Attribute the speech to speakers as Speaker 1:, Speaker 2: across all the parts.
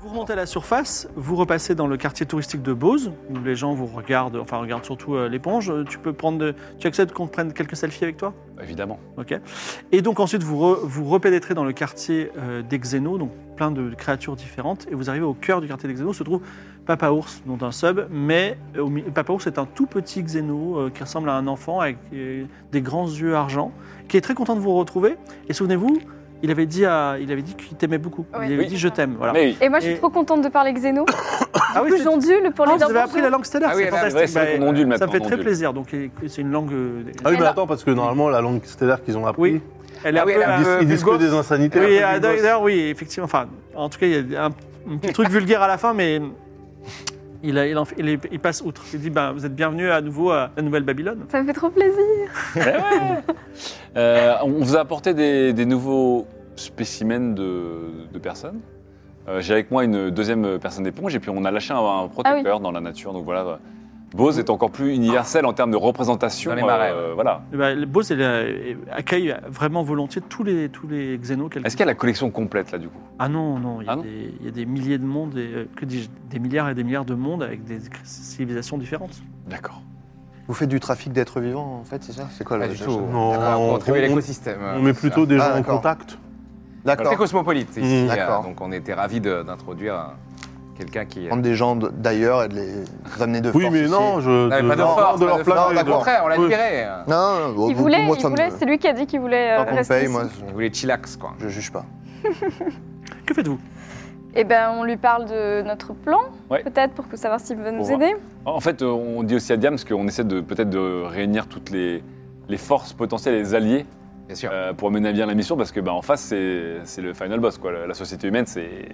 Speaker 1: Vous remontez à la surface, vous repassez dans le quartier touristique de Beauze, où les gens vous regardent, enfin regardent surtout euh, l'éponge. Euh, Tu peux prendre, de- tu acceptes qu'on prenne quelques selfies avec toi
Speaker 2: Évidemment.
Speaker 1: Ok. Et donc ensuite, vous, re- vous repénétrez dans le quartier euh, d'Exeno, donc plein de créatures différentes, et vous arrivez au cœur du quartier d'Exeno, se trouve Papa Ours, dont un sub, mais euh, au mi- Papa Ours est un tout petit Xeno euh, qui ressemble à un enfant avec euh, des grands yeux argent, qui est très content de vous retrouver. Et souvenez-vous, il avait dit, à- il avait dit qu'il t'aimait beaucoup.
Speaker 3: Ouais.
Speaker 1: il avait
Speaker 2: Oui.
Speaker 1: dit je t'aime. Voilà.
Speaker 2: Mais oui.
Speaker 3: Et moi, je suis
Speaker 1: Et-
Speaker 3: trop contente de parler xéno.
Speaker 1: Ah oui,
Speaker 3: Plus
Speaker 1: c'est-
Speaker 3: j'ondule pour
Speaker 1: Ah,
Speaker 3: les
Speaker 1: vous avez
Speaker 3: enfants.
Speaker 1: appris la langue stellaire,
Speaker 2: Ah oui,
Speaker 1: c'est
Speaker 2: bah,
Speaker 1: fantastique.
Speaker 2: ouais, c'est vrai qu'on ondule
Speaker 1: ça
Speaker 2: maintenant,
Speaker 1: me fait
Speaker 2: on
Speaker 1: très
Speaker 2: ondule.
Speaker 1: plaisir. Donc et- c'est une langue. euh,
Speaker 4: Ah oui, mais
Speaker 3: là-
Speaker 4: attends, parce que normalement, la langue stellaire qu'ils ont appris,
Speaker 1: Oui. Elle est
Speaker 2: Ah
Speaker 1: un
Speaker 2: oui,
Speaker 1: peu,
Speaker 2: elle a
Speaker 1: euh,
Speaker 2: un
Speaker 4: ils, disent-
Speaker 2: Euh,
Speaker 4: ils disent
Speaker 2: vulgos.
Speaker 4: que des insanités.
Speaker 1: Oui,
Speaker 4: un peu
Speaker 1: ah,
Speaker 4: vulgos.
Speaker 1: d'ailleurs, oui, effectivement. Enfin, en tout cas, il y a un, un petit truc vulgaire à la fin, mais il, a- il en fait- il est- il passe outre. Il dit ben, Vous êtes bienvenue à nouveau à la Nouvelle-Babylone.
Speaker 3: Ça me fait trop plaisir.
Speaker 2: Eh ouais. Euh, on vous a apporté des, des nouveaux spécimens de, de personnes. Euh, J'ai avec moi une deuxième personne d'éponge et puis on a lâché un, un protecteur dans la nature. Donc voilà, Bose est encore plus universel en termes de représentation. euh,
Speaker 5: Dans les marais,
Speaker 2: voilà.
Speaker 1: Eh ben, le boss elle, euh, accueille vraiment volontiers tous les, tous les xénos. quels
Speaker 2: Est-ce
Speaker 1: qu'ils
Speaker 2: qu'il y a la collection complète là du coup
Speaker 1: Ah non, non, il y, a
Speaker 2: Ah non
Speaker 1: des, il y a des milliers de mondes, et, euh, que dis-je, des milliards et des milliards de mondes avec des civilisations différentes.
Speaker 2: D'accord.
Speaker 6: Vous faites du trafic d'êtres vivants, en fait, c'est ça C'est quoi
Speaker 5: Pas
Speaker 6: le-
Speaker 5: du
Speaker 6: je-
Speaker 5: tout.
Speaker 6: je-
Speaker 4: Non,
Speaker 5: D'accord,
Speaker 4: on-
Speaker 5: on contribue à
Speaker 4: on-
Speaker 5: l'écosystème.
Speaker 4: On met plutôt des
Speaker 6: Ah,
Speaker 4: gens en
Speaker 6: d'accord.
Speaker 4: contact.
Speaker 6: D'accord.
Speaker 5: C'est cosmopolite
Speaker 4: Mmh.
Speaker 5: ici, euh,
Speaker 6: D'accord.
Speaker 5: donc on était ravis de- d'introduire un- quelqu'un qui.
Speaker 6: Prendre des gens de- d'ailleurs et de les amener de
Speaker 4: Oui,
Speaker 6: force
Speaker 4: mais
Speaker 6: ici.
Speaker 4: non, je.
Speaker 5: On n'avait pas de
Speaker 4: non,
Speaker 5: force,
Speaker 4: de
Speaker 5: pas
Speaker 4: leur
Speaker 5: de
Speaker 4: planer,
Speaker 5: force.
Speaker 6: non,
Speaker 5: Au
Speaker 6: d'accord.
Speaker 5: contraire, on l'a
Speaker 4: Oui.
Speaker 5: libéré.
Speaker 6: Non, non, non,
Speaker 3: Il
Speaker 6: vous-
Speaker 3: voulait,
Speaker 6: moi,
Speaker 3: il
Speaker 6: ça me-
Speaker 3: voulait, c'est lui qui a dit qu'il voulait euh,
Speaker 6: Tant qu'on me
Speaker 3: rester.
Speaker 6: paye,
Speaker 3: ici.
Speaker 6: moi,
Speaker 5: On voulait chillax, quoi.
Speaker 6: je, je juge pas.
Speaker 1: Que faites-vous
Speaker 3: Eh ben, on lui parle de notre plan,
Speaker 2: Ouais.
Speaker 3: peut-être pour que- savoir s'il veut nous
Speaker 2: Pour voir.
Speaker 3: aider.
Speaker 2: En fait, euh, on dit aussi à Diams qu'on essaie de peut-être de réunir toutes les, les forces potentielles, les alliés
Speaker 5: Bien sûr.
Speaker 2: euh, pour mener à bien la mission parce que bah, en face c'est c'est le final boss quoi. La la société humaine c'est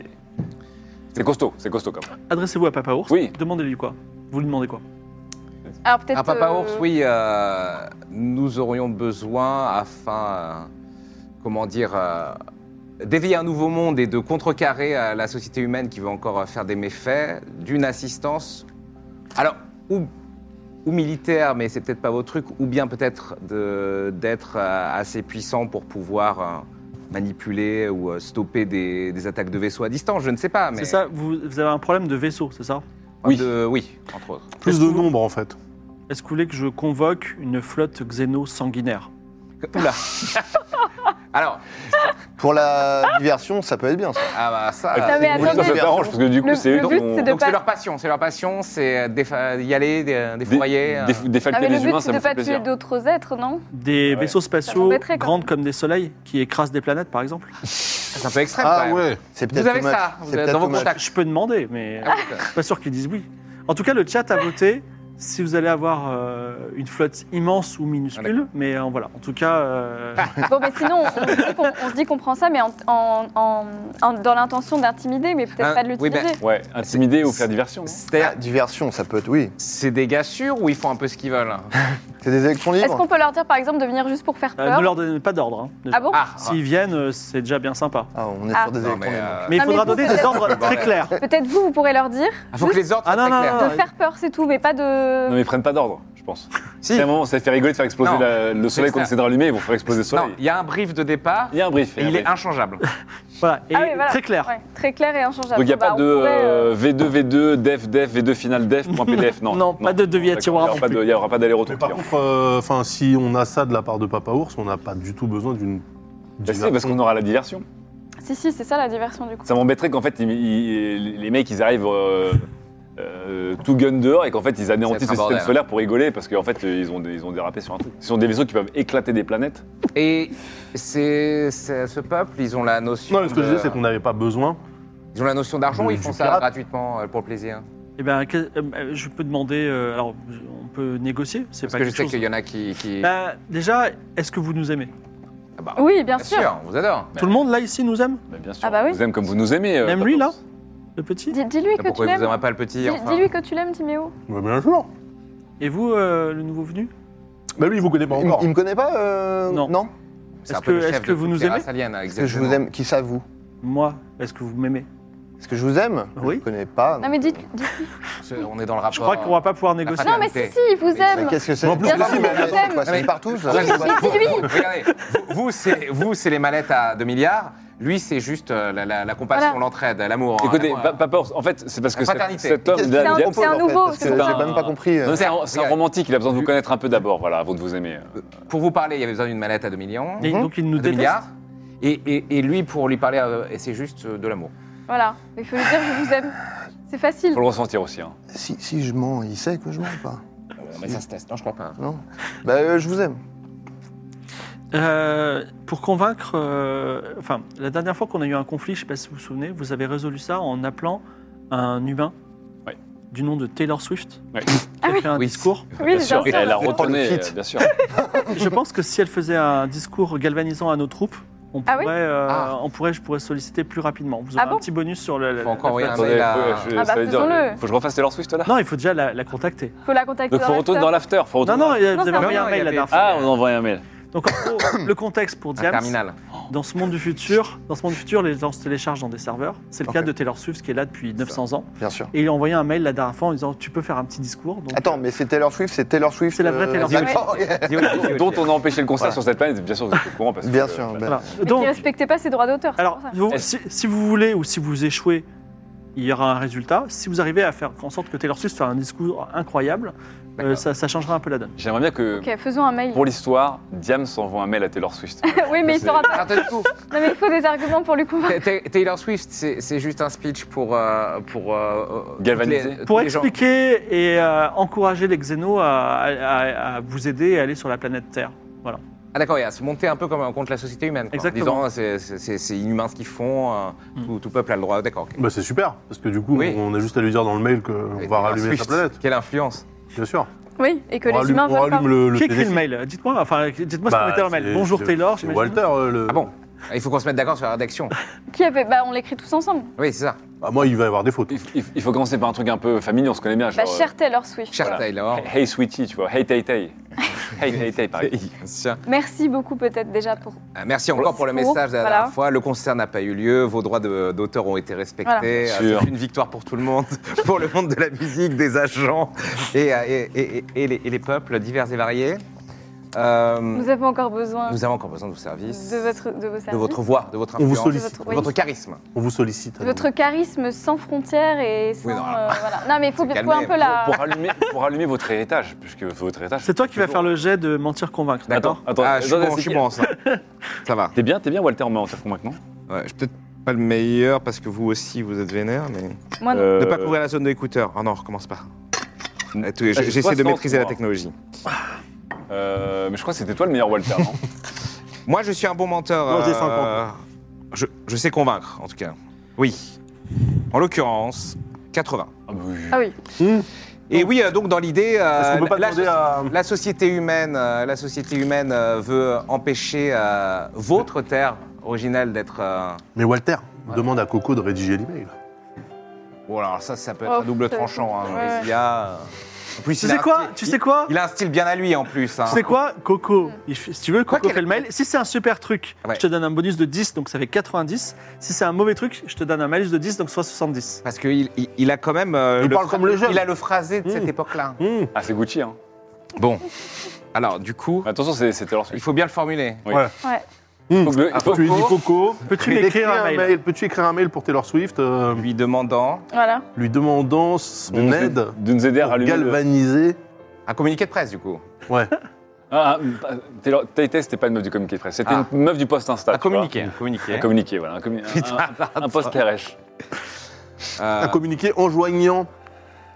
Speaker 2: c'est costaud, c'est costaud comme.
Speaker 1: Adressez-vous à Papa Ours.
Speaker 2: Oui.
Speaker 1: Demandez-lui quoi Vous lui demandez quoi
Speaker 3: Alors peut-être.
Speaker 5: Un Ah, papa
Speaker 3: euh,
Speaker 5: ours, oui, euh, nous aurions besoin afin, euh, comment dire, euh, d'éveiller un nouveau monde et de contrecarrer euh, la société humaine qui veut encore euh, faire des méfaits, d'une assistance, alors, ou, ou militaire, mais c'est peut-être pas votre truc, ou bien peut-être de- d'être euh, assez puissant pour pouvoir euh, manipuler ou euh, stopper des, des attaques de vaisseaux à distance, je ne sais pas. Mais
Speaker 1: C'est ça, vous, vous avez un problème de vaisseau, c'est ça
Speaker 2: Oui.
Speaker 5: De- oui, entre autres.
Speaker 4: Plus
Speaker 1: Est-ce
Speaker 4: de
Speaker 1: que vous-
Speaker 4: nombre, en fait.
Speaker 1: Est-ce que vous voulez que je convoque une flotte xéno sanguinaire
Speaker 5: Oula Alors,
Speaker 6: Pour la diversion, ça peut être bien, ça.
Speaker 5: ah bah ça...
Speaker 2: Ah,
Speaker 3: Non, mais
Speaker 2: oui, ça,
Speaker 3: attendez.
Speaker 2: ça t'arrange parce que du coup
Speaker 3: Le-
Speaker 2: c'est
Speaker 3: le
Speaker 2: eux
Speaker 3: but,
Speaker 2: qui ont
Speaker 3: c'est de
Speaker 5: Donc c'est
Speaker 3: pas-
Speaker 5: leur passion, c'est leur passion, c'est défa- y aller, dé-
Speaker 2: dé-
Speaker 5: défourailler. euh.
Speaker 2: déf-
Speaker 3: Non,
Speaker 2: défalquer
Speaker 3: mais ah le
Speaker 2: les
Speaker 3: but,
Speaker 2: humains,
Speaker 3: c'est
Speaker 2: ça
Speaker 3: de
Speaker 2: me
Speaker 3: pas
Speaker 2: fait
Speaker 3: tuer
Speaker 2: plaisir.
Speaker 3: d'autres êtres, non
Speaker 1: Des
Speaker 2: Ouais.
Speaker 1: vaisseaux spatiaux
Speaker 3: m'embêterait, quand
Speaker 1: grandes
Speaker 3: même.
Speaker 1: comme des soleils qui écrasent des planètes, par exemple
Speaker 5: C'est un peu extrême quand
Speaker 4: Ah
Speaker 5: même.
Speaker 4: ouais.
Speaker 6: C'est
Speaker 5: Vous
Speaker 6: peut-être
Speaker 5: avez
Speaker 6: too much.
Speaker 5: ça, vous
Speaker 6: C'est
Speaker 5: avez-
Speaker 6: peut-être
Speaker 5: dans vos
Speaker 6: too much.
Speaker 5: contacts.
Speaker 1: Je peux demander, mais
Speaker 5: Ah, putain.
Speaker 1: pas sûr qu'ils disent oui. En tout cas, le chat a voté si vous allez avoir euh, une flotte immense ou
Speaker 5: Ah,
Speaker 1: minuscule, mais euh, voilà. En tout cas, euh,
Speaker 3: Bon, mais sinon, on se dit qu'on- on se dit qu'on prend ça, mais en, en- en- en- dans l'intention d'intimider, mais peut-être
Speaker 5: Hein,
Speaker 3: pas de
Speaker 5: oui,
Speaker 3: l'utiliser.
Speaker 5: ben-
Speaker 2: Ouais, intimider ou faire diversion. hein.
Speaker 6: Ah,
Speaker 5: C'est-à-dire,
Speaker 6: diversion, ça peut être, oui.
Speaker 5: c'est des gars sûrs ou ils font un peu ce qu'ils veulent
Speaker 1: Oh,
Speaker 6: C'est des électrons
Speaker 3: Est-ce qu'on
Speaker 6: libres
Speaker 3: peut leur dire, par exemple, de venir juste pour faire
Speaker 1: euh,
Speaker 3: peur
Speaker 1: ne leur donnez pas d'ordre. hein, déjà.
Speaker 3: Ah bon
Speaker 5: Ah,
Speaker 1: S'ils viennent, euh, c'est déjà bien sympa.
Speaker 6: Ah, on est
Speaker 3: Ah.
Speaker 6: sur des
Speaker 5: non,
Speaker 6: électrons
Speaker 5: mais,
Speaker 6: libres.
Speaker 5: euh,
Speaker 1: Mais il
Speaker 3: Ah, mais
Speaker 1: faudra
Speaker 3: vous,
Speaker 1: donner
Speaker 3: vous
Speaker 1: des
Speaker 3: êtes-
Speaker 1: ordres très clairs.
Speaker 3: Peut-être vous, vous pourrez leur dire
Speaker 5: faut que les ordres
Speaker 1: Ah
Speaker 5: soient
Speaker 1: non,
Speaker 5: très
Speaker 1: non,
Speaker 5: clairs.
Speaker 1: non.
Speaker 3: de
Speaker 1: Ah,
Speaker 3: faire peur, c'est tout, mais pas
Speaker 2: Non,
Speaker 3: de.
Speaker 2: mais ils prennent pas d'ordre, je pense.
Speaker 5: Si.
Speaker 2: C'est un moment, ça fait rigoler de faire exploser
Speaker 5: Non.
Speaker 2: la- le soleil
Speaker 5: C'est
Speaker 2: qu'on
Speaker 5: ça.
Speaker 2: essaie de rallumer, ils vont faire exploser le
Speaker 5: Non,
Speaker 2: soleil.
Speaker 5: il y a un brief de départ
Speaker 2: Il y a un brief. il y
Speaker 5: et
Speaker 2: a un
Speaker 5: il est
Speaker 2: brief.
Speaker 5: inchangeable.
Speaker 1: Voilà, et
Speaker 3: Ah oui, voilà.
Speaker 1: très clair.
Speaker 3: Ouais, très clair et inchangeable.
Speaker 2: Donc il n'y a
Speaker 3: Bah,
Speaker 2: pas
Speaker 3: on
Speaker 2: de
Speaker 3: pourrait, euh,
Speaker 2: euh, V2, V2, def, def, V2 final def, point PDF, non.
Speaker 1: Non, pas de devis à
Speaker 2: D'accord,
Speaker 1: tiroir
Speaker 2: il y aura
Speaker 1: non
Speaker 2: pas
Speaker 1: plus.
Speaker 2: de- Il n'y aura pas d'aller-retour
Speaker 4: Mais par
Speaker 2: client.
Speaker 4: contre, euh, enfin, si on a ça de la part de Papa Ours, on n'a pas du tout besoin d'une.
Speaker 2: Bah si, parce qu'on aura la diversion.
Speaker 3: Si, si, c'est ça la diversion du coup.
Speaker 2: Ça m'embêterait qu'en fait, ils- ils- les mecs, ils arrivent euh, euh, tout gun dehors et qu'en fait, ils anéantissent
Speaker 5: Ça va être un
Speaker 2: le système
Speaker 5: bordel. hein.
Speaker 2: solaire pour rigoler parce qu'en fait, euh, ils ont, dé- ils ont dérapé sur un truc. Ce sont des vaisseaux qui peuvent éclater des planètes.
Speaker 5: Et c'est c'est- ce peuple, ils ont la notion.
Speaker 4: Non, mais ce que je
Speaker 5: de-
Speaker 4: disais, c'est qu'on n'avait pas besoin
Speaker 5: Ils ont la notion d'argent,
Speaker 4: Du-
Speaker 5: ils font
Speaker 4: du
Speaker 5: ça
Speaker 4: pirate.
Speaker 5: gratuitement euh, pour le plaisir.
Speaker 1: Eh ben, que- euh, je peux demander. euh, alors, on peut négocier. C'est
Speaker 5: Parce
Speaker 1: pas
Speaker 5: que je
Speaker 1: quelque
Speaker 5: sais
Speaker 1: chose-
Speaker 5: qu'il y en a qui. qui-
Speaker 1: Bah, déjà, est-ce que vous nous aimez
Speaker 5: Ah bah,
Speaker 3: Oui, bien
Speaker 5: bien
Speaker 3: sûr.
Speaker 5: sûr, on vous adore.
Speaker 1: Tout le monde là ici nous aime
Speaker 2: Bah, bien sûr.
Speaker 3: Ah bah oui.
Speaker 2: Vous aimez comme vous nous aimez. euh,
Speaker 1: Même
Speaker 2: Papa
Speaker 1: lui,
Speaker 2: Ours.
Speaker 1: Le petit
Speaker 3: Dis- Dis-lui que tu
Speaker 5: Pourquoi vous
Speaker 3: l'aimes.
Speaker 5: n'aimerez pas le petit
Speaker 3: Dis-
Speaker 5: enfin
Speaker 3: Dis-lui que tu l'aimes, Timéo.
Speaker 4: Bah, bien sûr.
Speaker 1: Et vous, euh, le nouveau venu
Speaker 4: Bah lui, il vous connaît pas
Speaker 6: Il,
Speaker 4: encore.
Speaker 6: il me connaît pas euh,
Speaker 1: Non.
Speaker 5: C'est un
Speaker 1: Est-ce
Speaker 5: peu
Speaker 1: que-
Speaker 5: le chef
Speaker 1: est-ce que
Speaker 5: de
Speaker 1: vous
Speaker 5: toutes
Speaker 1: nous
Speaker 5: les
Speaker 1: aimez
Speaker 5: races aliens,
Speaker 6: Est-ce que je vous
Speaker 5: exactement.
Speaker 6: aime Qui ça vous
Speaker 1: Moi, est-ce que vous m'aimez
Speaker 6: Est-ce que je vous aime
Speaker 1: Oui.
Speaker 6: Je ne connais pas.
Speaker 3: Non, mais dites. dites-
Speaker 5: C'est- On est dans le rapport.
Speaker 1: Je crois qu'on va pas pouvoir
Speaker 5: Ah,
Speaker 1: négocier.
Speaker 3: Non, mais si, si, il vous
Speaker 6: Mais
Speaker 3: aime.
Speaker 6: qu'est-ce que c'est
Speaker 4: Mais en plus,
Speaker 3: Bien sûr, mais
Speaker 6: attends,
Speaker 3: je
Speaker 6: quoi,
Speaker 5: t'aime.
Speaker 6: C'est partout. ça,
Speaker 5: Ouais,
Speaker 6: c'est quoi
Speaker 3: dis- dis-lui.
Speaker 5: Regardez, vous- vous, c'est- vous, c'est les mallettes à 2 milliards. Lui, c'est juste euh, la, la- la compassion,
Speaker 3: Voilà.
Speaker 5: l'entraide, l'amour. hein,
Speaker 2: Écoutez,
Speaker 5: l'amour,
Speaker 1: bah,
Speaker 2: pa-
Speaker 5: euh,
Speaker 2: Papa Ours, en fait, c'est parce que
Speaker 5: La
Speaker 2: cet-
Speaker 5: fraternité.
Speaker 2: cet homme.
Speaker 6: Qu'est-ce
Speaker 2: il a-
Speaker 6: qu'il
Speaker 2: il
Speaker 3: C'est un-
Speaker 2: a-
Speaker 6: propose,
Speaker 3: c'est un
Speaker 6: en fait,
Speaker 3: nouveau,
Speaker 6: parce que
Speaker 3: c'est
Speaker 6: J'ai
Speaker 2: pas un-
Speaker 6: même pas compris. euh.
Speaker 2: Non, C'est un, c'est un romantique, il a besoin de vous
Speaker 5: Vu-
Speaker 2: connaître un peu d'abord, voilà, avant de vous aimer.
Speaker 5: euh, Pour vous parler, il y avait besoin d'une mallette à 2 millions.
Speaker 1: Et
Speaker 6: Mhm.
Speaker 1: donc, il nous
Speaker 5: 2
Speaker 1: déteste.
Speaker 5: milliards. Et, et- et lui, pour lui parler, euh, et c'est juste euh, de l'amour.
Speaker 3: Voilà, il faut lui dire je vous aime. C'est
Speaker 2: Il
Speaker 3: facile.
Speaker 2: faut le ressentir aussi. hein.
Speaker 6: Si, si je mens, il sait que je mens ou pas
Speaker 2: Ah,
Speaker 5: Mais ça se teste, non, je crois pas.
Speaker 6: Non Bah, euh, je vous aime.
Speaker 1: Euh, pour convaincre, euh, enfin, la dernière fois qu'on a eu un conflit, je ne sais pas si vous vous souvenez, vous avez résolu ça en appelant un humain
Speaker 2: Ouais.
Speaker 1: du nom de Taylor Swift,
Speaker 2: Ouais.
Speaker 1: qui a fait un
Speaker 5: oui.
Speaker 1: discours.
Speaker 3: Oui,
Speaker 2: bien sûr,
Speaker 3: bien sûr,
Speaker 2: elle a
Speaker 3: bien sûr.
Speaker 2: retourné,
Speaker 6: Oh, le fit.
Speaker 2: euh, bien sûr.
Speaker 1: Je pense que si elle faisait un discours galvanisant à nos troupes, on pourrait,
Speaker 3: Ah oui
Speaker 1: euh,
Speaker 5: Ah.
Speaker 1: on pourrait, je pourrais solliciter plus rapidement. Vous
Speaker 3: Ah
Speaker 1: aurez un
Speaker 3: bon
Speaker 1: petit bonus sur le. la-
Speaker 5: Faut encore
Speaker 1: la-
Speaker 5: envoyer
Speaker 1: la-
Speaker 5: un
Speaker 2: Attendez,
Speaker 5: mail à-
Speaker 2: faut- je-
Speaker 3: Ah bah,
Speaker 2: ça veut dire-
Speaker 3: faisons-le.
Speaker 2: Faut que je refasse Taylor Swift là
Speaker 1: Non, il faut déjà la, la contacter.
Speaker 3: Faut la contacter.
Speaker 2: Donc faut retourner dans l'after, faut
Speaker 1: Non,
Speaker 2: retourner.
Speaker 1: non, vous avez
Speaker 3: Non, ça va.
Speaker 1: envoyé
Speaker 5: Non,
Speaker 1: un
Speaker 5: non,
Speaker 1: mail
Speaker 5: il y
Speaker 1: la
Speaker 5: avait-
Speaker 1: dernière fois.
Speaker 2: Ah, on envoie un mail.
Speaker 1: Donc en gros, le contexte pour
Speaker 5: Un
Speaker 1: Diams,
Speaker 5: terminal.
Speaker 1: dans ce monde du futur, dans ce monde du futur, les gens se téléchargent dans des serveurs. C'est le
Speaker 6: Ok.
Speaker 1: cas de Taylor Swift qui est là depuis 900 ans.
Speaker 6: Bien sûr.
Speaker 1: Et il a envoyé un mail la dernière fois en disant tu peux faire un petit discours. Donc,
Speaker 6: Attends, mais c'est Taylor Swift, c'est Taylor Swift. euh,
Speaker 1: C'est la vraie Taylor
Speaker 6: Swift.
Speaker 3: Swift.
Speaker 5: Dis au- dis au- dis au-
Speaker 2: Dont on a empêché le concert
Speaker 6: Voilà.
Speaker 2: sur cette planète, bien sûr, vous êtes au courant. Parce que,
Speaker 6: Bien
Speaker 2: euh,
Speaker 6: sûr.
Speaker 2: voilà.
Speaker 6: ben,
Speaker 1: voilà.
Speaker 3: Mais qui
Speaker 1: Donc,
Speaker 3: respectait pas ses droits d'auteur. c'est
Speaker 1: alors
Speaker 3: pour ça.
Speaker 1: vous- si,
Speaker 2: Est-ce-
Speaker 1: si vous voulez ou si vous échouez, il y aura un résultat. Si vous arrivez à faire en sorte que Taylor Swift fasse un discours incroyable, euh,
Speaker 5: D'accord.
Speaker 1: ça, ça changera un peu la donne.
Speaker 2: J'aimerais bien que,
Speaker 3: Ok, faisons un mail.
Speaker 2: pour l'histoire, Diam s'envoie un mail à Taylor Swift.
Speaker 3: oui, mais il
Speaker 2: C'est-
Speaker 3: saura pas.
Speaker 5: Arrête de tout.
Speaker 3: Non, mais il faut des arguments pour lui convaincre.
Speaker 5: Ta- ta- Taylor Swift, c'est c'est juste un speech pour. euh, pour euh, toutes
Speaker 2: Galvaniser.
Speaker 5: les- tous
Speaker 1: Pour
Speaker 5: les gens.
Speaker 1: expliquer et euh, encourager les xénos à, à- à- à vous aider à aller sur la planète Terre.
Speaker 5: Ah d'accord, et à se monter un peu comme contre la société humaine. Quoi,
Speaker 1: Exactement.
Speaker 5: En disant c'est- c'est c'est inhumain ce qu'ils font, euh,
Speaker 1: Mm.
Speaker 5: tout, tout peuple a le droit. D'accord. ok.
Speaker 4: Bah c'est super, parce que du coup,
Speaker 5: Oui.
Speaker 4: on a juste à lui dire dans le mail
Speaker 5: Et
Speaker 4: qu'on va
Speaker 5: Taylor
Speaker 4: rallumer sa
Speaker 5: Swift,
Speaker 4: planète,
Speaker 5: Quelle influence
Speaker 4: bien sûr.
Speaker 3: Oui, et que
Speaker 4: on
Speaker 3: les
Speaker 4: rallume,
Speaker 3: humains
Speaker 4: on
Speaker 3: veulent pas.
Speaker 4: rallume le, le
Speaker 1: Qui écrit le
Speaker 4: téléphone.
Speaker 1: mail Dites-moi, enfin, dites-moi ce
Speaker 4: Bah,
Speaker 1: qu'on mettait dans le
Speaker 4: c'est-
Speaker 1: mail. Bonjour
Speaker 4: c'est-
Speaker 1: Taylor,
Speaker 4: c'est
Speaker 1: j'imagine.
Speaker 4: Walter, euh, le...
Speaker 5: Ah bon Ah, Il faut qu'on se mette d'accord sur la rédaction.
Speaker 3: Qui avait Bah, on l'écrit tous ensemble.
Speaker 5: Oui, c'est ça.
Speaker 4: Bah, moi, il va y avoir des fautes.
Speaker 2: Il, f- il f- il faut commencer par un truc un peu familier, on se connaît bien. Genre,
Speaker 3: Bah, cher Taylor Swift.
Speaker 5: euh, Cher
Speaker 2: Voilà.
Speaker 5: Taylor.
Speaker 2: euh, Hey Sweetie, tu vois. Hey Tay Tay. Hey Tay Tay, pareil.
Speaker 5: Tiens.
Speaker 3: Merci beaucoup, peut-être déjà pour.
Speaker 5: Ah, Merci encore pour le
Speaker 3: Discours,
Speaker 5: message de la
Speaker 3: voilà.
Speaker 5: dernière fois. Le concert n'a pas eu lieu, vos droits de- d'auteur ont été respectés.
Speaker 2: Voilà.
Speaker 5: Euh,
Speaker 2: Sûr.
Speaker 5: C'est une victoire pour tout le monde, pour le monde de la musique, des agents et, euh, et- et- et- et les, et les peuples divers et variés. Euh,
Speaker 3: Nous avons encore besoin
Speaker 5: nous avons encore besoin de vos services,
Speaker 3: de votre de vos services.
Speaker 5: de votre voix, de votre
Speaker 4: On vous
Speaker 5: influence,
Speaker 3: De
Speaker 4: sollicite.
Speaker 3: votre,
Speaker 5: de
Speaker 3: oui.
Speaker 5: votre charisme.
Speaker 4: On vous sollicite. à
Speaker 3: Votre charisme sans frontières et sans.
Speaker 5: Oui, non, alors-
Speaker 3: euh, voilà. Non, mais il faut bien
Speaker 5: calmer,
Speaker 3: faut un peu la.
Speaker 2: Pour allumer, pour allumer votre héritage, puisque votre héritage.
Speaker 1: C'est toi qui vas faire le jet de mentir convaincre, d'accord
Speaker 2: Attends, attends.
Speaker 4: euh,
Speaker 5: ah, je suis
Speaker 2: attends,
Speaker 5: bon,
Speaker 2: c'est
Speaker 5: je suis
Speaker 2: qui-
Speaker 5: bon en ça. Ça va.
Speaker 2: T'es bien, t'es bien, Walter, en mentir convaincant
Speaker 5: Ouais, je suis peut-être pas le meilleur parce que vous aussi vous êtes vénère, mais.
Speaker 3: Moi, non.
Speaker 5: Ne pas
Speaker 4: Euh.
Speaker 5: couvrir la zone de l'écouteur. Ah non, recommence pas. Ah, tout-
Speaker 2: Ah, j'ai
Speaker 5: J'essaie de
Speaker 2: 60,
Speaker 5: maîtriser la
Speaker 2: moi.
Speaker 5: technologie.
Speaker 2: Euh, mais je crois que c'était toi le meilleur Walter, non
Speaker 5: Moi, je suis un bon menteur.
Speaker 4: Moi, j'ai
Speaker 5: euh,
Speaker 4: 50.
Speaker 5: je, je sais convaincre, en tout cas. Oui. En l'occurrence, 80.
Speaker 2: Ah, bah oui.
Speaker 3: Ah oui.
Speaker 5: Et oui, euh, donc dans l'idée, euh,
Speaker 4: Est-ce qu'on peut pas
Speaker 5: la-
Speaker 4: demander
Speaker 5: la,
Speaker 4: à...
Speaker 5: la société humaine, euh, la société humaine euh, veut empêcher euh, votre terre originale d'être. euh,
Speaker 4: Mais Walter, demande à Coco de rédiger l'email.
Speaker 5: Bon, alors ça, ça peut être
Speaker 3: Oh,
Speaker 5: un double
Speaker 3: ça-
Speaker 5: tranchant. Hein,
Speaker 3: ouais.
Speaker 5: Brésilia, euh. En plus,
Speaker 1: Tu
Speaker 5: il a
Speaker 1: sais
Speaker 5: un
Speaker 1: quoi
Speaker 5: style-
Speaker 1: Tu
Speaker 5: il-
Speaker 1: sais quoi
Speaker 5: Il a un style bien à lui en plus. hein.
Speaker 1: Tu sais quoi Coco, il fait- si tu veux,
Speaker 5: Quoi
Speaker 1: Coco
Speaker 5: qu'elle-
Speaker 1: fait le mail. Si c'est un super truc,
Speaker 5: Ouais.
Speaker 1: je te donne un bonus de 10, donc ça fait 90. Si c'est un mauvais truc, je te donne un malus de 10, donc soit 70.
Speaker 5: Parce qu'il il, il a quand même. euh,
Speaker 4: Il parle
Speaker 5: phra-
Speaker 4: comme le jeune.
Speaker 5: Il a le phrasé de cette
Speaker 4: Mmh.
Speaker 1: Hmm.
Speaker 5: époque-là.
Speaker 4: Hum,
Speaker 2: Ah, c'est Gucci, hein.
Speaker 5: Bon. Alors, du coup,
Speaker 2: Attention, c'est c'est Taylor
Speaker 5: il
Speaker 2: Swift.
Speaker 5: faut bien le formuler.
Speaker 4: hum.
Speaker 2: Faut que le-
Speaker 4: Ah,
Speaker 2: faut-
Speaker 4: tu lui dis Coco.
Speaker 1: Peux-tu m'écrire un mail,
Speaker 4: Peux-tu écrire un mail pour Taylor Swift euh,
Speaker 5: Lui demandant
Speaker 3: Voilà.
Speaker 4: lui demandant son
Speaker 2: nous-
Speaker 4: aide
Speaker 2: de nous aider à
Speaker 4: pour
Speaker 2: rallumer. le-
Speaker 4: galvaniser
Speaker 5: un communiqué de presse, du coup.
Speaker 4: Ouais.
Speaker 2: Ah, ah, Taylor- Tay-Tay, c'était pas une meuf du communiqué de presse, c'était
Speaker 5: Ah.
Speaker 2: une meuf du post Insta.
Speaker 5: Un
Speaker 2: tu vois.
Speaker 5: communiqué. Un communiqué. Ah.
Speaker 2: Un communiqué, voilà. Un, communiqué.
Speaker 5: Putain,
Speaker 2: un, post KRS.
Speaker 5: Euh,
Speaker 4: un communiqué enjoignant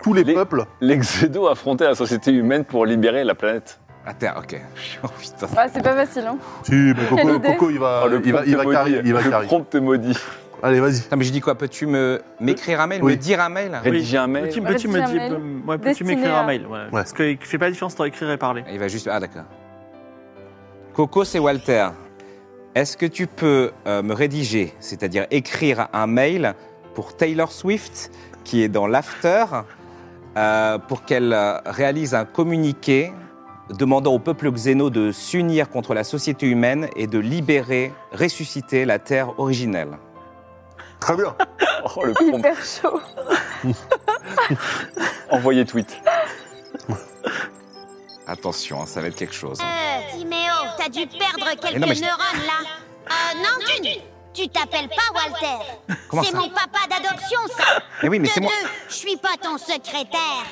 Speaker 4: tous Ah. les,
Speaker 2: Les-
Speaker 4: peuples.
Speaker 2: L'exédo affrontait la société humaine pour libérer la planète.
Speaker 5: à terre, ok. Oh, putain.
Speaker 3: Ouais, c'est pas facile. Hein.
Speaker 4: Si, mais
Speaker 3: Quelle
Speaker 4: Coco,
Speaker 3: idée.
Speaker 4: Coco, Ah, il va,
Speaker 2: Oh, le
Speaker 4: il va, il va
Speaker 2: prompt
Speaker 4: carry,
Speaker 2: maudit.
Speaker 4: il va
Speaker 2: Le
Speaker 4: carry.
Speaker 2: prompt maudit.
Speaker 4: Allez, vas-y.
Speaker 5: Attends, mais je dis quoi Peux-tu me m'écrire un mail
Speaker 4: Oui.
Speaker 5: Me dire un mail
Speaker 1: Oui.
Speaker 2: Rédiger un mail.
Speaker 1: Peux-tu
Speaker 3: Ouais,
Speaker 1: peux-tu me
Speaker 3: petit
Speaker 1: dire-
Speaker 3: mail.
Speaker 1: peux- ouais, peux-tu
Speaker 3: Destiné
Speaker 1: m'écrire
Speaker 3: à-
Speaker 1: un mail voilà. Parce qu'il ne fait pas la différence entre écrire et parler.
Speaker 5: Il va juste. Ah, d'accord. Coco, c'est Walter. Est-ce que tu peux euh, me rédiger, c'est-à-dire écrire un mail pour Taylor Swift, qui est dans l'after, euh, pour qu'elle euh, réalise un communiqué demandant au peuple xéno de s'unir contre la société humaine et de libérer, ressusciter la Terre originelle
Speaker 4: Très bien.
Speaker 2: Oh, le prompt.
Speaker 3: Hyper chaud.
Speaker 2: Envoyer tweet.
Speaker 5: Attention, hein, ça va être quelque chose. hein.
Speaker 7: Euh, Timéo, t'as dû perdre quelques
Speaker 5: non, mais je-
Speaker 7: neurones là. Euh, non, tu tu t'appelles pas Walter.
Speaker 5: Comment
Speaker 7: c'est
Speaker 5: ça
Speaker 7: mon papa d'adoption, ça.
Speaker 5: Mais Eh oui, mais
Speaker 7: De
Speaker 5: c'est moi.
Speaker 7: deux, je suis pas ton secrétaire.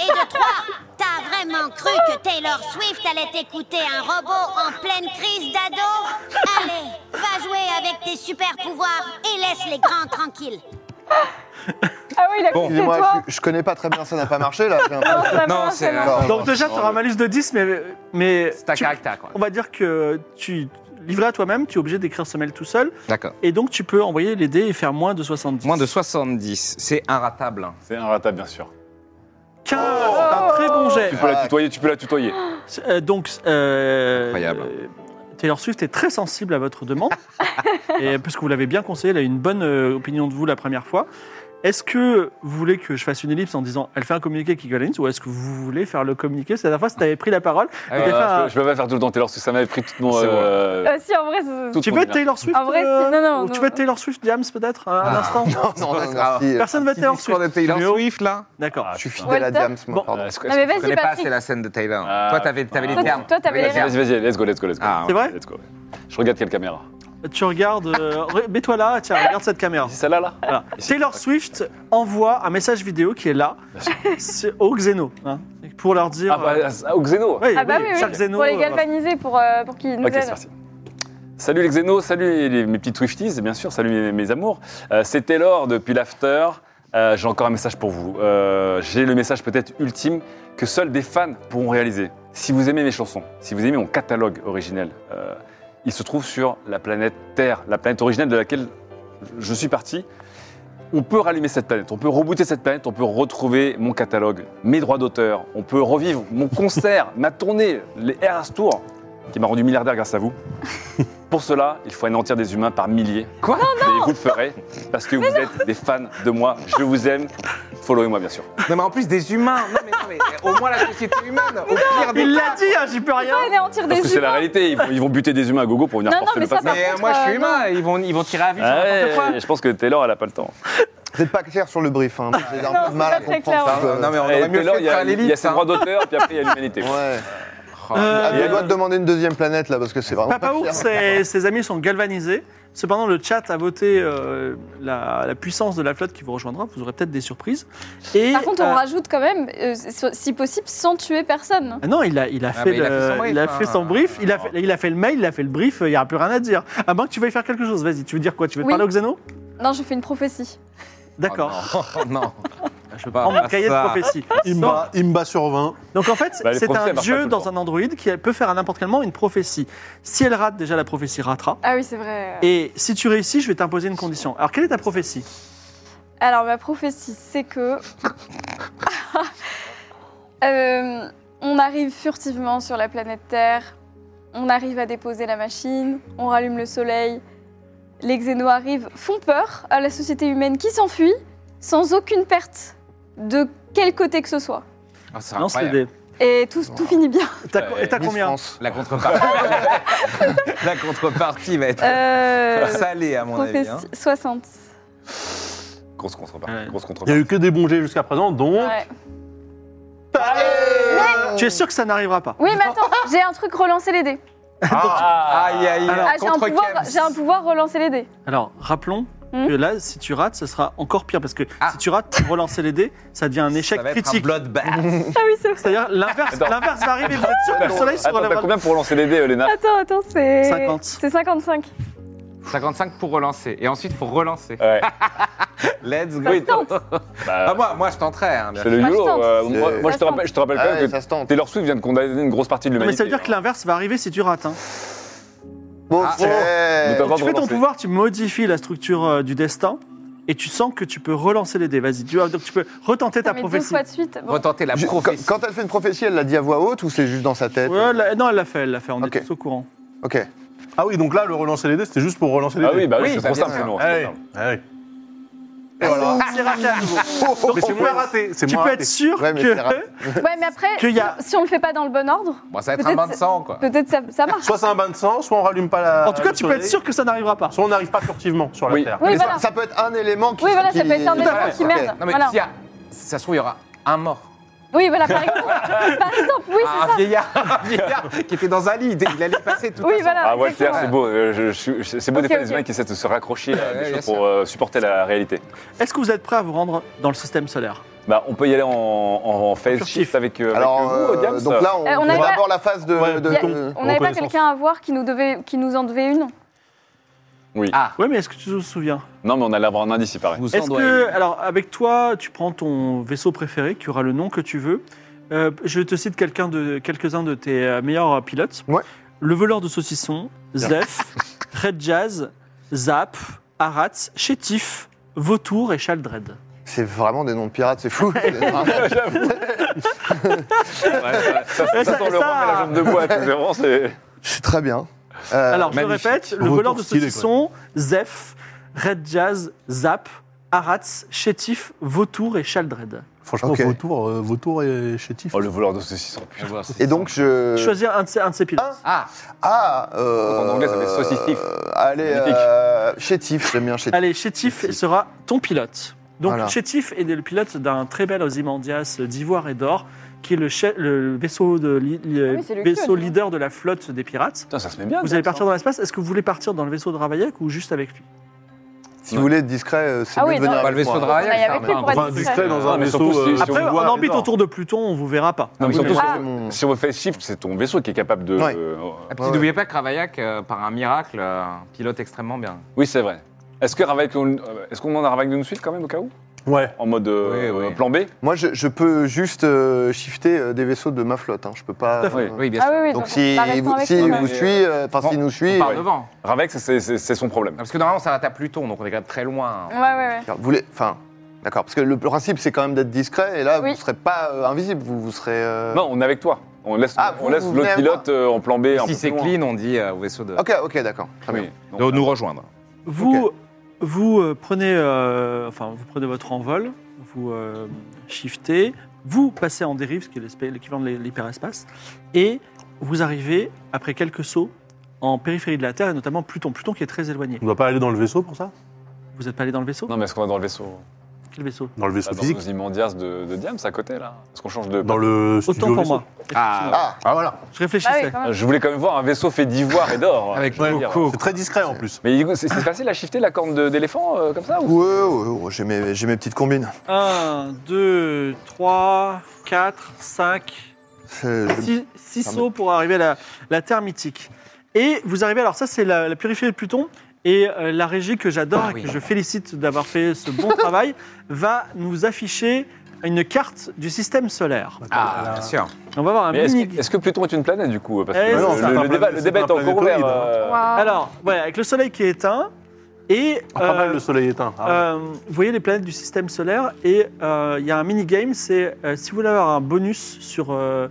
Speaker 7: Et de trois, t'as vraiment cru que Taylor Swift allait écouter un robot en pleine crise d'ado Allez, va jouer avec tes super pouvoirs et laisse les grands tranquilles.
Speaker 3: Ah oui, il a
Speaker 5: Bon.
Speaker 3: compris
Speaker 6: Excusez-moi,
Speaker 3: toi.
Speaker 6: je, je connais pas très bien, ça n'a pas marché là. j'ai l'impression.
Speaker 3: Ça
Speaker 5: Non,
Speaker 3: va,
Speaker 5: c'est
Speaker 3: ça va.
Speaker 5: un-
Speaker 1: Donc déjà, tu
Speaker 5: non,
Speaker 1: auras un
Speaker 5: mais-
Speaker 1: malus de 10, mais, mais
Speaker 5: C'est un
Speaker 1: tu-
Speaker 5: caractère, quoi.
Speaker 1: on va dire que tu, livré à toi-même, tu es obligé d'écrire ce mail tout seul,
Speaker 5: D'accord.
Speaker 1: et donc tu peux envoyer les dés et faire moins de 70.
Speaker 5: Moins de 70, c'est inratable.
Speaker 2: C'est un ratable, bien sûr.
Speaker 1: 15,
Speaker 5: Oh
Speaker 1: c'est un très bon jet.
Speaker 2: Tu peux la tutoyer, tu peux la tutoyer.
Speaker 1: Euh, donc, euh,
Speaker 5: Incroyable.
Speaker 1: euh, Taylor Swift est très sensible à votre demande, et puisque vous l'avez bien conseillé, elle a eu une bonne euh, opinion de vous la première fois. Est-ce que vous voulez que je fasse une ellipse en disant elle fait un communiqué qui gagne ou est-ce que vous voulez faire le communiqué C'est la dernière fois, si tu avais pris la parole.
Speaker 5: Ah oui.
Speaker 1: t'as fait
Speaker 2: Euh,
Speaker 1: un-
Speaker 2: je, je peux pas faire tout le temps Taylor, parce que ça m'avait pris toute mon.
Speaker 5: C'est bon.
Speaker 2: euh,
Speaker 3: Euh, si, en vrai, c'est-
Speaker 2: toute
Speaker 1: Tu
Speaker 2: mon
Speaker 1: veux
Speaker 2: énergie.
Speaker 1: Taylor Swift euh,
Speaker 3: En vrai, c'est- non, non,
Speaker 1: ou Tu
Speaker 3: non.
Speaker 1: veux Taylor Swift Diams peut-être à l'instant
Speaker 6: Non, non,
Speaker 5: Ah.
Speaker 6: merci. euh,
Speaker 1: Personne veut
Speaker 5: Petit
Speaker 1: Taylor
Speaker 5: discours
Speaker 1: Swift.
Speaker 5: de Taylor
Speaker 1: Léo
Speaker 5: Swift, là
Speaker 1: D'accord.
Speaker 2: Ah,
Speaker 6: Je suis
Speaker 2: putain.
Speaker 6: fidèle à
Speaker 3: Walter
Speaker 6: Diams, moi,
Speaker 1: Bon, euh,
Speaker 6: pardon.
Speaker 2: Est-ce que-
Speaker 3: Non, Ah, mais
Speaker 5: Je
Speaker 3: vas-y,
Speaker 5: connais pas
Speaker 3: Patrick.
Speaker 5: assez la scène de Taylor.
Speaker 2: Ah,
Speaker 5: toi, t'avais, t'avais les
Speaker 3: Toi,
Speaker 5: termes.
Speaker 3: toi, t'avais les
Speaker 5: termes.
Speaker 2: Vas-y, vas-y, let's go, let's go, let's go.
Speaker 5: Ah,
Speaker 1: C'est vrai
Speaker 2: Let's go. Je regarde quelle caméra.
Speaker 1: Tu regardes. euh, re- Mets-toi là, tiens, regarde cette caméra.
Speaker 2: C'est celle-là, là
Speaker 1: Voilà.
Speaker 2: Ici.
Speaker 1: Taylor Swift envoie un message vidéo qui est là c'est au Xeno hein, pour leur dire.
Speaker 2: Ah, bah, ah, au Xeno.
Speaker 1: euh, oui,
Speaker 3: Ah bah
Speaker 1: oui,
Speaker 3: oui, oui,
Speaker 1: chaque Xeno,
Speaker 3: pour les
Speaker 1: euh,
Speaker 3: galvaniser, pour, euh, pour qu'ils nous
Speaker 2: Ok, c'est
Speaker 3: aident.
Speaker 2: parti. Salut les Xénos, salut les- mes petits Twifties, bien sûr, salut mes, mes amours. Euh, c'est Taylor depuis l'After. Euh, j'ai encore un message pour vous. Euh, j'ai le message peut-être ultime que seuls des fans pourront réaliser. Si vous aimez mes chansons, si vous aimez mon catalogue originel, euh, il se trouve sur la planète Terre, la planète originelle de laquelle je suis parti. On peut rallumer cette planète, on peut rebooter cette planète, on peut retrouver mon catalogue, mes droits d'auteur, on peut revivre mon concert, ma tournée, les RS Tour, qui m'a rendu milliardaire grâce à vous. Pour cela, il faut anéantir des humains par milliers.
Speaker 5: Quoi
Speaker 2: Mais vous le ferez, parce que vous êtes des fans de moi. Je vous aime. Followez-moi, bien sûr.
Speaker 5: Non, mais en plus, des humains. Non, mais, non, mais au moins la société humaine. Au pire des
Speaker 1: Il l'a
Speaker 5: cas.
Speaker 1: dit, hein, j'y peux rien.
Speaker 3: Pas anéantir
Speaker 2: Parce que
Speaker 3: des
Speaker 2: c'est la
Speaker 3: humains.
Speaker 2: réalité. Ils vont, ils vont buter des humains à gogo pour venir
Speaker 3: Non, non,
Speaker 2: porter
Speaker 3: mais
Speaker 2: le
Speaker 3: ça,
Speaker 2: passeport.
Speaker 3: par
Speaker 5: Mais
Speaker 3: contre,
Speaker 5: moi, je
Speaker 3: euh,
Speaker 5: suis humain. Ils vont, ils vont tirer à vue sur
Speaker 2: Ah Ouais,
Speaker 5: n'importe quoi.
Speaker 2: je pense que Taylor, elle a pas le temps.
Speaker 6: Vous n'êtes pas clair sur le brief, hein. J'ai un
Speaker 3: Non,
Speaker 6: peu de mal à
Speaker 3: c'est pas très
Speaker 6: comprendre.
Speaker 3: clair,
Speaker 6: ça, euh,
Speaker 5: Non, mais on
Speaker 2: Et
Speaker 5: aurait mieux
Speaker 2: Eh, Taylor,
Speaker 5: fait
Speaker 2: il
Speaker 5: de
Speaker 2: y
Speaker 5: faire hein.
Speaker 2: a, il y a
Speaker 5: l'élite.
Speaker 2: ses droits d'auteur, puis après, il y a l'humanité.
Speaker 6: Ouais.
Speaker 1: Euh,
Speaker 5: Oh,
Speaker 6: Ah, mais elle doit
Speaker 1: euh,
Speaker 6: te demander une deuxième planète là parce que c'est vraiment.
Speaker 1: Papa
Speaker 6: pas clair.
Speaker 1: Ours et ses amis sont galvanisés. Cependant, le chat a voté euh, la, la puissance de la flotte qui vous rejoindra. Vous aurez peut-être des surprises. Et,
Speaker 3: Par contre, on
Speaker 1: euh,
Speaker 3: rajoute quand même, euh, so- si possible, sans tuer personne.
Speaker 1: ah non, il a, il a, fait,
Speaker 5: mais il a
Speaker 1: le-
Speaker 5: fait son brief,
Speaker 1: il a fait son brief, il a
Speaker 5: hein. Non.
Speaker 1: fait, il a fait le mail, il a fait le brief, il n'y a plus rien à dire. À moins que tu veuilles faire quelque chose, vas-y, tu veux dire quoi Tu veux
Speaker 3: Oui.
Speaker 1: parler au Xeno
Speaker 3: Non, je fais une prophétie.
Speaker 1: D'accord,
Speaker 5: Oh, non.
Speaker 1: je
Speaker 5: Bah,
Speaker 1: prends mon
Speaker 5: bah,
Speaker 1: cahier
Speaker 5: ça.
Speaker 1: de prophétie.
Speaker 4: Imba, Imba sur 20.
Speaker 1: Donc en fait,
Speaker 2: Bah, les
Speaker 1: c'est
Speaker 2: prophéties,
Speaker 1: un
Speaker 2: elles marchent pas tout
Speaker 1: dieu
Speaker 2: le
Speaker 1: dans
Speaker 2: temps.
Speaker 1: un androïde qui peut faire à n'importe quel moment une prophétie. Si elle rate, déjà la prophétie ratera.
Speaker 3: Ah oui, c'est vrai.
Speaker 1: Et si tu réussis, je vais t'imposer une condition. Alors quelle est ta prophétie
Speaker 3: Alors, ma prophétie, c'est que. Euh, on arrive furtivement sur la planète Terre, on arrive à déposer la machine, on rallume le soleil, les xénos arrivent, font peur à la société humaine qui s'enfuit sans aucune perte de quel côté que ce soit.
Speaker 5: Ah, c'est
Speaker 1: Lance les dés.
Speaker 5: incroyable.
Speaker 3: Et tout, tout finit bien.
Speaker 1: T'as co-
Speaker 2: Euh,
Speaker 1: Et t'as
Speaker 6: Miss
Speaker 1: combien
Speaker 6: France.
Speaker 5: La contrepartie. la contrepartie va être
Speaker 3: Euh,
Speaker 5: salée, à mon avis.
Speaker 3: prophétie
Speaker 5: hein.
Speaker 3: 60.
Speaker 2: Grosse contrepartie.
Speaker 1: Ouais.
Speaker 2: Grosse
Speaker 4: Il n'y
Speaker 2: contrepartie.
Speaker 4: a eu que des bons jets jusqu'à présent, donc.
Speaker 3: Ouais.
Speaker 1: Tu es sûr que ça n'arrivera pas
Speaker 3: Oui, mais attends, j'ai un truc relancer les dés.
Speaker 5: Ah, aïe, aïe,
Speaker 1: Alors,
Speaker 3: Ah, j'ai un,
Speaker 5: contre
Speaker 3: pouvoir,
Speaker 5: Kems.
Speaker 3: j'ai un pouvoir relancer les dés.
Speaker 1: Alors rappelons
Speaker 3: Hmm.
Speaker 1: que là, si tu rates, ce sera encore pire parce que
Speaker 5: Ah.
Speaker 1: si tu rates, relancer les dés, ça devient un échec
Speaker 5: Ça va être un
Speaker 1: critique.
Speaker 5: bloodbath.
Speaker 3: Ah oui, c'est vrai.
Speaker 1: C'est-à-dire l'inverse,
Speaker 2: Attends.
Speaker 1: l'inverse va arriver. Vous êtes sûr que le soleil sera
Speaker 2: Attends, t'as
Speaker 1: là
Speaker 2: combien pour lancer les dés, Elena
Speaker 3: Attends, attends, c'est.
Speaker 1: 50.
Speaker 3: C'est 55.
Speaker 5: 55 pour relancer. Et ensuite, pour relancer.
Speaker 3: bah,
Speaker 2: Ouais.
Speaker 5: Let's
Speaker 3: Ça
Speaker 5: go.
Speaker 3: se tente.
Speaker 2: Bah,
Speaker 5: Ah, moi, moi, je tenterai. hein, bien
Speaker 2: c'est le
Speaker 3: Moi, bah, je
Speaker 2: YOLO.
Speaker 3: tente.
Speaker 2: euh, moi,
Speaker 6: C'est-
Speaker 2: moi, je te
Speaker 3: Ça
Speaker 2: rappelle, je te rappelle quand
Speaker 6: Ah ouais,
Speaker 2: même que
Speaker 6: ça se tente.
Speaker 2: Taylor Swift vient de condamner une grosse partie de
Speaker 1: Non,
Speaker 2: l'humanité.
Speaker 1: mais ça veut dire que l'inverse va arriver si tu rates. hein.
Speaker 6: Bon,
Speaker 5: Ah,
Speaker 6: c'est-
Speaker 2: Donc, avant
Speaker 1: tu
Speaker 2: de
Speaker 1: fais ton
Speaker 2: relancer.
Speaker 1: pouvoir, tu modifies la structure euh, du destin et tu sens que tu peux relancer les dés. Vas-y, tu, vas- donc tu peux retenter ta
Speaker 3: Mais deux
Speaker 1: prophétie.
Speaker 3: fois de suite. bon.
Speaker 5: Retenter la
Speaker 6: Je- quand-
Speaker 5: prophétie.
Speaker 6: Quand elle fait une prophétie, elle l'a dit à voix haute ou c'est juste dans sa tête
Speaker 1: Ouais, la- non, elle l'a fait, elle l'a fait, on
Speaker 6: Ok.
Speaker 1: est tous au courant.
Speaker 6: Ok.
Speaker 4: Ah oui, donc là, le relancer les dés, c'était juste pour relancer les
Speaker 2: Ah
Speaker 4: dés.
Speaker 2: oui, bah oui,
Speaker 5: Oui,
Speaker 2: c'est
Speaker 5: bah,
Speaker 2: trop
Speaker 5: bien
Speaker 2: simple.
Speaker 5: sûr.
Speaker 2: non,
Speaker 4: Ah
Speaker 2: c'est
Speaker 4: oui,
Speaker 2: trop simple.
Speaker 4: ah oui.
Speaker 6: Et voilà.
Speaker 3: Ah,
Speaker 1: Ah,
Speaker 6: Oh,
Speaker 1: C'est raté à nouveau.
Speaker 4: Mais c'est
Speaker 1: on
Speaker 4: moins
Speaker 1: peut-
Speaker 4: raté. C'est
Speaker 1: Tu
Speaker 4: moins
Speaker 1: peux
Speaker 4: raté.
Speaker 1: être sûr
Speaker 6: Ouais, mais c'est raté.
Speaker 1: que
Speaker 3: Ouais, mais après,
Speaker 1: Qu'il y a-
Speaker 3: si on le fait pas dans le bon ordre,
Speaker 5: Bon, ça va être
Speaker 3: Peut-être
Speaker 5: un bain de
Speaker 3: c'est-
Speaker 5: sang, quoi.
Speaker 3: peut-être ça, ça marche.
Speaker 4: Soit c'est un bain de sang, soit on rallume pas la.
Speaker 1: En
Speaker 6: Ah,
Speaker 1: tout cas,
Speaker 4: le
Speaker 1: tu peux être
Speaker 4: soleil,
Speaker 1: sûr que ça n'arrivera pas.
Speaker 4: Soit on n'arrive pas furtivement sur la
Speaker 2: Oui.
Speaker 4: terre.
Speaker 3: Oui,
Speaker 6: Mais ça-
Speaker 3: voilà.
Speaker 6: Ça peut être un élément qui.
Speaker 3: Oui, voilà, ça
Speaker 6: qui-
Speaker 3: peut être un élément
Speaker 6: Ouais,
Speaker 3: qui
Speaker 6: ok.
Speaker 3: mène.
Speaker 5: Non, mais
Speaker 3: Voilà.
Speaker 5: s'il y a- si ça se trouve, il y aura un mort.
Speaker 3: Oui, voilà, par exemple. par exemple, oui,
Speaker 5: Ah,
Speaker 3: c'est
Speaker 5: un
Speaker 3: ça.
Speaker 5: vieillard, un vieillard qui était dans un lit. Il allait passer tout
Speaker 3: Oui,
Speaker 5: à
Speaker 3: voilà.
Speaker 2: Ah, Walter,
Speaker 3: exactement.
Speaker 2: c'est beau. euh, je- je- je- C'est beau des
Speaker 3: Ok,
Speaker 2: fois
Speaker 3: ok.
Speaker 2: les humains qui essaient de se raccrocher à
Speaker 5: Ouais,
Speaker 2: des
Speaker 5: bien
Speaker 2: choses
Speaker 5: sûr.
Speaker 2: pour euh, supporter la réalité.
Speaker 1: Est-ce que vous êtes prêt à vous rendre dans le système solaire
Speaker 2: Bah, on peut y aller en, en, en phase
Speaker 1: Furtif.
Speaker 2: shift avec, euh, avec
Speaker 6: Alors,
Speaker 2: vous,
Speaker 6: euh,
Speaker 2: Diams.
Speaker 6: donc là, on,
Speaker 3: Euh, on
Speaker 6: on
Speaker 3: avait
Speaker 6: va
Speaker 3: pas-
Speaker 6: d'abord la phase de.
Speaker 4: Ouais,
Speaker 6: de-
Speaker 3: y a-
Speaker 6: de-
Speaker 3: On n'avait pas
Speaker 4: Reconnaissance.
Speaker 3: quelqu'un à voir qui nous, devait, qui nous en devait une
Speaker 1: Oui, mais est-ce que tu te souviens
Speaker 2: Non, mais on allait avoir un indice, il paraît.
Speaker 5: Vous
Speaker 1: Est-ce que, alors, avec toi, tu prends ton vaisseau préféré qui aura le nom que tu veux. Euh, je te cite quelqu'un de, quelques-uns de tes euh, meilleurs euh, pilotes.
Speaker 6: Ouais.
Speaker 1: Le voleur de saucissons, Zef, Red Jazz, Zap, Aratz, Chétif, Vautour et Chaldred.
Speaker 6: C'est vraiment des noms de pirates, c'est fou. C'est vraiment-
Speaker 2: Ouais, ça, ça,
Speaker 1: Et
Speaker 2: ça,
Speaker 1: ça-
Speaker 2: sent le
Speaker 1: ça-
Speaker 2: rhum et la jambe de bois, c'est vraiment, c'est...
Speaker 6: c'est très bien. Euh,
Speaker 1: alors, je
Speaker 5: magnifique.
Speaker 1: répète, le
Speaker 4: Retour
Speaker 1: voleur de
Speaker 4: stylé, quoi.
Speaker 1: saucissons, Zef, Red Jazz, Zap, Aratz, Chétif, Vautour et Chaldred.
Speaker 4: Franchement,
Speaker 6: Ok.
Speaker 4: vautour, euh, vautour et chétif.
Speaker 2: Oh, le voleur de saucisson, putain.
Speaker 6: Et donc, je.
Speaker 1: Choisir un de ces, un de ces pilotes.
Speaker 5: Ah,
Speaker 6: Ah euh,
Speaker 2: En anglais, ça fait saucissif.
Speaker 6: euh, Allez,
Speaker 2: Magnifique.
Speaker 6: euh, chétif, j'aime bien chétif.
Speaker 1: Allez, Chétif sera ton pilote. Donc
Speaker 6: Voilà.
Speaker 1: Chétif est le pilote d'un très bel Ozymandias d'ivoire et d'or, qui est le, chef- le vaisseau, de, li- le
Speaker 3: oui, c'est le
Speaker 1: vaisseau
Speaker 3: Kyone, hein.
Speaker 1: leader de la flotte des pirates.
Speaker 2: Putain, ça se met bien.
Speaker 1: Vous allez partir dans l'espace. Est-ce que vous voulez partir dans le vaisseau de Ravaillac ou juste avec lui
Speaker 6: Si vous voulez être discret, euh, c'est
Speaker 3: Ah
Speaker 6: mieux
Speaker 3: oui,
Speaker 6: de venir
Speaker 3: non,
Speaker 5: pas
Speaker 6: avec
Speaker 5: le vaisseau
Speaker 6: moi.
Speaker 5: de
Speaker 3: On aille avec
Speaker 5: Raya. ça,
Speaker 3: lui
Speaker 5: mais-
Speaker 3: pour être
Speaker 4: Enfin, discret
Speaker 3: discret. hein.
Speaker 4: dans
Speaker 2: Non,
Speaker 4: un
Speaker 2: mais
Speaker 4: vaisseau.
Speaker 2: surtout si-
Speaker 4: euh,
Speaker 2: si-
Speaker 1: Après,
Speaker 4: de
Speaker 1: on
Speaker 4: bois,
Speaker 1: orbite
Speaker 4: d'accord.
Speaker 1: autour de Pluton, on vous verra pas.
Speaker 2: Non, mais
Speaker 6: Oui,
Speaker 2: surtout,
Speaker 6: mais
Speaker 3: Ah.
Speaker 6: c'est mon-
Speaker 2: si on fait shift, c'est ton vaisseau qui est capable de...
Speaker 6: Ouais.
Speaker 2: euh,
Speaker 5: Et
Speaker 2: euh,
Speaker 5: puis, N'oubliez pas que Ravaillac, euh, par un miracle, euh, pilote extrêmement bien.
Speaker 2: Oui, c'est vrai. Est-ce que Ravaillac, on- euh, est-ce qu'on demande à Ravaillac de nous suivre quand même, au cas où
Speaker 4: Ouais.
Speaker 2: En mode euh,
Speaker 5: Oui, oui.
Speaker 2: plan B
Speaker 6: Moi, je, je peux juste euh, shifter euh, des vaisseaux de ma flotte. Hein. Je peux pas.
Speaker 1: Tout à fait.
Speaker 6: euh,
Speaker 5: Oui, bien
Speaker 3: Ah
Speaker 5: sûr.
Speaker 3: oui, oui,
Speaker 6: Donc, si
Speaker 3: bah, restons
Speaker 6: vous,
Speaker 3: avec
Speaker 6: si
Speaker 3: nous,
Speaker 6: vous
Speaker 3: ouais.
Speaker 2: ouais.
Speaker 6: suit, euh, enfin,
Speaker 5: Bon,
Speaker 6: s'il nous
Speaker 5: On
Speaker 6: suit,
Speaker 5: part
Speaker 6: euh,
Speaker 5: devant. Ah,
Speaker 2: Ravaillac, ça, c'est c'est- c'est son problème.
Speaker 5: Parce que normalement, ça va à Pluton, donc on est quand même très loin.
Speaker 3: hein. Ouais, ouais, ouais.
Speaker 6: vous voulez, enfin, d'accord, parce que le principe c'est quand même d'être discret. Et là,
Speaker 3: Oui.
Speaker 6: vous serez pas euh, invisible, vous, vous serez. euh,
Speaker 2: Non, on est avec toi. On laisse,
Speaker 6: Ah,
Speaker 2: on
Speaker 6: vous-
Speaker 2: laisse
Speaker 6: vous venez
Speaker 2: l'autre
Speaker 6: à
Speaker 2: pilote euh, en plan B. un peu
Speaker 5: Si c'est
Speaker 2: plus loin. Ah,
Speaker 5: clean, on dit euh, au vaisseau de,
Speaker 6: Ok, ok, d'accord. Très bien.
Speaker 2: Oui. Donc,
Speaker 5: de nous rejoindre.
Speaker 1: Vous, vous euh, prenez, euh, enfin, vous prenez votre envol, vous euh, shiftez, vous passez en dérive, ce qui est l'espèce- l'équivalent de l'hy- l'hyperespace, et vous arrivez après quelques sauts en périphérie de la Terre et notamment Pluton, Pluton qui est très éloigné.
Speaker 4: On doit pas aller dans le vaisseau pour ça
Speaker 1: Vous n'êtes pas allé dans le vaisseau
Speaker 2: Non, mais est-ce qu'on va dans le vaisseau
Speaker 1: Quel vaisseau
Speaker 4: Dans le
Speaker 2: Bah,
Speaker 4: vaisseau
Speaker 2: Dans
Speaker 4: physique
Speaker 2: nos Imandias de, de Diams à côté, là Est-ce qu'on change de.
Speaker 4: Dans le studio
Speaker 1: Autant pour
Speaker 4: vaisseau.
Speaker 1: moi.
Speaker 5: Ah,
Speaker 6: Ah,
Speaker 4: Ah voilà.
Speaker 1: Je
Speaker 3: Bah oui,
Speaker 1: réfléchissais.
Speaker 3: quand
Speaker 2: Ah,
Speaker 3: même.
Speaker 2: Je voulais quand même voir un vaisseau fait d'ivoire et d'or.
Speaker 5: avec
Speaker 2: Je veux dire.
Speaker 5: beaucoup.
Speaker 4: C'est très discret en plus.
Speaker 2: Mais du coup, c'est c'est facile à shifter la corne de- d'éléphant euh, comme ça ou...
Speaker 6: ouais, ouais, ouais, j'ai mes, j'ai mes petites combines.
Speaker 1: 1, 2, 3, 4, 5,
Speaker 6: C'est- je-
Speaker 1: 6,
Speaker 6: Pardon.
Speaker 1: sauts pour arriver à la, la Terre mythique. Et vous arrivez, alors ça c'est la, la périphérie de Pluton, et euh, la régie que j'adore
Speaker 5: Ah
Speaker 1: et que
Speaker 5: oui.
Speaker 1: je félicite d'avoir fait ce bon travail, va nous afficher une carte du système solaire.
Speaker 5: Ah, bien
Speaker 4: hein.
Speaker 5: sûr.
Speaker 1: On va avoir un
Speaker 2: Mais est-ce
Speaker 1: mini...
Speaker 2: que, est-ce que Pluton est une planète du coup euh, Parce
Speaker 1: Eh,
Speaker 2: que
Speaker 1: c'est
Speaker 2: le-
Speaker 1: ça.
Speaker 2: le, le débat, le
Speaker 4: C'est
Speaker 2: débat
Speaker 4: un
Speaker 2: est encore
Speaker 4: planétoïde,
Speaker 2: ouvert. euh,
Speaker 3: Waouh.
Speaker 1: Alors, voilà, avec le soleil qui est éteint, et...
Speaker 4: Ah, pas
Speaker 1: euh,
Speaker 4: mal le soleil éteint. Ah,
Speaker 1: Euh, vous voyez les planètes du système solaire et euh, il y a un mini-game, c'est euh, si vous voulez avoir un bonus sur, euh,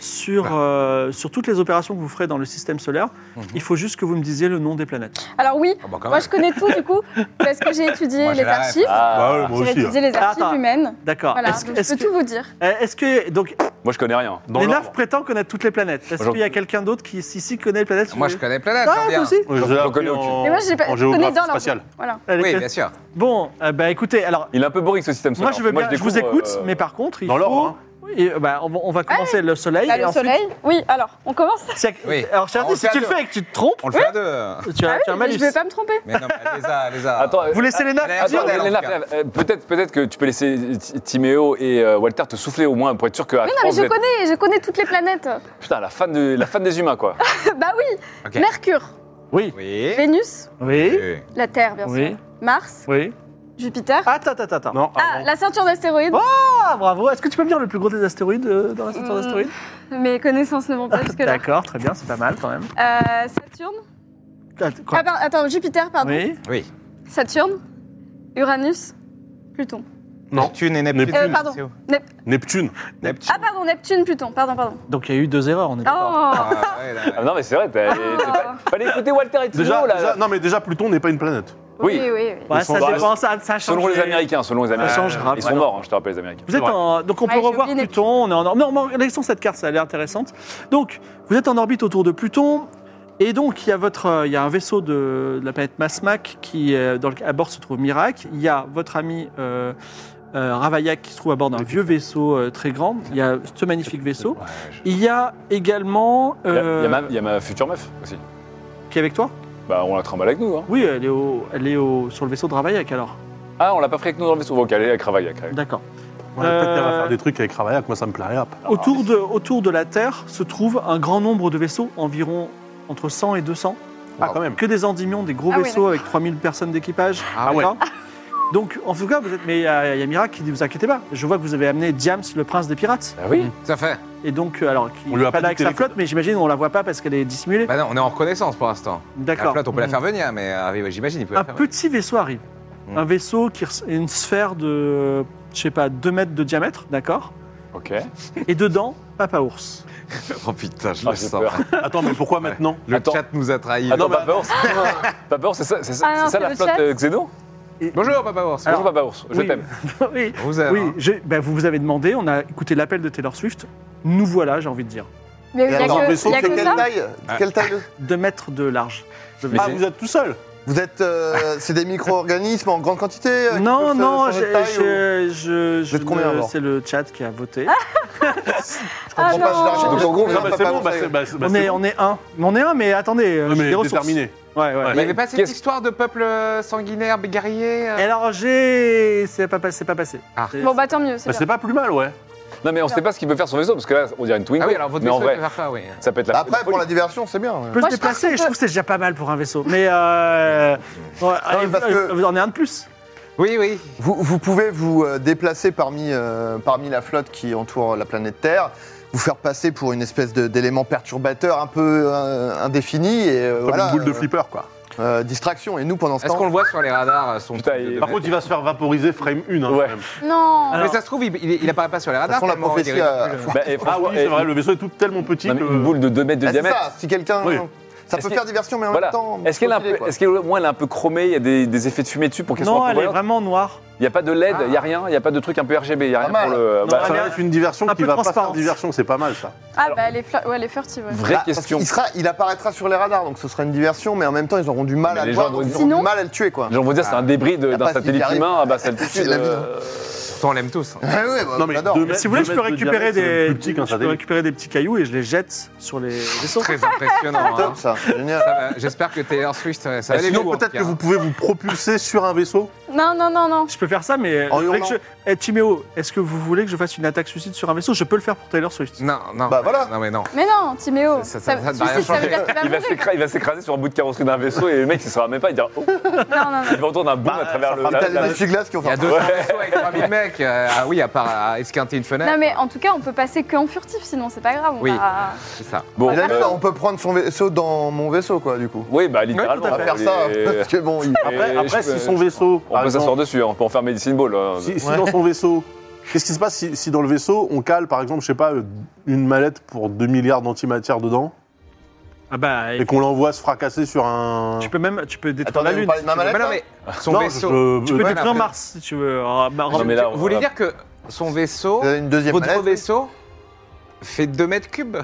Speaker 1: sur, euh, sur toutes les opérations que vous ferez dans le système solaire,
Speaker 5: Mhm.
Speaker 1: il faut juste que vous me disiez le nom des planètes.
Speaker 3: Alors oui,
Speaker 5: Ah, bon, quand
Speaker 3: moi
Speaker 5: même.
Speaker 3: je connais tout du coup, parce que j'ai étudié
Speaker 5: Ah Moi, j'ai
Speaker 3: les
Speaker 5: la ref.
Speaker 3: archives.
Speaker 2: Ah,
Speaker 4: Bah ouais, moi
Speaker 3: J'ai
Speaker 5: hein.
Speaker 4: aussi.
Speaker 3: étudié les archives
Speaker 1: Attends.
Speaker 3: humaines.
Speaker 1: D'accord.
Speaker 3: Voilà,
Speaker 1: Est-ce
Speaker 3: donc
Speaker 1: que- est-ce
Speaker 3: je peux
Speaker 1: que,
Speaker 3: tout vous dire.
Speaker 1: euh, est-ce que donc
Speaker 2: Moi je connais rien.
Speaker 4: Dans
Speaker 1: Léna
Speaker 4: l'ordre.
Speaker 1: prétend connaître toutes les planètes Est-ce
Speaker 2: Genre-
Speaker 1: qu'il y a quelqu'un d'autre qui ici connaît les planètes
Speaker 5: Moi, je connais Planète,
Speaker 1: Ah,
Speaker 5: j'en
Speaker 1: toi
Speaker 5: viens.
Speaker 1: aussi
Speaker 4: Je
Speaker 2: J'en
Speaker 4: l'ai
Speaker 2: connais
Speaker 4: appris
Speaker 2: aucune.
Speaker 4: en-
Speaker 3: Mais moi, j'ai pas-
Speaker 4: en
Speaker 3: je connais
Speaker 4: géographie
Speaker 3: dans l'ordre.
Speaker 4: spatiale.
Speaker 3: Voilà.
Speaker 1: Allez,
Speaker 5: Oui,
Speaker 1: que-
Speaker 5: bien sûr.
Speaker 1: Bon, euh, bah écoutez, alors
Speaker 2: Il est un peu boring ce système
Speaker 1: moi
Speaker 2: solaire.
Speaker 1: je veux bien, je vous
Speaker 2: découvre,
Speaker 1: écoute,
Speaker 2: euh,
Speaker 1: mais par contre, il
Speaker 4: Dans
Speaker 1: faut.
Speaker 4: l'ordre. hein.
Speaker 1: Oui, euh, bah, on, va- on va commencer le soleil.
Speaker 3: Bah,
Speaker 1: et
Speaker 3: le
Speaker 1: ensuite-
Speaker 3: soleil Oui, alors on commence.
Speaker 1: c'est-
Speaker 5: Oui.
Speaker 1: Alors, Charlie,
Speaker 5: On
Speaker 1: si
Speaker 5: fait
Speaker 1: tu
Speaker 5: à
Speaker 1: le
Speaker 5: deux.
Speaker 1: fais et que tu te trompes,
Speaker 5: On le fait à deux.
Speaker 1: tu as, tu as un
Speaker 3: Ah Mais je
Speaker 1: malus.
Speaker 3: vais pas me tromper.
Speaker 5: Mais non, mais les a, les a.
Speaker 2: Attends,
Speaker 1: Vous laissez Léna
Speaker 5: Allez,
Speaker 2: Attends,
Speaker 5: Attendez,
Speaker 2: Léna,
Speaker 5: en tout cas.
Speaker 2: Léna, euh, peut-être peut-être que tu peux laisser Ti- Timéo et euh, Walter te souffler au moins pour être sûr que. à
Speaker 3: Mais non, mais
Speaker 2: France,
Speaker 3: je
Speaker 2: vous êtes-
Speaker 3: connais, je connais toutes les planètes.
Speaker 2: Putain, la fan, de, la fan des humains quoi.
Speaker 3: bah oui,
Speaker 5: Ok.
Speaker 3: Mercure,
Speaker 1: Oui.
Speaker 5: Oui.
Speaker 3: Vénus,
Speaker 1: Oui.
Speaker 5: Oui.
Speaker 3: la Terre bien
Speaker 1: Oui.
Speaker 3: sûr, Mars,
Speaker 1: Oui.
Speaker 3: Jupiter.
Speaker 1: Attends, attends, attends.
Speaker 4: Non,
Speaker 3: Ah,
Speaker 4: avant.
Speaker 3: la ceinture d'astéroïdes.
Speaker 1: Ah, bravo. Est-ce que tu peux me dire le plus gros des astéroïdes euh, dans la ceinture
Speaker 3: Hmm,
Speaker 1: d'astéroïdes
Speaker 3: Mes connaissances ne vont pas jusque-là.
Speaker 1: D'accord, très bien, c'est pas mal quand même.
Speaker 3: Euh, Saturne,
Speaker 1: Att- quoi
Speaker 3: Ah, par- attends, Jupiter, pardon.
Speaker 1: Oui.
Speaker 5: Oui.
Speaker 3: Saturne, Uranus, Pluton.
Speaker 4: Non.
Speaker 5: Neptune et Neptune.
Speaker 3: Euh, pardon.
Speaker 5: c'est où
Speaker 4: Neptune.
Speaker 5: Neptune.
Speaker 3: Ah, pardon, Neptune, Pluton, pardon, pardon.
Speaker 1: Donc il y a eu deux erreurs, on est d'accord.
Speaker 3: Oh
Speaker 5: Ah, ouais, là, ouais.
Speaker 2: Ah non, mais c'est vrai, t'as-
Speaker 3: Ah.
Speaker 2: c'est pas- fallait écouter Walter et Tino,
Speaker 4: Déjà,
Speaker 2: là.
Speaker 4: déjà- non mais déjà Pluton n'est pas une planète.
Speaker 2: Oui.
Speaker 3: oui, oui. oui.
Speaker 1: Ouais, ça
Speaker 2: Bah,
Speaker 1: dépend, ça, ça change.
Speaker 2: Selon les
Speaker 1: les-
Speaker 2: Américains, selon les Américains.
Speaker 1: changera,
Speaker 2: Ils
Speaker 1: ouais,
Speaker 2: sont
Speaker 1: non.
Speaker 2: morts, hein, je te rappelle, les Américains.
Speaker 1: Vous êtes en... Donc on peut
Speaker 3: Ouais, j'ai
Speaker 1: revoir
Speaker 3: oublié
Speaker 1: Pluton, on est en... or- Non, mais laissons cette carte, ça a l'air intéressant. Donc, vous êtes en orbite autour de Pluton, et donc il y a, votre, euh, il y a un vaisseau de, de la planète Masmac qui, euh, dans le, à bord se trouve Mirac, il y a votre ami euh, euh, Ravaillac qui se trouve à bord d'un vieux vaisseau euh, très grand, il y a ce magnifique vaisseau.
Speaker 2: Ouais, je-
Speaker 1: Il y a également...
Speaker 2: Il y a- il y,
Speaker 1: euh,
Speaker 2: a ma- il y a ma future meuf aussi.
Speaker 1: Qui est avec toi
Speaker 2: Bah, on la trimballe avec nous. Hein.
Speaker 1: Oui, elle est, au, elle est au, sur le vaisseau de Ravaillac alors.
Speaker 2: Ah, on l'a pas pris avec nous dans le vaisseau. Bon, Ok, allez, elle travaille, elle travaille.
Speaker 1: D'accord.
Speaker 4: Ouais, Peut-être qu'elle va
Speaker 1: Euh,
Speaker 4: faire des trucs avec Ravaillac, moi ça me plairait. hop.
Speaker 1: Autour de, autour de la Terre se trouve un grand nombre de vaisseaux, environ entre 100 et 200.
Speaker 4: Ah quand même.
Speaker 1: Que des endymions, des gros
Speaker 3: Ah oui,
Speaker 1: vaisseaux avec 3000 personnes d'équipage.
Speaker 5: Ah ouais.
Speaker 1: D'accord Donc, en tout cas, vous êtes. Mais il y, a il y a Mirac qui dit Vous inquiétez pas, je vois que vous avez amené Diams, le prince des pirates.
Speaker 2: Bah oui.
Speaker 5: Tout à Ah fait.
Speaker 1: Et donc, euh, alors, qui
Speaker 4: On lui a
Speaker 1: n'est pas là
Speaker 4: pas dit
Speaker 1: avec sa
Speaker 4: téléco-
Speaker 1: flotte, mais j'imagine on la voit pas parce qu'elle est dissimulée.
Speaker 5: Bah non, on est en reconnaissance pour l'instant. La
Speaker 1: D'accord.
Speaker 5: flotte, on
Speaker 2: Mm.
Speaker 5: peut la faire venir, mais euh, j'imagine, il peut
Speaker 1: Un
Speaker 2: Ah,
Speaker 5: la faire venir.
Speaker 1: petit vaisseau arrive.
Speaker 5: Mm.
Speaker 1: Un vaisseau qui res- une sphère de, je sais pas, 2 mètres de diamètre, d'accord
Speaker 2: Ok.
Speaker 1: Et dedans, Papa Ours.
Speaker 5: Oh putain, je
Speaker 2: Ah,
Speaker 5: le
Speaker 2: j'ai
Speaker 5: sens.
Speaker 2: peur.
Speaker 4: Attends mais pourquoi maintenant
Speaker 5: Le
Speaker 2: Attends. Ah bah-
Speaker 5: chat nous a trahis.
Speaker 2: Attends, Papa Ours. Papa Ours, c'est ça, c'est ça,
Speaker 3: Ah non,
Speaker 2: c'est ça
Speaker 3: c'est
Speaker 2: la
Speaker 3: le
Speaker 2: flotte
Speaker 3: chat.
Speaker 2: euh, Xeno
Speaker 5: Bonjour, Papa Ours.
Speaker 2: Bonjour, Papa Ours. Je
Speaker 1: oui.
Speaker 2: t'aime.
Speaker 1: oui,
Speaker 5: Bonjour. Vous êtes,
Speaker 1: oui
Speaker 5: hein.
Speaker 1: j'ai- ben, vous vous avez demandé, on a écouté l'appel de Taylor Swift. Nous voilà, j'ai envie de dire.
Speaker 3: Mais il
Speaker 6: Et
Speaker 3: n'y a
Speaker 6: attends,
Speaker 3: que,
Speaker 4: vaisseau,
Speaker 3: il y a
Speaker 6: C'est
Speaker 3: que
Speaker 6: quelle
Speaker 3: ça
Speaker 6: taille Quelle taille le-
Speaker 1: 2 mètres de large.
Speaker 2: Mais
Speaker 4: Ah
Speaker 2: c'est-
Speaker 4: vous êtes tout seul.
Speaker 6: Vous êtes. euh, c'est des micro-organismes en grande quantité euh, qui
Speaker 1: Non,
Speaker 6: peuvent, euh,
Speaker 1: non,
Speaker 6: changer de
Speaker 1: j'ai-
Speaker 6: taille ou-
Speaker 1: j'ai- je, je
Speaker 6: êtes combien,
Speaker 1: ne-
Speaker 6: alors
Speaker 1: c'est le chat qui a voté.
Speaker 6: Je comprends
Speaker 3: Ah
Speaker 6: pas, je
Speaker 3: non.
Speaker 6: l'arrête. Donc en gros, vous
Speaker 4: Non,
Speaker 6: êtes
Speaker 4: bah,
Speaker 6: un
Speaker 4: c'est
Speaker 6: papa
Speaker 4: bon,
Speaker 6: ours,
Speaker 4: bah,
Speaker 6: ça y est.
Speaker 4: c'est- bah,
Speaker 1: on,
Speaker 4: c'est
Speaker 1: est,
Speaker 4: bon.
Speaker 1: on est un. On est un, mais attendez, euh,
Speaker 4: Non,
Speaker 1: j'ai des
Speaker 4: mais
Speaker 1: ressources.
Speaker 4: déterminé.
Speaker 1: Ouais, ouais.
Speaker 4: Ouais.
Speaker 5: Il n'y avait pas cette
Speaker 2: Qu'est-ce- Eh,
Speaker 5: histoire de peuple euh, sanguinaire, guerrier euh
Speaker 1: Et Alors j'ai, c'est pas, pas- c'est pas passé.
Speaker 5: Ah.
Speaker 1: C'est-
Speaker 3: Bon, bah tant mieux, c'est
Speaker 4: Bah,
Speaker 3: bien.
Speaker 4: c'est pas plus mal ouais.
Speaker 2: Non, mais on sait pas ce qu'il peut faire son vaisseau parce que là, on dirait une Twingo.
Speaker 5: Ah oui, alors votre
Speaker 2: mais en
Speaker 5: vaisseau
Speaker 2: vrai,
Speaker 5: peut faire ça, oui.
Speaker 2: ça peut être la.
Speaker 6: Bah, Après, pour la diversion, c'est bien.
Speaker 1: on peut
Speaker 3: Moi,
Speaker 1: se
Speaker 3: je pense
Speaker 1: déplacer.
Speaker 3: qu'on
Speaker 1: Je
Speaker 3: peut-
Speaker 1: trouve que c'est déjà pas mal pour un vaisseau. Mais euh, ouais, allez,
Speaker 6: parce
Speaker 1: vous-
Speaker 6: que-
Speaker 1: vous en avez un de plus.
Speaker 5: Oui, oui.
Speaker 6: Vous, vous pouvez vous euh, déplacer parmi, euh, parmi la flotte qui entoure la planète Terre, vous faire passer pour une espèce de- d'élément perturbateur un peu euh, indéfini et euh,
Speaker 4: Comme
Speaker 6: voilà,
Speaker 4: une boule de
Speaker 6: euh,
Speaker 4: flipper quoi.
Speaker 6: euh, distraction. Et nous, pendant ce
Speaker 5: Est-ce qu'on
Speaker 6: temps,
Speaker 5: le voit sur les radars euh, son
Speaker 2: Putain,
Speaker 5: truc de
Speaker 2: il-
Speaker 5: deux
Speaker 4: Par
Speaker 5: mètres
Speaker 4: contre il va se faire vaporiser frame hein, 1.
Speaker 2: Ouais.
Speaker 3: Non
Speaker 1: Alors-
Speaker 5: Mais ça se trouve, il, il, il apparaît pas sur les radars.
Speaker 6: façon, la
Speaker 5: tellement on
Speaker 6: prophétie euh,
Speaker 5: dirait
Speaker 6: a-
Speaker 5: que le-
Speaker 2: Bah, et
Speaker 4: Ah oui
Speaker 2: franchement,
Speaker 4: c'est
Speaker 2: et-
Speaker 4: vrai le vaisseau est tout tellement petit
Speaker 2: non,
Speaker 4: que.
Speaker 2: mais une boule de 2 mètres de
Speaker 6: Ah, c'est
Speaker 2: diamètre.
Speaker 6: ça, si quelqu'un.
Speaker 4: Oui.
Speaker 6: Ça
Speaker 2: Est-ce
Speaker 6: peut
Speaker 2: que-
Speaker 6: faire diversion, mais en
Speaker 2: Voilà.
Speaker 6: même temps.
Speaker 2: Est-ce qu'elle a un
Speaker 6: refiler,
Speaker 2: peu-
Speaker 6: quoi.
Speaker 2: est-ce qu'au moins elle est un peu chromée Il y a des, des effets de fumée dessus pour qu'elle soit
Speaker 1: Non,
Speaker 2: un
Speaker 1: elle
Speaker 2: peu
Speaker 1: est
Speaker 2: voyante
Speaker 1: vraiment noire.
Speaker 2: Il n'y a pas de LED,
Speaker 5: Ah.
Speaker 2: il n'y a rien, il n'y a pas de truc un peu RGB, il n'y a
Speaker 6: Pas
Speaker 2: rien pour
Speaker 6: mal.
Speaker 2: le. bah,
Speaker 1: Non,
Speaker 4: Ça
Speaker 1: mais-
Speaker 4: reste une diversion
Speaker 1: Un
Speaker 4: qui
Speaker 1: peu
Speaker 4: va pas faire
Speaker 1: transparence.
Speaker 4: diversion c'est pas mal ça.
Speaker 3: Ah, bah elle est, fla- ouais, elle est furtive. ouais.
Speaker 2: vraie
Speaker 6: Ah, parce
Speaker 2: question.
Speaker 6: qu'il sera- il apparaîtra sur les radars, donc ce sera une diversion, mais en même temps, ils auront du mal
Speaker 2: Mais
Speaker 6: à
Speaker 2: les
Speaker 6: le voir,
Speaker 2: gens
Speaker 6: donc
Speaker 2: vont
Speaker 6: ils
Speaker 2: dire-
Speaker 6: auront
Speaker 3: Sinon-
Speaker 6: du mal à le tuer, quoi.
Speaker 2: J'ai envie de dire, c'est un débris de-
Speaker 6: Ah,
Speaker 2: d'un
Speaker 6: pas s'il y
Speaker 2: satellite
Speaker 6: arrive.
Speaker 2: humain à basse altitude.
Speaker 6: C'est la vie,
Speaker 2: euh,
Speaker 5: Pourtant, on l'aime tous. hein.
Speaker 6: Ah ouais, bah,
Speaker 4: Non
Speaker 6: on
Speaker 4: mais
Speaker 6: l'adore.
Speaker 4: deux mètres-
Speaker 1: Si vous voulez, je
Speaker 4: deux
Speaker 1: peux
Speaker 4: mètres de
Speaker 1: récupérer
Speaker 4: diamètre, c'est
Speaker 1: des,
Speaker 4: euh, Plus petit qu'un
Speaker 1: je peux
Speaker 4: satellite.
Speaker 1: récupérer des petits cailloux et je les jette sur les vaisseaux.
Speaker 5: Très impressionnant. hein.
Speaker 6: Top, ça, génial.
Speaker 5: Ça va, J'espère que Taylor Swift, euh, ça va
Speaker 4: Et
Speaker 5: aller
Speaker 4: Bah, Sinon
Speaker 5: lourd,
Speaker 4: peut-être que
Speaker 5: Pierre.
Speaker 4: vous pouvez vous propulser sur un vaisseau.
Speaker 3: Non, non, non, non.
Speaker 1: Je peux faire ça, mais.
Speaker 6: En
Speaker 1: vous voulez que
Speaker 6: hurlant.
Speaker 1: je- Eh, Timéo, est-ce que vous voulez que je fasse une attaque suicide sur un vaisseau Je peux le faire pour Taylor Swift.
Speaker 5: Non, non.
Speaker 6: Bah, voilà.
Speaker 5: Non, mais non.
Speaker 3: Mais non, Timéo.
Speaker 5: Ça- ça- ça ne va rien
Speaker 3: suicide, ça veut
Speaker 5: changer.
Speaker 3: dire que tu vas
Speaker 2: Il va
Speaker 3: mourir.
Speaker 2: s'écra- il va s'écraser sur un bout de carrosserie d'un vaisseau et le mec, il ne saura même pas. Il dira, oh,
Speaker 3: Non, non, non.
Speaker 2: il va entendre un boom
Speaker 4: Bah,
Speaker 2: à travers le.
Speaker 6: T'as
Speaker 2: la-
Speaker 6: les
Speaker 2: la-
Speaker 6: essuie-glaces qui ont
Speaker 5: Il y
Speaker 6: fait
Speaker 5: a 200 vaisseaux avec 3000 mecs. euh, ah oui, à part à esquinter une fenêtre.
Speaker 3: Non, mais en tout cas, on peut passer qu'en furtif, sinon c'est pas grave. on
Speaker 5: Oui.
Speaker 3: va-
Speaker 5: C'est ça.
Speaker 4: Ah,
Speaker 2: Bon,
Speaker 6: Mais la nuit,
Speaker 2: euh,
Speaker 6: on peut prendre son vaisseau dans mon vaisseau, quoi, du coup.
Speaker 2: oui, bah littéralement.
Speaker 6: On va faire ça,
Speaker 2: Et-
Speaker 6: parce que bon, il-
Speaker 4: Après,
Speaker 2: et
Speaker 4: après
Speaker 2: je-
Speaker 4: si son vaisseau.
Speaker 2: On
Speaker 4: par
Speaker 2: peut
Speaker 4: exemple,
Speaker 2: s'asseoir dessus, hein, on peut en faire Medicine Ball. hein.
Speaker 4: Si, si dans son vaisseau, qu'est-ce qui se passe si, si dans le vaisseau, on cale par exemple, je sais pas, euh, une mallette pour 2 milliards d'antimatière dedans
Speaker 1: Ah bah.
Speaker 4: et qu'on l'envoie se fracasser sur un.
Speaker 1: Tu peux même tu peux détruire
Speaker 6: Attendez,
Speaker 1: la
Speaker 6: vous
Speaker 1: Lune.
Speaker 6: parlez de ma
Speaker 5: Mais
Speaker 6: mallette
Speaker 5: non,
Speaker 6: là
Speaker 5: mais son
Speaker 4: bah, Non,
Speaker 5: vaisseau.
Speaker 4: je-
Speaker 1: Tu peux
Speaker 4: ouais,
Speaker 5: Ouais,
Speaker 1: détruire
Speaker 5: mais
Speaker 1: Mars si tu veux. Ah, bah,
Speaker 2: Non, mais là,
Speaker 5: Vous voulez
Speaker 2: voilà.
Speaker 5: dire que son vaisseau,
Speaker 6: Vous avez une deuxième
Speaker 5: votre
Speaker 6: mallette
Speaker 5: vaisseau, fait 2 mètres cubes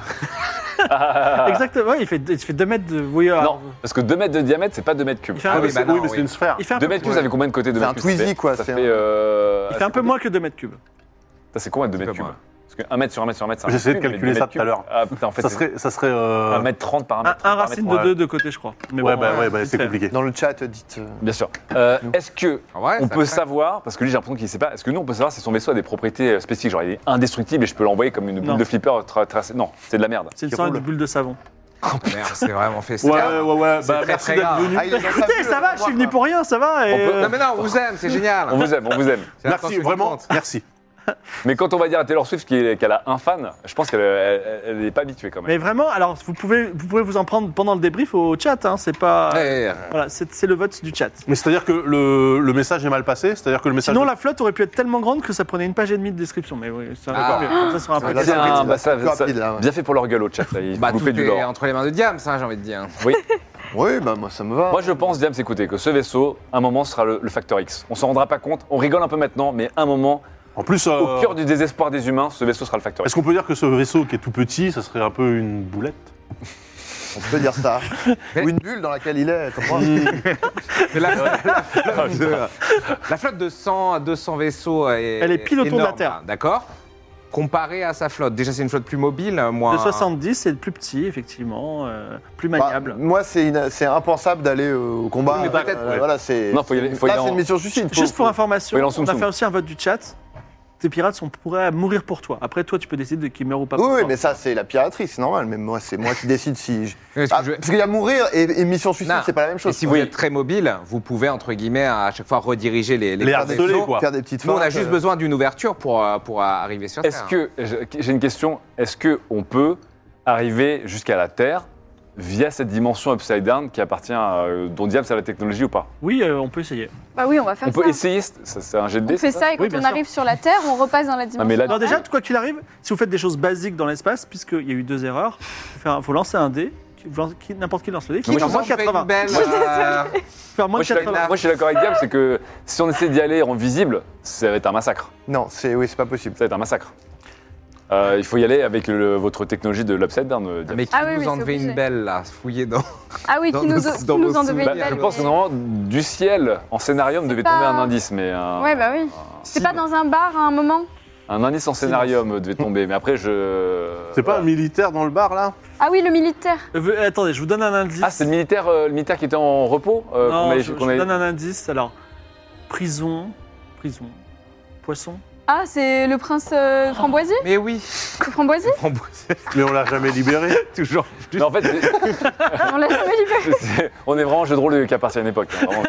Speaker 1: Exactement, ouais, il fait, il fait 2 mètres de. Oui, alors,
Speaker 2: Non, parce que 2 mètres de diamètre, c'est pas 2 mètres cubes.
Speaker 1: Il fait un,
Speaker 4: Ah, mais
Speaker 5: oui,
Speaker 4: c'est-
Speaker 5: bah non,
Speaker 4: oui, mais c'est
Speaker 5: oui.
Speaker 4: une sphère.
Speaker 1: il fait un
Speaker 2: Deux
Speaker 1: peu,
Speaker 2: mètres cubes, ça fait combien de côtés de
Speaker 6: C'est
Speaker 2: mètres
Speaker 6: un
Speaker 2: cubes
Speaker 6: Twizy,
Speaker 2: ça fait-
Speaker 6: quoi,
Speaker 2: Ça
Speaker 6: c'est
Speaker 2: fait, euh,
Speaker 1: il fait un peu moins que 2 mètres cubes.
Speaker 2: Ça, c'est combien 2 mètres
Speaker 5: Un peu
Speaker 2: cubes hein
Speaker 5: moins.
Speaker 2: Parce que 1 mètre sur 1 mètre sur 1 mètre, c'est un
Speaker 4: J'essayais de
Speaker 2: cube, mais
Speaker 4: calculer
Speaker 2: deux
Speaker 4: ça
Speaker 2: mètres
Speaker 4: tout à
Speaker 2: cubes.
Speaker 4: l'heure.
Speaker 2: Ah putain, en fait,
Speaker 4: Ça
Speaker 2: c'est
Speaker 4: serait. Ça serait euh,
Speaker 2: 1 mètre 30 par 1
Speaker 1: Un,
Speaker 2: mètre.
Speaker 1: un
Speaker 2: 30 par
Speaker 1: racine
Speaker 2: mètre,
Speaker 1: de 2 de côté, je crois. Mais
Speaker 4: Ouais,
Speaker 1: bon,
Speaker 4: bah,
Speaker 1: euh,
Speaker 4: ouais, bah,
Speaker 1: vite
Speaker 4: c'est
Speaker 1: fait.
Speaker 4: compliqué.
Speaker 6: Dans le chat, dites. euh,
Speaker 2: Bien sûr. Euh, Est-ce que
Speaker 5: En vrai,
Speaker 2: on
Speaker 5: Ah ça
Speaker 2: peut
Speaker 5: craque.
Speaker 2: savoir, parce que lui j'ai l'impression qu'il sait pas, est-ce que nous on peut savoir si son vaisseau a des propriétés euh, spécifiques, genre il est indestructible et je peux l'envoyer comme une boule
Speaker 1: Non.
Speaker 2: de flipper tra- tracer- Non, c'est de la merde.
Speaker 1: C'est une
Speaker 4: Qui
Speaker 1: sorte de
Speaker 4: roule.
Speaker 1: bulle de savon.
Speaker 5: Merde, c'est vraiment fait ça.
Speaker 4: Ouais, ouais, ouais, ouais,
Speaker 5: C'est
Speaker 4: bah,
Speaker 5: très,
Speaker 4: merci
Speaker 5: très
Speaker 4: d'être
Speaker 5: grave.
Speaker 4: venu.
Speaker 6: Ah, il est dans sa
Speaker 1: Écoutez,
Speaker 6: bulle,
Speaker 1: ça va, je suis
Speaker 6: quoi.
Speaker 1: venu pour rien, ça va. et,
Speaker 2: On peut-
Speaker 1: euh,
Speaker 5: Non mais non, on vous aime, c'est génial.
Speaker 2: On vous aime, on vous aime.
Speaker 5: C'est la
Speaker 4: Merci,
Speaker 5: tension
Speaker 4: vraiment,
Speaker 5: montante.
Speaker 4: merci.
Speaker 2: Mais quand on va dire à Taylor Swift qu'elle qu'elle a un fan, je pense qu'elle n'est pas habituée quand même.
Speaker 1: Mais vraiment, alors vous pouvez, vous pouvez vous en prendre pendant le débrief au chat, hein, c'est pas.
Speaker 5: Ouais,
Speaker 4: Ah,
Speaker 1: Voilà, c'est c'est le vote du chat.
Speaker 4: Mais c'est-à-dire que le, le message est mal passé C'est-à-dire que le message.
Speaker 1: Sinon, la flotte aurait pu être tellement grande que ça prenait une page et demie de description. Mais oui, ça
Speaker 5: Ah.
Speaker 1: aurait pu être mieux. Comme Ça sera un peu
Speaker 6: Là,
Speaker 2: Bien,
Speaker 6: c'est rapide,
Speaker 2: bah,
Speaker 6: là.
Speaker 2: ça-
Speaker 6: Plus
Speaker 2: ça-
Speaker 6: rapide, là, ouais.
Speaker 2: bien fait pour leur gueule au chat, là. Ils
Speaker 5: Bah,
Speaker 2: vous
Speaker 5: tout
Speaker 2: coupez du lore.
Speaker 5: est entre les mains de Diams, hein, j'ai envie de dire.
Speaker 6: Oui, bah moi ça me va.
Speaker 2: Moi, je pense, Diams, écoutez, que ce vaisseau, à un moment, sera le, le facteur X. On s'en rendra pas compte, on rigole un peu maintenant, mais à un moment,
Speaker 4: En plus, euh,
Speaker 2: au cœur du désespoir des humains, ce vaisseau sera le facteur
Speaker 4: est-ce
Speaker 2: X.
Speaker 4: qu'on peut dire que ce vaisseau qui est tout petit, ça serait un peu une boulette
Speaker 6: On peut dire ça. Ou une bulle dans laquelle il est. t'en crois
Speaker 5: Mais la, la flotte de, la flotte de 100 à 200 vaisseaux est.
Speaker 1: Elle est pile autour de la
Speaker 5: énorme,
Speaker 1: Terre.
Speaker 5: hein, D'accord Comparée à sa flotte. Déjà, c'est une flotte plus mobile, euh, moins.
Speaker 1: De 70, c'est le plus petit, effectivement, euh, plus
Speaker 6: Bah,
Speaker 1: maniable.
Speaker 6: moi, c'est ina- c'est impensable d'aller euh, au combat.
Speaker 5: Oui, mais peut-être, ouais.
Speaker 6: Voilà, c'est.
Speaker 2: Non, faut y aller- faut y
Speaker 6: Là,
Speaker 2: aller
Speaker 6: c'est
Speaker 2: en-
Speaker 6: une mission suicide. faut-
Speaker 1: Juste pour information,
Speaker 2: Oui,
Speaker 1: on
Speaker 2: lance Soum
Speaker 1: a
Speaker 2: Soum.
Speaker 1: fait aussi un vote du chat. Tes pirates sont prêts à mourir pour toi. Après, toi, tu peux décider de qui meurt ou pas.
Speaker 6: Oui,
Speaker 1: pour
Speaker 6: oui,
Speaker 1: toi.
Speaker 6: mais ça, c'est la piraterie, c'est normal. Mais moi, c'est moi qui décide si. Je...
Speaker 5: Oui, parce que
Speaker 6: Ah,
Speaker 5: je-
Speaker 6: parce qu'il y a mourir et, et mission suicide,
Speaker 5: Non.
Speaker 6: c'est pas la même
Speaker 5: Et
Speaker 6: chose.
Speaker 5: Euh, si
Speaker 6: quoi.
Speaker 5: vous êtes très mobile, vous pouvez, entre guillemets, à chaque fois rediriger les,
Speaker 4: Les
Speaker 5: corps des
Speaker 4: harceler,
Speaker 5: vaisseaux.
Speaker 4: quoi.
Speaker 6: Faire des petites
Speaker 5: Nous, on a
Speaker 6: feintes,
Speaker 5: juste
Speaker 6: euh,
Speaker 5: besoin d'une ouverture pour, euh, pour euh, arriver sur Terre.
Speaker 2: Est-ce que, je- j'ai une question, est-ce qu'on peut arriver jusqu'à la Terre via cette dimension upside down qui appartient à, euh, dont Diams a la technologie ou pas
Speaker 1: Oui, euh, on peut essayer.
Speaker 3: Bah oui, on va faire
Speaker 2: On peut
Speaker 3: ça.
Speaker 2: essayer, c'est ça- c'est un jet de
Speaker 3: On
Speaker 2: dés
Speaker 3: fait
Speaker 2: c'est
Speaker 3: ça et quand
Speaker 1: Oui, bien
Speaker 3: on
Speaker 1: sûr.
Speaker 3: arrive sur la Terre, on repasse dans la dimension. Ah,
Speaker 2: mais là-
Speaker 1: Alors
Speaker 3: normale.
Speaker 1: déjà, quoi qu'il arrive, si vous faites des choses basiques dans l'espace, puisqu'il y a eu deux erreurs, il faut, faut lancer un dé. qui- vous lancez- qui- N'importe qui lance le dé. Qui
Speaker 2: moi,
Speaker 1: fait
Speaker 2: je
Speaker 1: moins de 80.
Speaker 5: euh,
Speaker 1: Faire moins
Speaker 2: Moi
Speaker 1: de
Speaker 2: je, suis d'accord-
Speaker 1: 80.
Speaker 2: moi, je suis d'accord avec Diable, c'est que si on essaie d'y aller en visible, ça va être un massacre.
Speaker 6: Non, c'est oui, c'est pas possible.
Speaker 2: Ça va être un massacre. Euh, il faut y aller avec le- votre technologie de l'upside down, euh, Diable.
Speaker 5: Mais qui
Speaker 3: Ah oui, oui,
Speaker 5: nous
Speaker 3: c'est
Speaker 5: enlever
Speaker 3: obligé.
Speaker 5: une belle, là, fouillée dans.
Speaker 3: Ah oui,
Speaker 5: Dans
Speaker 3: qui nous,
Speaker 5: nos-
Speaker 3: qui
Speaker 5: dans
Speaker 3: nous
Speaker 5: nos
Speaker 3: en devait
Speaker 2: Bah,
Speaker 3: une
Speaker 5: souvenirs,
Speaker 2: je
Speaker 3: belle,
Speaker 2: pense que
Speaker 3: mais-
Speaker 2: normalement, du ciel, en scénarium, devait
Speaker 3: pas-
Speaker 2: tomber un indice, mais un,
Speaker 3: Ouais, bah oui. C'est pas dans un bar à un moment
Speaker 2: un indice en scénarium devait tomber. Mais après, je.
Speaker 4: C'est pas un
Speaker 2: Voilà.
Speaker 4: militaire dans le bar, là
Speaker 3: Ah oui, le militaire.
Speaker 1: Euh, vous- attendez, je vous donne un indice.
Speaker 2: Ah, c'est le militaire, euh, le militaire qui était en repos euh, qu'on
Speaker 1: Non,
Speaker 2: avait-
Speaker 1: je, je
Speaker 2: qu'on
Speaker 1: vous
Speaker 2: avait-
Speaker 1: donne un indice. Alors, prison, prison, poisson.
Speaker 3: Ah, c'est le prince euh, Framboisier
Speaker 5: Mais oui,
Speaker 3: C'est Framboisier
Speaker 5: framboise,
Speaker 4: Mais on l'a jamais libéré.
Speaker 5: toujours.
Speaker 2: Mais en fait, c'est-
Speaker 3: On l'a jamais libéré.
Speaker 2: c'est- on est vraiment un jeu de rôle qui appartient à une époque. hein, vraiment.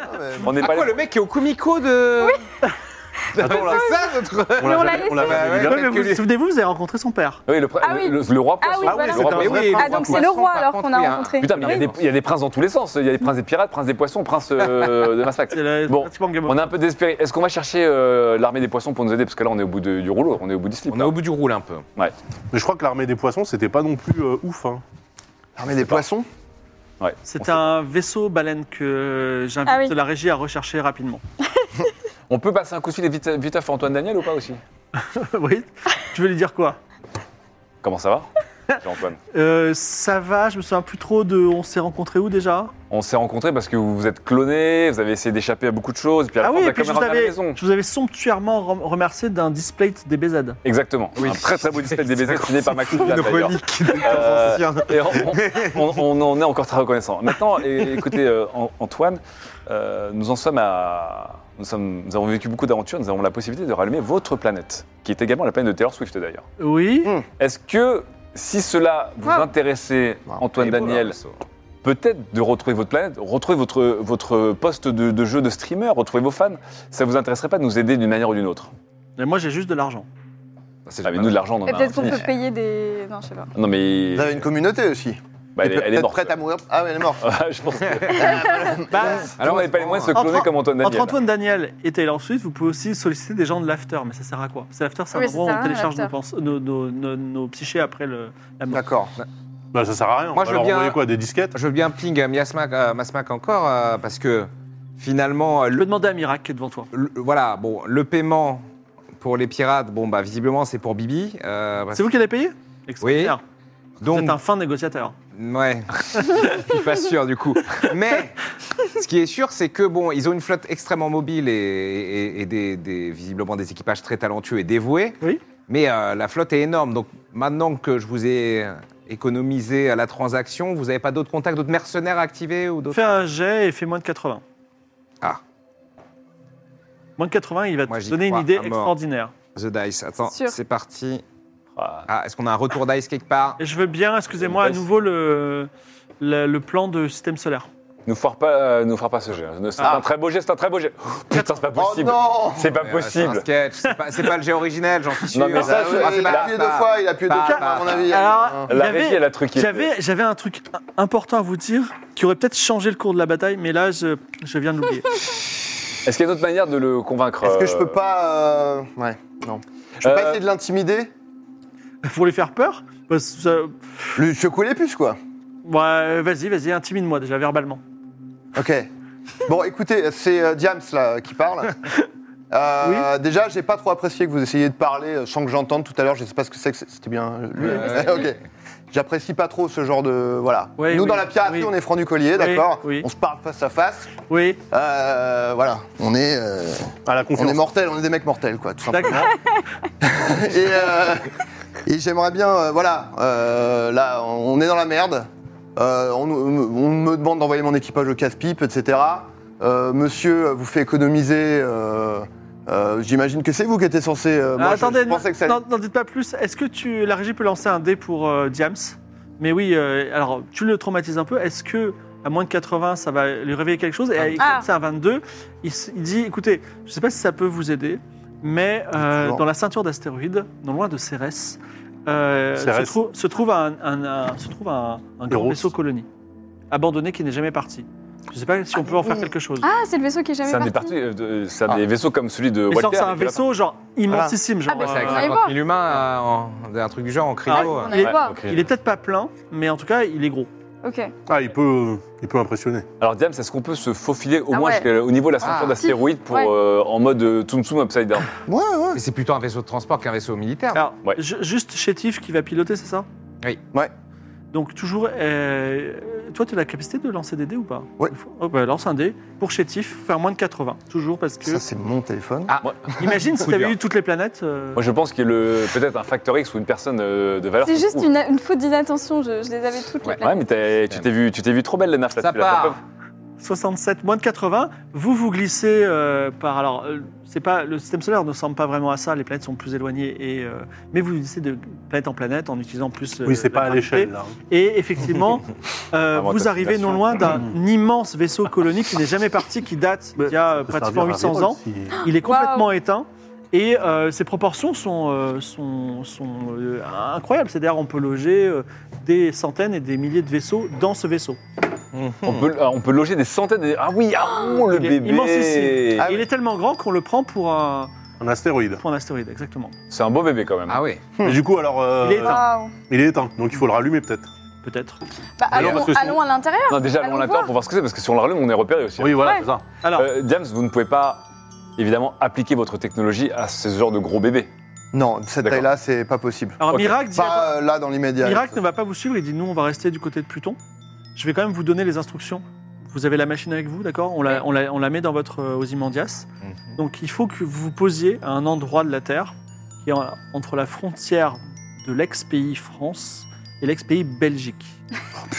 Speaker 2: on n'est
Speaker 5: Ah
Speaker 2: pas
Speaker 5: quoi,
Speaker 2: les-
Speaker 5: le mec qui est au Kumiko de.
Speaker 4: Attends, on l'a-
Speaker 5: c'est ça notre.
Speaker 4: on l'a
Speaker 3: on l'a
Speaker 4: jamais-
Speaker 3: laissé.
Speaker 4: on l'a jamais
Speaker 5: Bah ouais.
Speaker 1: Ouais,
Speaker 4: libéré.
Speaker 1: mais
Speaker 5: peut-être que
Speaker 1: vous,
Speaker 5: lui-
Speaker 1: souvenez-vous, vous avez rencontré son père.
Speaker 2: Oui, le, pr-
Speaker 3: Ah oui.
Speaker 2: le- le roi
Speaker 3: Ah
Speaker 2: poisson.
Speaker 3: oui,
Speaker 4: Ah oui,
Speaker 3: voilà.
Speaker 4: c'est
Speaker 2: un
Speaker 4: vrai
Speaker 5: oui,
Speaker 4: prince.
Speaker 3: Ah, donc c'est le roi
Speaker 5: Par
Speaker 3: alors
Speaker 5: contre,
Speaker 3: qu'on a
Speaker 5: oui, hein.
Speaker 3: rencontré.
Speaker 2: Putain, mais il y, a des- il y a des princes dans tous les sens. Il y a des princes des pirates, princes des poissons, princes euh, de Mass Effect.
Speaker 1: C'est le-
Speaker 2: Bon,
Speaker 1: pratiquement Game of
Speaker 2: on est un peu désespéré. Est-ce qu'on va chercher euh, l'armée des poissons pour nous aider Parce que là, on est au bout de- du rouleau, on est au bout du slip.
Speaker 5: On est au bout du roule un peu.
Speaker 4: Mais je crois que l'armée des poissons, c'était pas non plus euh, ouf. hein.
Speaker 6: L'armée des poissons
Speaker 1: C'est un vaisseau baleine que j'invite
Speaker 3: Ah oui.
Speaker 1: la régie à rechercher rapidement.
Speaker 2: On peut passer un coup de fil vite, vite à Antoine Daniel ou pas aussi
Speaker 1: oui Tu veux lui dire quoi
Speaker 2: Comment ça va Jean-Antoine.
Speaker 1: Euh, Ça va, je me souviens plus trop de. On s'est rencontrés où déjà
Speaker 2: On s'est rencontrés parce que vous vous êtes clonés, vous avez essayé d'échapper à beaucoup de choses, et puis à la
Speaker 1: Ah
Speaker 2: fin,
Speaker 1: oui,
Speaker 2: la
Speaker 1: et puis je
Speaker 2: caméra
Speaker 1: vous,
Speaker 2: de la
Speaker 1: avais,
Speaker 2: maison.
Speaker 1: je vous avais somptuairement rem- remercié d'un display DBZ.
Speaker 2: Exactement.
Speaker 5: Oui.
Speaker 2: Un très très beau display des baisers signé par Max
Speaker 5: Une
Speaker 2: Pilat, d'ailleurs.
Speaker 5: relique des temps
Speaker 2: Euh,
Speaker 5: anciens.
Speaker 2: Et on, on- on- on en est encore très reconnaissant. Maintenant, é- écoutez, euh, An- Antoine, euh, nous en sommes à. Nous, sommes, nous avons vécu beaucoup d'aventures, nous avons la possibilité de rallumer votre planète, qui est également la planète de Taylor Swift d'ailleurs.
Speaker 1: Oui.
Speaker 2: Est-ce que, si cela vous
Speaker 3: Ah.
Speaker 2: intéressait,
Speaker 6: Wow.
Speaker 2: Antoine Daniel, peut-être de retrouver votre planète, retrouver votre, votre poste de, de jeu de streamer, retrouver vos fans, ça vous intéresserait pas de nous aider d'une manière ou d'une autre
Speaker 6: Ah,
Speaker 1: Mais moi j'ai juste de l'argent.
Speaker 5: C'est
Speaker 2: Ah, mais nous, de l'argent, on en
Speaker 3: Et
Speaker 2: a
Speaker 3: peut-être qu'on
Speaker 2: infini.
Speaker 3: peut payer des. Non, je sais pas.
Speaker 2: Non, mais.
Speaker 6: Vous avez une communauté aussi.
Speaker 2: bah, elle, est-
Speaker 6: Peut-être
Speaker 2: elle est morte.
Speaker 6: prête à mourir. Ah, mais elle est morte.
Speaker 2: Je pense que.
Speaker 1: Bah,
Speaker 2: Alors, on n'avait pas les moyens de se
Speaker 1: Entre-
Speaker 2: cloner comme Antoine Daniel.
Speaker 1: Entre Antoine Daniel et Taylor Swift, vous pouvez aussi solliciter des gens de l'after, mais ça sert à quoi C'est l'after, c'est un
Speaker 3: Oui, ça
Speaker 1: endroit où
Speaker 3: sert
Speaker 1: on
Speaker 3: à rien,
Speaker 1: télécharge nos,
Speaker 3: l'after.
Speaker 1: pens- nos, nos- nos- nos psychés après le, la mort.
Speaker 6: D'accord.
Speaker 4: Bah, ça sert à rien.
Speaker 5: Moi,
Speaker 4: on
Speaker 5: je
Speaker 4: va
Speaker 5: veux
Speaker 4: leur
Speaker 5: bien-
Speaker 4: envoyer quoi Des disquettes
Speaker 5: Je veux bien ping euh, Miasmac, euh, Masmac encore euh, parce que finalement, euh,
Speaker 1: Je peux
Speaker 5: le,
Speaker 1: demander à Mirac qui est devant toi.
Speaker 5: le- voilà, bon, le paiement pour les pirates, bon, bah visiblement, c'est pour Bibi. euh, parce-
Speaker 1: C'est vous qui allez payer Extraordinaire. Vous
Speaker 5: donc,
Speaker 1: êtes un fin négociateur.
Speaker 5: Ouais, je suis pas sûr du coup. Mais ce qui est sûr, c'est que bon, ils ont une flotte extrêmement mobile et, et- et des, des- visiblement des équipages très talentueux et dévoués.
Speaker 1: Oui.
Speaker 5: Mais euh, la flotte est énorme. Donc maintenant que je vous ai économisé à la transaction, vous n'avez pas d'autres contacts, d'autres mercenaires activés ou d'autres
Speaker 1: Fais un jet et fais moins de 80.
Speaker 5: Ah.
Speaker 1: Moins de 80, il va
Speaker 5: Moi,
Speaker 1: te
Speaker 5: j'y
Speaker 1: donner une
Speaker 5: crois
Speaker 1: idée
Speaker 5: à mort.
Speaker 1: extraordinaire.
Speaker 5: The Dice. Attends,
Speaker 3: Sûr.
Speaker 5: c'est parti.
Speaker 2: Ah,
Speaker 5: Ah, est-ce qu'on a un retour Dice quelque part
Speaker 1: Et je veux bien, excusez-moi, à
Speaker 2: Vas-y.
Speaker 1: nouveau le, le, le plan de système solaire.
Speaker 2: Nous foire pas, euh, nous foire pas ce jeu. C'est un très beau jet, c'est un très beau jet. Putain, c'est pas possible.
Speaker 6: Ah. Oh non
Speaker 2: c'est pas
Speaker 5: Mais, euh, C'est un
Speaker 2: possible.
Speaker 5: sketch, c'est pas, c'est pas le jeu originel, j'en suis sûr.
Speaker 2: Non, mais ça,
Speaker 6: Ah
Speaker 2: je-
Speaker 6: ouais,
Speaker 2: ah, c'est
Speaker 6: Il a
Speaker 2: là,
Speaker 6: appuyé deux fois, il a appuyé deux
Speaker 5: bah,
Speaker 6: fois,
Speaker 5: bah.
Speaker 6: à mon avis. Hein.
Speaker 1: Alors, il y
Speaker 2: La
Speaker 1: avait-
Speaker 2: régie, elle a truqué.
Speaker 1: J'avais, j'avais un truc important à vous dire qui aurait peut-être changé le cours de la bataille, mais là, je, je viens de l'oublier.
Speaker 2: Est-ce qu'il y a d'autres manières de le convaincre
Speaker 6: Est-ce que
Speaker 2: euh,
Speaker 6: je peux pas. euh, Ouais, non. Je peux
Speaker 2: Euh,
Speaker 6: pas essayer de l'intimider
Speaker 1: Pour lui faire peur parce que ça-
Speaker 6: Lui secouer les puces, quoi.
Speaker 1: Ouais, vas-y, vas-y, intimide-moi déjà verbalement.
Speaker 6: Ok. Bon, écoutez, c'est euh, Diams là qui parle. Euh, Déjà, j'ai pas trop apprécié que vous essayiez de parler euh, sans que j'entende tout à l'heure. Je sais pas ce que c'est. que c'est- C'était bien euh, lui.
Speaker 5: Euh,
Speaker 6: ok. J'apprécie pas trop ce genre de voilà.
Speaker 1: Ouais,
Speaker 6: Nous
Speaker 1: oui,
Speaker 6: dans la piraterie,
Speaker 1: oui.
Speaker 6: on est franc du collier,
Speaker 1: Oui,
Speaker 6: d'accord.
Speaker 1: oui.
Speaker 6: On se parle face à face.
Speaker 1: Oui,
Speaker 6: Euh, voilà. On est euh,
Speaker 4: À la
Speaker 6: on est
Speaker 4: confiance.
Speaker 6: mortels, on est des mecs mortels quoi. Tout simplement.
Speaker 1: d'accord.
Speaker 6: et, euh, et j'aimerais bien, euh, voilà, euh, là, on est dans la merde. Euh, on, on me demande d'envoyer mon équipage au casse-pipe, etc. Euh, monsieur euh, vous fait économiser. euh, euh, J'imagine que c'est vous qui étiez censé. euh, moi,
Speaker 1: Ah,
Speaker 6: je-
Speaker 1: attendez,
Speaker 6: je pensais que ça-
Speaker 1: n'en n'en dites pas plus. Est-ce que tu, la régie peut lancer un dé pour euh, Diams Mais oui, euh, alors tu le traumatises un peu. Est-ce que à moins de 80, ça va lui réveiller quelque chose Et euh,
Speaker 3: Ah.
Speaker 1: comme c'est un 22, il, s- il dit écoutez, je ne sais pas si ça peut vous aider, mais euh,
Speaker 6: Toujours.
Speaker 1: dans la ceinture d'astéroïdes, non loin de Cérès, euh, se,
Speaker 4: Cérès.
Speaker 1: trou- se trouve un, un- un- se trouve un- un grand
Speaker 4: Eros.
Speaker 1: vaisseau colonie abandonné qui n'est jamais parti. Je ne sais pas si on peut en faire quelque chose.
Speaker 3: Ah, c'est le vaisseau qui est jamais
Speaker 2: C'est un, des,
Speaker 3: parti.
Speaker 2: parties, euh, de- c'est un
Speaker 6: Ah.
Speaker 2: des vaisseaux comme celui de
Speaker 1: Mais sans que
Speaker 2: Walter.
Speaker 1: c'est un vaisau genre immensissime, genre.
Speaker 3: Ah, bah,
Speaker 5: C'est avec
Speaker 1: euh,
Speaker 3: Vous allez
Speaker 5: 50
Speaker 3: voir.
Speaker 5: 000 humains, euh, en- un truc du genre, en
Speaker 3: Ah,
Speaker 5: cryo.
Speaker 3: on
Speaker 5: euh.
Speaker 3: allait
Speaker 2: Ouais,
Speaker 3: voir.
Speaker 2: ok.
Speaker 1: Il est peut-être pas plein, mais en tout cas, il est gros.
Speaker 3: Ok.
Speaker 4: Ah, il peut, il peut impressionner.
Speaker 2: Alors, Diams, est-ce qu'on peut se faufiler au
Speaker 3: Ah
Speaker 2: moins
Speaker 3: ouais.
Speaker 2: jusqu'à- au niveau de la ceinture
Speaker 5: Ah.
Speaker 2: d'astéroïdes pour,
Speaker 3: Ouais.
Speaker 2: euh, en mode euh, Tsum Tsum Upside Down
Speaker 6: Ouais, ouais.
Speaker 5: Mais c'est plutôt un vaisseau de transport qu'un vaisseau militaire.
Speaker 1: Alors,
Speaker 2: Ouais.
Speaker 1: ju- juste Chétif qui va piloter, c'est ça
Speaker 5: Ah. Oui.
Speaker 6: Ouais.
Speaker 1: Donc, toujours. euh, toi, tu as la capacité de lancer des dés ou pas
Speaker 6: Ouais.
Speaker 1: Il faut- oh, bah, lance un dé pour Chétif, faire moins de 80. Toujours parce que.
Speaker 6: Ça, c'est mon téléphone.
Speaker 5: Ah,
Speaker 1: Imagine si
Speaker 5: Coup
Speaker 1: tu avais
Speaker 5: dur.
Speaker 1: eu toutes les planètes. euh,
Speaker 2: Moi, je pense qu'il y a le- peut-être un Factor X ou une personne euh, de valeur.
Speaker 3: C'est
Speaker 2: qui
Speaker 3: juste
Speaker 2: trouve.
Speaker 3: une, une faute d'inattention, je, je les avais toutes
Speaker 5: Ouais.
Speaker 3: les
Speaker 2: Ouais,
Speaker 3: planètes.
Speaker 2: mais t'as- tu t'es vu, tu t'es vu trop belle, la nafta.
Speaker 5: Ça
Speaker 2: tu l'as pas
Speaker 5: part.
Speaker 2: fait.
Speaker 1: 67, moins de 80. Vous vous glissez euh, par. Alors, euh, c'est pas le système solaire ne ressemble pas vraiment à ça. Les planètes sont plus éloignées et. euh, mais vous glissez de planète en planète en utilisant plus. euh,
Speaker 4: Oui,
Speaker 1: la
Speaker 4: c'est pas à
Speaker 1: gravité.
Speaker 4: l'échelle, là.
Speaker 1: Et effectivement, euh,
Speaker 2: Avant
Speaker 1: vous arrivez non
Speaker 2: d'application.
Speaker 1: loin d'un immense vaisseau colonique qui n'est jamais parti, qui date d'il y a euh,
Speaker 4: Ça peut servir
Speaker 1: pratiquement
Speaker 4: à
Speaker 1: 800
Speaker 4: Rérol,
Speaker 1: ans.
Speaker 4: si-
Speaker 1: Il est complètement éteint. Et euh, ses proportions sont, euh, sont, sont euh, incroyables. C'est-à-dire on peut loger euh, des centaines et des milliers de vaisseaux dans ce vaisseau.
Speaker 5: Hum,
Speaker 2: On peut, ah, on peut loger des centaines. de- Ah oui, ah, oh, le
Speaker 1: Il est
Speaker 2: bébé.
Speaker 1: immensissime.
Speaker 6: Ah
Speaker 1: Et
Speaker 6: oui.
Speaker 1: il est tellement grand qu'on le prend pour un,
Speaker 4: Un astéroïde.
Speaker 1: pour un astéroïde, exactement.
Speaker 2: C'est un beau bébé quand même.
Speaker 5: Ah oui.
Speaker 1: Hmm.
Speaker 4: Et du coup, alors. euh,
Speaker 1: Il est éteint.
Speaker 3: Waouh.
Speaker 4: il est éteint, donc il faut le rallumer peut-être.
Speaker 1: Peut-être.
Speaker 3: Bah,
Speaker 4: Alors,
Speaker 3: allons,
Speaker 4: parce que son-
Speaker 3: allons à l'intérieur.
Speaker 2: Non, déjà,
Speaker 3: Allons
Speaker 2: on l'attend
Speaker 3: voir.
Speaker 2: pour voir ce que c'est, parce que si on la rallume, on est repéré aussi. hein.
Speaker 4: Oui, voilà,
Speaker 3: Ouais.
Speaker 4: c'est ça.
Speaker 1: Alors,
Speaker 2: Euh, Diams, vous ne pouvez pas, évidemment, appliquer votre technologie à ce genre de gros bébés.
Speaker 6: Non, de cette
Speaker 2: D'accord.
Speaker 6: taille-là, c'est pas possible.
Speaker 1: alors
Speaker 2: ok.
Speaker 1: Miracle dit, attends,
Speaker 6: Pas euh, là dans l'immédiat.
Speaker 1: Miracle ne va pas vous suivre, il dit nous on va rester du côté de Pluton. Je vais quand même vous donner les instructions. Vous avez la machine avec vous, d'accord on la, on, la, on la met dans votre euh, Ozymandias.
Speaker 5: Mhm.
Speaker 1: Donc il faut que vous vous posiez à un endroit de la Terre qui est en- entre la frontière de l'ex-pays France et l'ex-pays Belgique.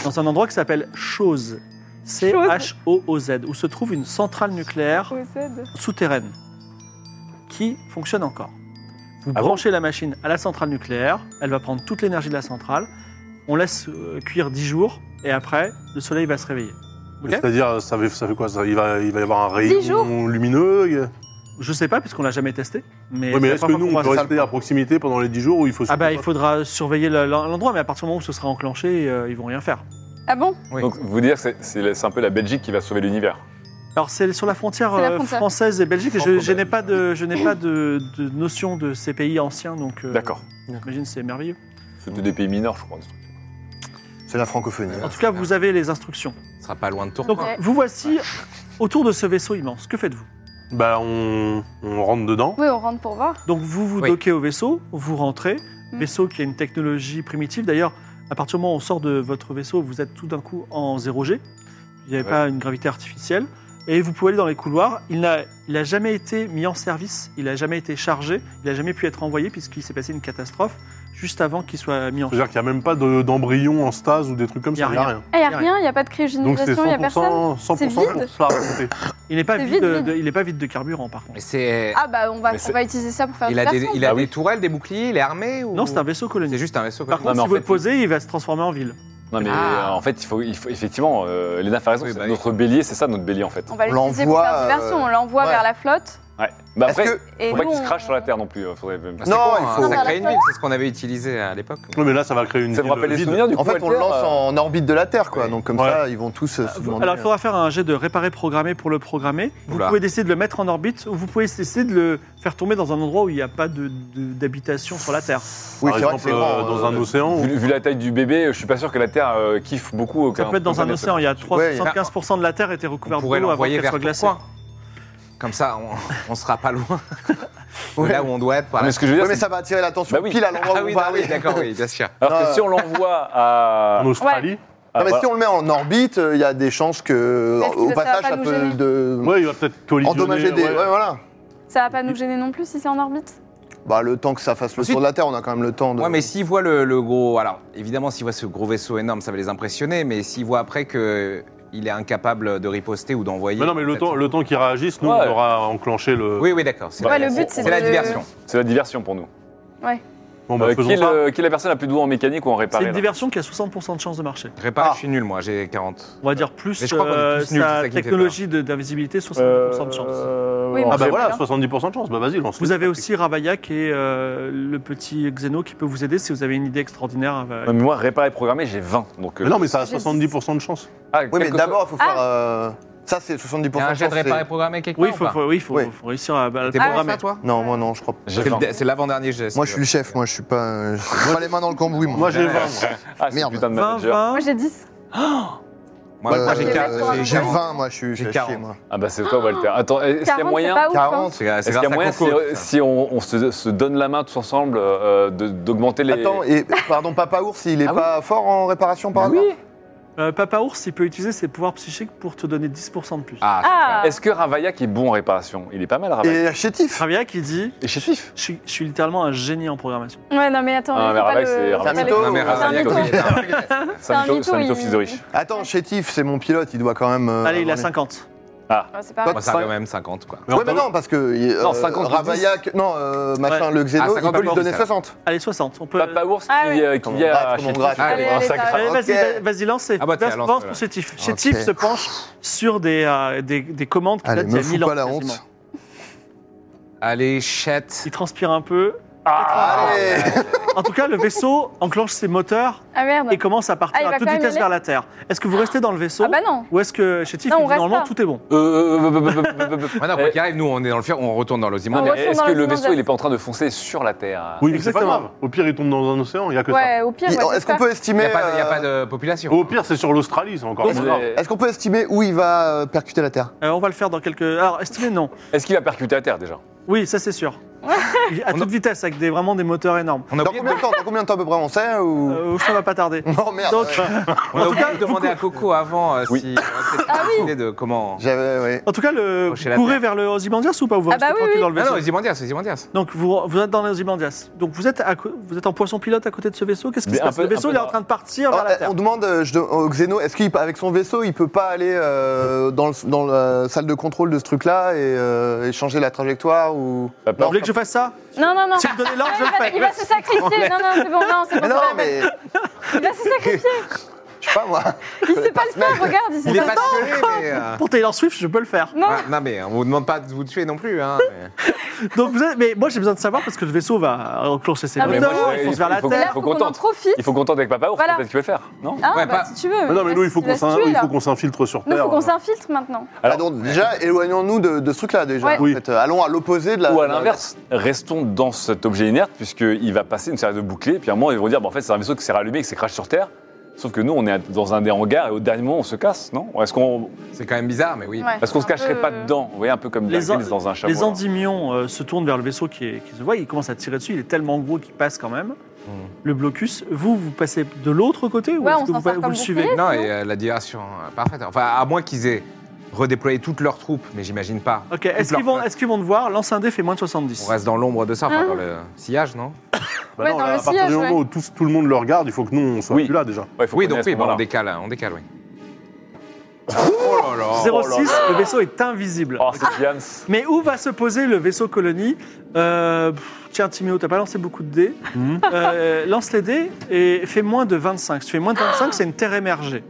Speaker 1: dans un endroit qui s'appelle Chose. C-H-O-O-Z, où se trouve une centrale nucléaire
Speaker 3: Possède.
Speaker 1: souterraine qui fonctionne encore. Vous
Speaker 2: Ah bon
Speaker 1: branchez la machine à la centrale nucléaire, elle va prendre toute l'énergie de la centrale, on laisse euh, cuire 10 jours et après le soleil va se réveiller. Ok.
Speaker 4: C'est-à-dire, ça fait, ça fait quoi ça il, va, il va y avoir un
Speaker 3: Dix jours.
Speaker 4: rayon lumineux. il-
Speaker 1: Je sais pas puisqu'on l'a jamais testé, mais,
Speaker 4: Oui, mais
Speaker 1: c'est la
Speaker 4: est-ce que
Speaker 1: première
Speaker 4: nous,
Speaker 1: fois
Speaker 4: on
Speaker 1: qu'on
Speaker 4: peut
Speaker 1: voit ça.
Speaker 4: rester à proximité pendant les 10 jours ou il faut.
Speaker 1: Ah
Speaker 4: surtout
Speaker 1: bah il
Speaker 4: pas
Speaker 1: faudra surveiller le- l'endroit, mais à partir du moment où ce sera enclenché, euh, ils vont rien faire.
Speaker 3: Ah bon
Speaker 5: Oui.
Speaker 2: Donc, vous dire que c'est- c'est c'est un peu la Belgique qui va sauver l'univers.
Speaker 1: Alors c'est sur la frontière,
Speaker 3: C'est la
Speaker 1: euh,
Speaker 3: frontière.
Speaker 1: française et belgique. et Je, je
Speaker 2: Franco-belge.
Speaker 1: n'ai pas de, je n'ai pas de, de notion de ces pays anciens, donc euh,
Speaker 2: D'accord.
Speaker 1: j'imagine que c'est merveilleux.
Speaker 2: C'était des pays mineurs, je crois. des trucs.
Speaker 6: C'est la francophonie.
Speaker 1: En tout cas, vous avez les instructions.
Speaker 5: Ce sera pas loin de tour.
Speaker 1: Donc
Speaker 3: Ouais.
Speaker 1: vous voici autour de ce vaisseau immense. Que faites-vous
Speaker 4: Bah, on, on rentre dedans.
Speaker 3: Oui, on rentre pour voir.
Speaker 1: Donc vous vous
Speaker 5: Oui.
Speaker 1: doquez au vaisseau, vous rentrez.
Speaker 3: Mm.
Speaker 1: Vaisseau qui a une technologie primitive. D'ailleurs, à partir du moment où on sort de votre vaisseau, vous êtes tout d'un coup en 0G. Il n'y avait
Speaker 2: Ouais.
Speaker 1: pas une gravité artificielle. Et vous pouvez aller dans les couloirs. Il n'a il a jamais été mis en service, il n'a jamais été chargé, il n'a jamais pu être envoyé puisqu'il s'est passé une catastrophe juste avant qu'il soit mis en
Speaker 4: C'est-à-dire qu'il n'y a même pas de- d'embryon en stase ou des trucs comme
Speaker 1: Y a
Speaker 4: ça.
Speaker 1: rien.
Speaker 3: Eh, y
Speaker 1: Y a
Speaker 3: a rien, y a pas de
Speaker 4: Donc c'est
Speaker 3: cryogénisation, y a personne.
Speaker 4: 100%, 100
Speaker 3: C'est vide.
Speaker 4: ça à raconter.
Speaker 1: Il n'est pas,
Speaker 3: C'est
Speaker 1: vide de-
Speaker 3: vide,
Speaker 1: de- il est pas vide de carburant par contre.
Speaker 5: Mais c'est.
Speaker 3: Ah bah on va,
Speaker 2: Mais
Speaker 3: on
Speaker 2: c'est-
Speaker 3: va utiliser ça pour faire
Speaker 5: il
Speaker 3: du
Speaker 5: a des,
Speaker 3: garçon.
Speaker 5: il a
Speaker 2: Ah
Speaker 5: des
Speaker 2: oui.
Speaker 5: tourelles, des boucliers, il est armé ou...
Speaker 1: Non, c'est un vaisseau
Speaker 5: C'est
Speaker 1: colonial.
Speaker 5: juste un vaisseau.
Speaker 1: Par
Speaker 5: comme
Speaker 1: contre,
Speaker 2: mais en
Speaker 1: si vous le
Speaker 2: fait-
Speaker 1: posez, il va se transformer en ville.
Speaker 2: Non, mais
Speaker 5: Ah.
Speaker 2: euh, en fait, il faut, il faut- effectivement, euh, Elena fait raison,
Speaker 5: Oui, bah
Speaker 2: c'est-
Speaker 5: oui.
Speaker 2: notre bélier, c'est ça notre bélier en fait.
Speaker 3: On va l'utiliser pour
Speaker 6: l'envoie,
Speaker 3: faire diversion,
Speaker 6: euh,
Speaker 3: on l'envoie
Speaker 6: ouais.
Speaker 3: vers la flotte.
Speaker 2: Ouais. Bah
Speaker 6: Est-ce
Speaker 2: après,
Speaker 6: que-
Speaker 3: Et
Speaker 2: faut pas
Speaker 3: nous,
Speaker 2: qu'il se
Speaker 3: on-
Speaker 2: crache sur la terre non plus. euh, faudrait-
Speaker 5: C'est
Speaker 6: Non,
Speaker 5: con,
Speaker 6: il
Speaker 5: hein,
Speaker 6: faut-
Speaker 3: Non,
Speaker 5: Ça crée
Speaker 3: mais
Speaker 5: une
Speaker 3: la
Speaker 5: ville, c'est ce qu'on avait utilisé à l'époque.
Speaker 4: Non, mais là, ça va créer une.
Speaker 2: Ça vous
Speaker 4: ville
Speaker 2: rappelle les
Speaker 4: vide.
Speaker 2: souvenirs du coup
Speaker 6: En fait, on le
Speaker 2: Walter,
Speaker 6: lance
Speaker 2: euh,
Speaker 6: en orbite de la Terre, quoi.
Speaker 5: oui.
Speaker 6: Donc, comme
Speaker 4: Ouais.
Speaker 6: ça, ils vont tous euh, se demander.
Speaker 1: Ah, Alors, il faudra faire un jet de réparer programmé pour le programmer. Vous
Speaker 5: Oula.
Speaker 1: pouvez décider de le mettre en orbite ou vous pouvez essayer de le faire tomber dans un endroit où il n'y a pas de- de- d'habitation sur la Terre.
Speaker 6: Oui,
Speaker 4: Par
Speaker 6: c'est vrai que
Speaker 4: exemple,
Speaker 6: c'est
Speaker 4: euh,
Speaker 6: grand,
Speaker 4: dans
Speaker 6: euh,
Speaker 4: un océan.
Speaker 2: Vu,
Speaker 4: ou-
Speaker 2: vu la taille du bébé, je suis pas sûr que la terre euh, kiffe beaucoup. euh,
Speaker 1: Ça
Speaker 2: qu'un-
Speaker 1: peut être dans un
Speaker 2: planète.
Speaker 1: océan. Il y a 3,
Speaker 6: Ouais.
Speaker 1: 75% de la Terre était
Speaker 5: On
Speaker 1: recouverte d'eau
Speaker 5: pourrait
Speaker 1: avant
Speaker 5: l'envoyer
Speaker 1: qu'elle
Speaker 5: vers
Speaker 1: soit
Speaker 5: le
Speaker 1: glacée.
Speaker 5: coin. Comme ça, on, on sera pas loin. De Là où on doit être. par
Speaker 2: Ah,
Speaker 5: la-
Speaker 2: Mais ce que je veux
Speaker 6: Ouais,
Speaker 2: dire,
Speaker 6: mais
Speaker 2: c'est
Speaker 6: ça va attirer l'attention
Speaker 2: Bah oui.
Speaker 6: pile à l'endroit
Speaker 5: Ah
Speaker 6: où
Speaker 5: oui,
Speaker 6: on va
Speaker 5: bah oui,
Speaker 6: aller.
Speaker 5: d'accord, oui, bien sûr.
Speaker 2: alors
Speaker 6: Non,
Speaker 2: que si on l'envoie à.
Speaker 4: En Australie.
Speaker 2: à-
Speaker 6: Non, mais
Speaker 2: voilà.
Speaker 6: si on le met en orbite, euh, il y a des chances que,
Speaker 3: Est-ce que
Speaker 6: au
Speaker 3: ça va
Speaker 6: passage,
Speaker 3: pas
Speaker 6: ça
Speaker 3: nous
Speaker 6: peut
Speaker 3: gêner
Speaker 6: de-
Speaker 4: Ouais, il va peut-être collisionner.
Speaker 6: Mm. endommager des.
Speaker 4: ouais.
Speaker 6: ouais, voilà.
Speaker 3: Ça va pas nous gêner non plus si c'est en orbite
Speaker 6: Bah, le temps que ça fasse le
Speaker 5: Ensuite-
Speaker 6: tour de la Terre, on a quand même le temps de.
Speaker 5: Ouais, mais s'ils voient le, le gros. Alors, évidemment, s'ils voient ce gros vaisseau énorme, ça va les impressionner, mais s'ils voient après que. Il est incapable de riposter ou d'envoyer.
Speaker 4: Mais non, mais le
Speaker 5: peut-être-
Speaker 4: temps, le temps qu'ils réagissent, nous,
Speaker 2: Ouais.
Speaker 4: on aura enclenché le.
Speaker 5: Oui, oui, d'accord. C'est
Speaker 2: Ouais,
Speaker 5: la-
Speaker 2: le but,
Speaker 5: c'est
Speaker 2: c'est
Speaker 5: la
Speaker 3: de-
Speaker 5: diversion.
Speaker 2: C'est la diversion pour nous.
Speaker 4: Bon, bah,
Speaker 2: Euh, qui,
Speaker 4: faisons
Speaker 2: est
Speaker 4: ça.
Speaker 2: le- qui est la personne la plus douée en mécanique ou en
Speaker 1: C'est
Speaker 2: réparer
Speaker 1: une
Speaker 2: là
Speaker 1: diversion qui a 60% de chance de marcher.
Speaker 5: Répare,
Speaker 6: Ah.
Speaker 5: je suis nul, moi, j'ai 40.
Speaker 1: On va dire plus
Speaker 5: Mais je crois qu'on est
Speaker 1: euh,
Speaker 5: tous nuls, c'est ça
Speaker 1: sa
Speaker 5: qui me fait
Speaker 1: technologie de- d'invisibilité, 60%
Speaker 2: Euh,
Speaker 1: de chance.
Speaker 3: Oui,
Speaker 4: Ah,
Speaker 3: mais-
Speaker 4: bah
Speaker 3: J'ai
Speaker 4: voilà,
Speaker 3: bien.
Speaker 4: 70% de chance. Bah, vas-y, lance.
Speaker 1: Vous avez aussi Ravaillac et euh, le petit Xeno qui peut vous aider si vous avez une idée extraordinaire. euh,
Speaker 2: Non, mais moi, réparer programmé, j'ai 20. Donc, euh,
Speaker 4: Mais non, mais ça a
Speaker 3: J'ai
Speaker 4: 70% de chance.
Speaker 2: ah,
Speaker 6: Oui, mais
Speaker 2: quelque
Speaker 6: d'abord, il faut
Speaker 3: Ah.
Speaker 6: faire. euh, Ça, c'est 70%.
Speaker 5: Il y a un
Speaker 6: de
Speaker 5: jet de
Speaker 6: chance,
Speaker 5: réparer
Speaker 6: c'est-
Speaker 5: programmé quelque
Speaker 1: Oui, il
Speaker 5: part ou
Speaker 1: faut,
Speaker 5: pas
Speaker 1: faut- oui, faut,
Speaker 6: Oui.
Speaker 1: faut réussir à, à le
Speaker 5: T'es bon à
Speaker 1: programmer.
Speaker 5: ça, toi
Speaker 6: Non, moi, non, je crois pas.
Speaker 2: chose. J'ai
Speaker 5: C'est
Speaker 2: 20.
Speaker 5: le- C'est l'avant-dernier jet.
Speaker 6: Moi, je suis le chef, moi, je suis pas. euh, Je suis pas les mains dans le cambouis, moi.
Speaker 4: Moi, j'ai 20.
Speaker 2: Ah, c'est
Speaker 6: Merde.
Speaker 2: putain de
Speaker 1: 20,
Speaker 2: manager.
Speaker 1: 20.
Speaker 3: Moi j'ai 10.
Speaker 5: Moi,
Speaker 6: Euh,
Speaker 5: moi, j'ai
Speaker 3: j'ai
Speaker 5: quar-
Speaker 3: quatre,
Speaker 5: j'ai-
Speaker 6: J'ai
Speaker 5: j'ai
Speaker 6: 20, moi, je suis je suis à chier,
Speaker 5: 40.
Speaker 6: moi.
Speaker 2: Ah, bah c'est toi, Walter. Attends, est-ce qu'il y a
Speaker 3: 40, c'est
Speaker 2: moyen
Speaker 3: pas ouf. hein.
Speaker 6: 40.
Speaker 5: C'est grâce
Speaker 2: Est-ce qu'il y a
Speaker 5: à
Speaker 2: moyen, si,
Speaker 5: Coco. ça.
Speaker 2: si on, on se, se donne la main tous ensemble, euh, de- d'augmenter les.
Speaker 6: Attends, et pardon, Papa Ours, il est
Speaker 2: Ah oui.
Speaker 6: pas fort en réparation par hasard
Speaker 1: Euh, Papa Ours, il peut utiliser ses pouvoirs psychiques pour te donner 10% de plus.
Speaker 5: Ah,
Speaker 3: Ah
Speaker 2: Est-ce que Ravaillac est bon en réparation Il est pas mal, Ravaillac.
Speaker 6: Et chétif
Speaker 1: Ravaillac, il dit
Speaker 2: Et chétif.
Speaker 1: je suis, je suis littéralement un génie en programmation.
Speaker 3: Ouais, non, mais attends.
Speaker 2: Ah,
Speaker 3: faut
Speaker 2: mais
Speaker 3: pas
Speaker 2: Ravaillac,
Speaker 3: le-
Speaker 2: c'est
Speaker 3: faut pas
Speaker 6: Ravaillac.
Speaker 3: le-
Speaker 6: Non,
Speaker 5: Non, mais
Speaker 6: C'est un
Speaker 5: Ravaillac,
Speaker 3: mytho.
Speaker 5: oui, il est un-
Speaker 3: C'est un mytho,
Speaker 2: un mytho,
Speaker 3: il-
Speaker 2: fils de riche.
Speaker 6: Attends, chétif, c'est mon pilote, il doit quand même. euh,
Speaker 1: Allez, il a
Speaker 6: avoir
Speaker 1: 50.
Speaker 3: Ah, c'est pas
Speaker 5: Moi,
Speaker 3: grave.
Speaker 5: ça a quand même 50, quoi.
Speaker 6: les- Ouais, mais non, parce que. il-
Speaker 2: Non,
Speaker 6: euh,
Speaker 2: 50,
Speaker 6: Ravaillac, non, euh, machin,
Speaker 1: Ouais.
Speaker 6: le Xeno,
Speaker 5: Ah,
Speaker 6: il
Speaker 5: 50,
Speaker 6: peut lui
Speaker 5: Papa
Speaker 6: donner
Speaker 5: Ours,
Speaker 6: 60.
Speaker 1: Allez, 60. On peut...
Speaker 2: Papa Ours
Speaker 3: Ah
Speaker 2: qui,
Speaker 3: oui.
Speaker 2: euh, qui
Speaker 6: Comment
Speaker 2: dit
Speaker 6: gratte,
Speaker 2: à
Speaker 6: comment
Speaker 2: Chétif,
Speaker 6: gratte.
Speaker 2: il est
Speaker 3: Allez,
Speaker 2: bon en
Speaker 3: allez,
Speaker 2: sacré-
Speaker 3: t'arrives.
Speaker 1: Allez, vas-y,
Speaker 6: Ok.
Speaker 1: va- vas-y, lance, et
Speaker 5: Ah bah, tiens,
Speaker 1: lance,
Speaker 5: lance,
Speaker 1: lance
Speaker 5: là.
Speaker 1: pour Chétif.
Speaker 6: Ok.
Speaker 1: Chétif se penche sur des, euh, des, des commandes qui
Speaker 6: Allez,
Speaker 1: datent d'il y
Speaker 6: me
Speaker 1: a
Speaker 6: fous
Speaker 1: 1000 ans.
Speaker 6: pas la
Speaker 1: quasiment.
Speaker 6: honte.
Speaker 5: Allez, chat.
Speaker 1: Il transpire un peu.
Speaker 2: Ah.
Speaker 1: Ah.
Speaker 6: Allez
Speaker 1: En tout cas, le vaisseau enclenche ses moteurs
Speaker 3: Ah merde.
Speaker 1: et commence à
Speaker 3: Ah, il
Speaker 1: partir
Speaker 3: va
Speaker 1: à toute
Speaker 3: quand même
Speaker 1: vitesse
Speaker 3: y aller
Speaker 1: vers la Terre. Est-ce que vous restez dans le vaisseau
Speaker 3: Ah bah non.
Speaker 1: Ou est-ce que Chétif,
Speaker 3: Non,
Speaker 1: il
Speaker 3: on
Speaker 1: dit
Speaker 3: reste
Speaker 1: normalement
Speaker 3: pas.
Speaker 1: tout est bon
Speaker 2: Euh, euh, euh, euh, euh, euh, euh, euh,
Speaker 5: Maintenant, quoi qu'il arrive, nous, on est dans le fier, on retourne dans
Speaker 2: Non,
Speaker 3: On
Speaker 5: l'Ozymandias.
Speaker 2: mais
Speaker 3: retourne
Speaker 2: est-ce
Speaker 3: dans
Speaker 2: que
Speaker 3: les
Speaker 2: le vaisseau
Speaker 3: Ozymandias.
Speaker 2: il est pas en train de foncer sur la Terre hein
Speaker 4: Oui, mais c'est pas
Speaker 1: Exactement.
Speaker 4: grave. Au pire, il tombe dans un océan, il n'y a que ça.
Speaker 3: Ouais, au pire.
Speaker 6: Il-
Speaker 3: ouais, c'est
Speaker 6: Est-ce qu'on
Speaker 3: ça.
Speaker 6: peut
Speaker 5: Il n'y
Speaker 6: estimer.
Speaker 5: a, pas de- il y a
Speaker 6: euh,
Speaker 5: pas de population.
Speaker 4: Au pire, c'est sur l'Australie, c'est encore
Speaker 1: Donc,
Speaker 4: plus grave.
Speaker 2: Est-ce
Speaker 6: Est-ce qu'on peut estimer où il va euh, percuter la Terre
Speaker 1: Euh, On va le faire dans quelques... Alors, estimez non.
Speaker 2: est-ce qu'il va percuter la Terre déjà
Speaker 1: Oui, ça c'est sûr. à
Speaker 5: On a-
Speaker 1: toute vitesse, avec des, vraiment des moteurs énormes.
Speaker 5: On a
Speaker 6: Dans
Speaker 5: oublié de
Speaker 6: combien de temps Dans combien de temps à peu près on sait ou...
Speaker 1: Euh, ça va pas tarder.
Speaker 6: Non, merde.
Speaker 1: Donc,
Speaker 6: ouais.
Speaker 5: on
Speaker 1: en
Speaker 5: a
Speaker 1: tout cas,
Speaker 5: oublié de demander
Speaker 1: vous-
Speaker 5: à Coco avant euh,
Speaker 2: Oui.
Speaker 5: si on avait peut-être
Speaker 3: Ah oui.
Speaker 5: une idée de comment.
Speaker 6: J'avais, ouais.
Speaker 1: En tout cas, le,
Speaker 5: Approchez
Speaker 1: vous
Speaker 5: la
Speaker 1: courez
Speaker 5: Terre.
Speaker 1: vers le Ozymandias ou pas Vous
Speaker 3: Ah bah
Speaker 1: restez
Speaker 3: oui,
Speaker 1: tranquille
Speaker 3: oui.
Speaker 1: dans le
Speaker 5: Ah non,
Speaker 1: vaisseau
Speaker 5: Ozymandias, Ozymandias.
Speaker 1: Donc vous, vous êtes dans les Ozymandias. Donc vous êtes, à co- vous êtes en poisson pilote à côté de ce vaisseau. Qu'est-ce qui
Speaker 2: Mais
Speaker 1: se
Speaker 2: un
Speaker 1: passe
Speaker 2: peu-
Speaker 1: Le vaisseau
Speaker 2: un
Speaker 1: il
Speaker 2: peu
Speaker 1: est en
Speaker 2: dans- Oh, eh,
Speaker 1: train de partir
Speaker 6: Alors,
Speaker 1: vers la
Speaker 6: on
Speaker 1: Terre.
Speaker 6: demande euh, je- au Xeno, est-ce qu'avec son vaisseau, il peut pas aller euh, dans, le- dans la salle de contrôle de ce truc-là et, euh, et changer la trajectoire ou
Speaker 2: Papa,
Speaker 1: Vous voulez que je fasse ça
Speaker 3: Non, non, non.
Speaker 1: Si vous me donnez l'ordre,
Speaker 3: Ah,
Speaker 1: je le
Speaker 3: il, va,
Speaker 1: fais.
Speaker 3: il va se sacrifier. Non, non, c'est bon, non, c'est bon. c'est
Speaker 6: Mais non,
Speaker 3: pas la peine.
Speaker 6: mais
Speaker 3: Il va se sacrifier.
Speaker 6: je sais pas moi.
Speaker 3: Il sait pas le faire, regarde. Il sait
Speaker 5: Il est
Speaker 3: pas le faire.
Speaker 5: passionné, mais. euh,
Speaker 1: Pour Taylor Swift, je peux le faire.
Speaker 3: Non,
Speaker 5: ouais, Non, mais on vous demande pas de vous tuer non plus. hein, mais-
Speaker 1: Donc vous êtes, mais moi j'ai besoin de savoir parce que le vaisseau va enclencher ses
Speaker 3: Ah, mais
Speaker 1: moteurs,
Speaker 3: moi,
Speaker 1: il
Speaker 2: je-
Speaker 1: fonce vers la
Speaker 2: il faut-
Speaker 3: c'est
Speaker 1: Terre.
Speaker 3: là
Speaker 2: il faut
Speaker 3: qu'on
Speaker 2: qu'on
Speaker 3: en
Speaker 2: tente.
Speaker 3: profite.
Speaker 2: Il faut qu'on tente avec Papa Ours,
Speaker 3: Voilà.
Speaker 2: peut-être qu'il peut le faire, non
Speaker 3: Ah,
Speaker 5: Ouais,
Speaker 3: bah
Speaker 5: pas-
Speaker 3: si tu veux.
Speaker 4: Mais non, mais nous, il faut
Speaker 3: va
Speaker 4: qu'on
Speaker 3: se tuer,
Speaker 4: s'in- il
Speaker 3: là.
Speaker 4: faut qu'on s'infiltre sur
Speaker 3: Nous,
Speaker 4: Terre.
Speaker 3: faut qu'on s'infiltre maintenant.
Speaker 2: Alors-
Speaker 6: Ah, donc, déjà, éloignons-nous de, de ce truc-là déjà.
Speaker 3: Ouais.
Speaker 6: en fait. Euh, Allons à l'opposé de la.
Speaker 2: Ou à l'inverse, restons dans cet objet inerte, puisqu'il va passer une série de bouclés, puis à un moment, ils vont dire, bah, en fait, c'est un vaisseau qui s'est rallumé, qui s'est crash sur Terre. Sauf que nous, on est dans un des hangars et au dernier moment, on se casse, non Est-ce qu'on
Speaker 5: C'est quand même bizarre, mais oui.
Speaker 3: Ouais,
Speaker 2: est qu'on se
Speaker 3: un
Speaker 2: cacherait
Speaker 3: peu,
Speaker 2: pas
Speaker 3: euh,
Speaker 2: dedans Vous voyez, un peu comme
Speaker 1: Les
Speaker 2: les
Speaker 1: an-
Speaker 2: dans un chapeau.
Speaker 1: Les Andimions euh, se tournent vers le vaisseau qui, est- qui se voit, il commence à tirer dessus, il est tellement gros qu'il passe quand même.
Speaker 5: Mm.
Speaker 1: Le blocus, vous, vous passez de l'autre côté ou
Speaker 3: Ouais,
Speaker 1: est-ce
Speaker 3: on
Speaker 1: que
Speaker 3: s'en
Speaker 1: vous, pa-
Speaker 3: sert
Speaker 1: vous
Speaker 3: comme
Speaker 1: le suivez
Speaker 3: bouclier.
Speaker 5: Non,
Speaker 3: Non.
Speaker 5: et euh, la diversion euh, parfaite. Enfin, à moins qu'ils aient redéployé toutes leurs troupes, mais j'imagine pas.
Speaker 1: Ok, est-ce
Speaker 5: leur
Speaker 1: qu'ils vont,
Speaker 5: flotte.
Speaker 1: est-ce qu'ils vont te voir Lance un dé, fait moins de 70.
Speaker 5: On reste dans l'ombre de ça, enfin, dans le sillage, non
Speaker 4: Bah
Speaker 3: Ouais,
Speaker 4: non,
Speaker 3: dans
Speaker 4: là,
Speaker 3: le
Speaker 4: à partir
Speaker 3: sillage,
Speaker 4: du moment
Speaker 3: ouais.
Speaker 4: où tous- tout le monde le regarde, il faut que nous, on soit
Speaker 2: Oui.
Speaker 4: plus là déjà.
Speaker 2: Ouais, faut
Speaker 5: Oui,
Speaker 2: qu'on
Speaker 5: donc
Speaker 2: ait à ce
Speaker 5: oui, bon, on
Speaker 2: moment-là.
Speaker 5: décale, on décale, oui. Oh là là.
Speaker 1: 06, le vaisseau est invisible.
Speaker 2: Oh, c'est James.
Speaker 1: Mais où va se poser le vaisseau colonie Euh, pff, Tiens, Timéo, t'as pas lancé beaucoup de dés.
Speaker 4: Mhm.
Speaker 1: Euh, lance les dés et fais moins de 25. Si tu fais moins de 25, c'est une terre émergée.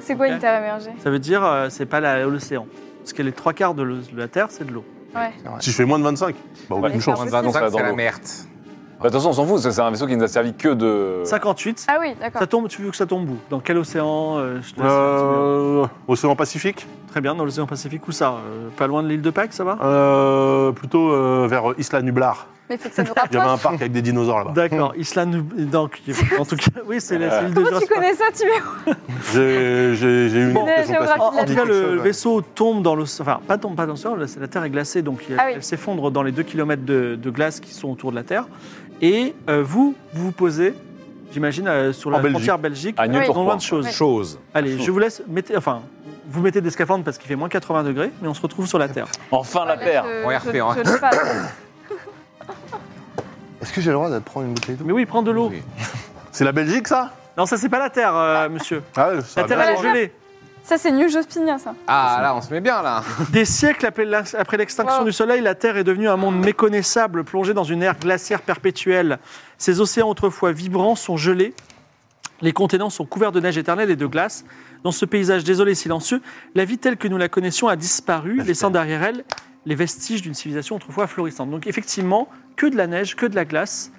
Speaker 3: C'est quoi
Speaker 1: Ok.
Speaker 3: une terre émergée
Speaker 1: Ça veut dire, euh, c'est pas la- l'océan. Parce que les trois quarts de, l'o- de la terre, c'est de l'eau.
Speaker 3: Ouais.
Speaker 4: Si je fais moins de 25, bah
Speaker 2: Ouais.
Speaker 4: aucune
Speaker 3: c'est
Speaker 4: chance.
Speaker 3: impossible.
Speaker 2: vingt-cinq.
Speaker 5: Ça,
Speaker 2: dans
Speaker 5: c'est la
Speaker 2: l'eau.
Speaker 5: merde.
Speaker 2: Bah, attention, on s'en fout, ça, c'est un vaisseau qui nous a servi que de.
Speaker 1: 58,
Speaker 3: Ah oui,
Speaker 1: ça
Speaker 3: d'accord.
Speaker 1: tombe, tu veux que ça tombe où Dans quel océan euh, je te laisse, Timéo.
Speaker 4: Euh, océan Pacifique
Speaker 1: Très bien, dans l'océan Pacifique, où ça Euh, Pas loin de l'île de Pâques, ça va
Speaker 4: euh, Plutôt euh, vers Isla Nublar.
Speaker 3: Mais faut que ça nous
Speaker 4: Il y avait
Speaker 3: rapproche.
Speaker 4: un parc avec des dinosaures là-bas.
Speaker 1: D'accord, Isla Nub... Donc, en tout cas, oui, c'est la- c'est l'île de
Speaker 3: Comment tu
Speaker 1: Jurassic Park.
Speaker 3: connais ça, tu
Speaker 4: J'ai j'ai- j'ai eu une
Speaker 3: Bon.
Speaker 4: éducation
Speaker 3: Géographie.
Speaker 4: pacifique.
Speaker 1: En, en tout cas,
Speaker 4: Oh, Quelque
Speaker 1: le
Speaker 4: chose, ouais.
Speaker 1: vaisseau tombe dans l'océan. Enfin, pas tombe pas dans l'océan, la- la Terre est glacée, donc il-
Speaker 3: Ah oui.
Speaker 1: elle s'effondre dans les 2 km de, de glace qui sont autour de la Terre. Et euh, vous, vous vous posez, j'imagine, euh, sur la
Speaker 4: En Belgique.
Speaker 1: frontière Belgique,
Speaker 2: À Nîmes
Speaker 3: Oui.
Speaker 2: pour
Speaker 1: dans
Speaker 2: quoi
Speaker 1: loin de choses.
Speaker 5: Chose.
Speaker 1: Allez, je vous laisse. Mettez, enfin, vous mettez des scaphandres parce qu'il fait moins 80 degrés, mais on se retrouve sur la Terre.
Speaker 2: Enfin la paire.
Speaker 3: Je-
Speaker 5: En
Speaker 3: je-
Speaker 5: RP, hein.
Speaker 3: je le passe.
Speaker 6: Est-ce que j'ai le droit de prendre une bouteille d'eau
Speaker 1: Mais oui, prends de l'eau.
Speaker 5: Oui.
Speaker 4: C'est la Belgique ça
Speaker 1: Non, ça, c'est pas la Terre, euh, monsieur.
Speaker 4: Ah ouais,
Speaker 1: La
Speaker 4: ça
Speaker 1: Terre,
Speaker 4: va
Speaker 1: elle
Speaker 4: bien.
Speaker 1: est gelée.
Speaker 3: Ça, c'est New Jospinien, ça.
Speaker 5: Ah là, on se met bien là.
Speaker 1: Des siècles après l'ex- après l'extinction
Speaker 3: Wow.
Speaker 1: du Soleil, la Terre est devenue un monde méconnaissable, plongé dans une ère glaciaire perpétuelle. Ces océans autrefois vibrants sont gelés. Les continents sont couverts de neige éternelle et de glace. Dans ce paysage désolé et silencieux, la vie telle que nous la connaissions a disparu, laissant derrière elle les vestiges d'une civilisation autrefois florissante. Donc effectivement, que de la neige, que de la glace.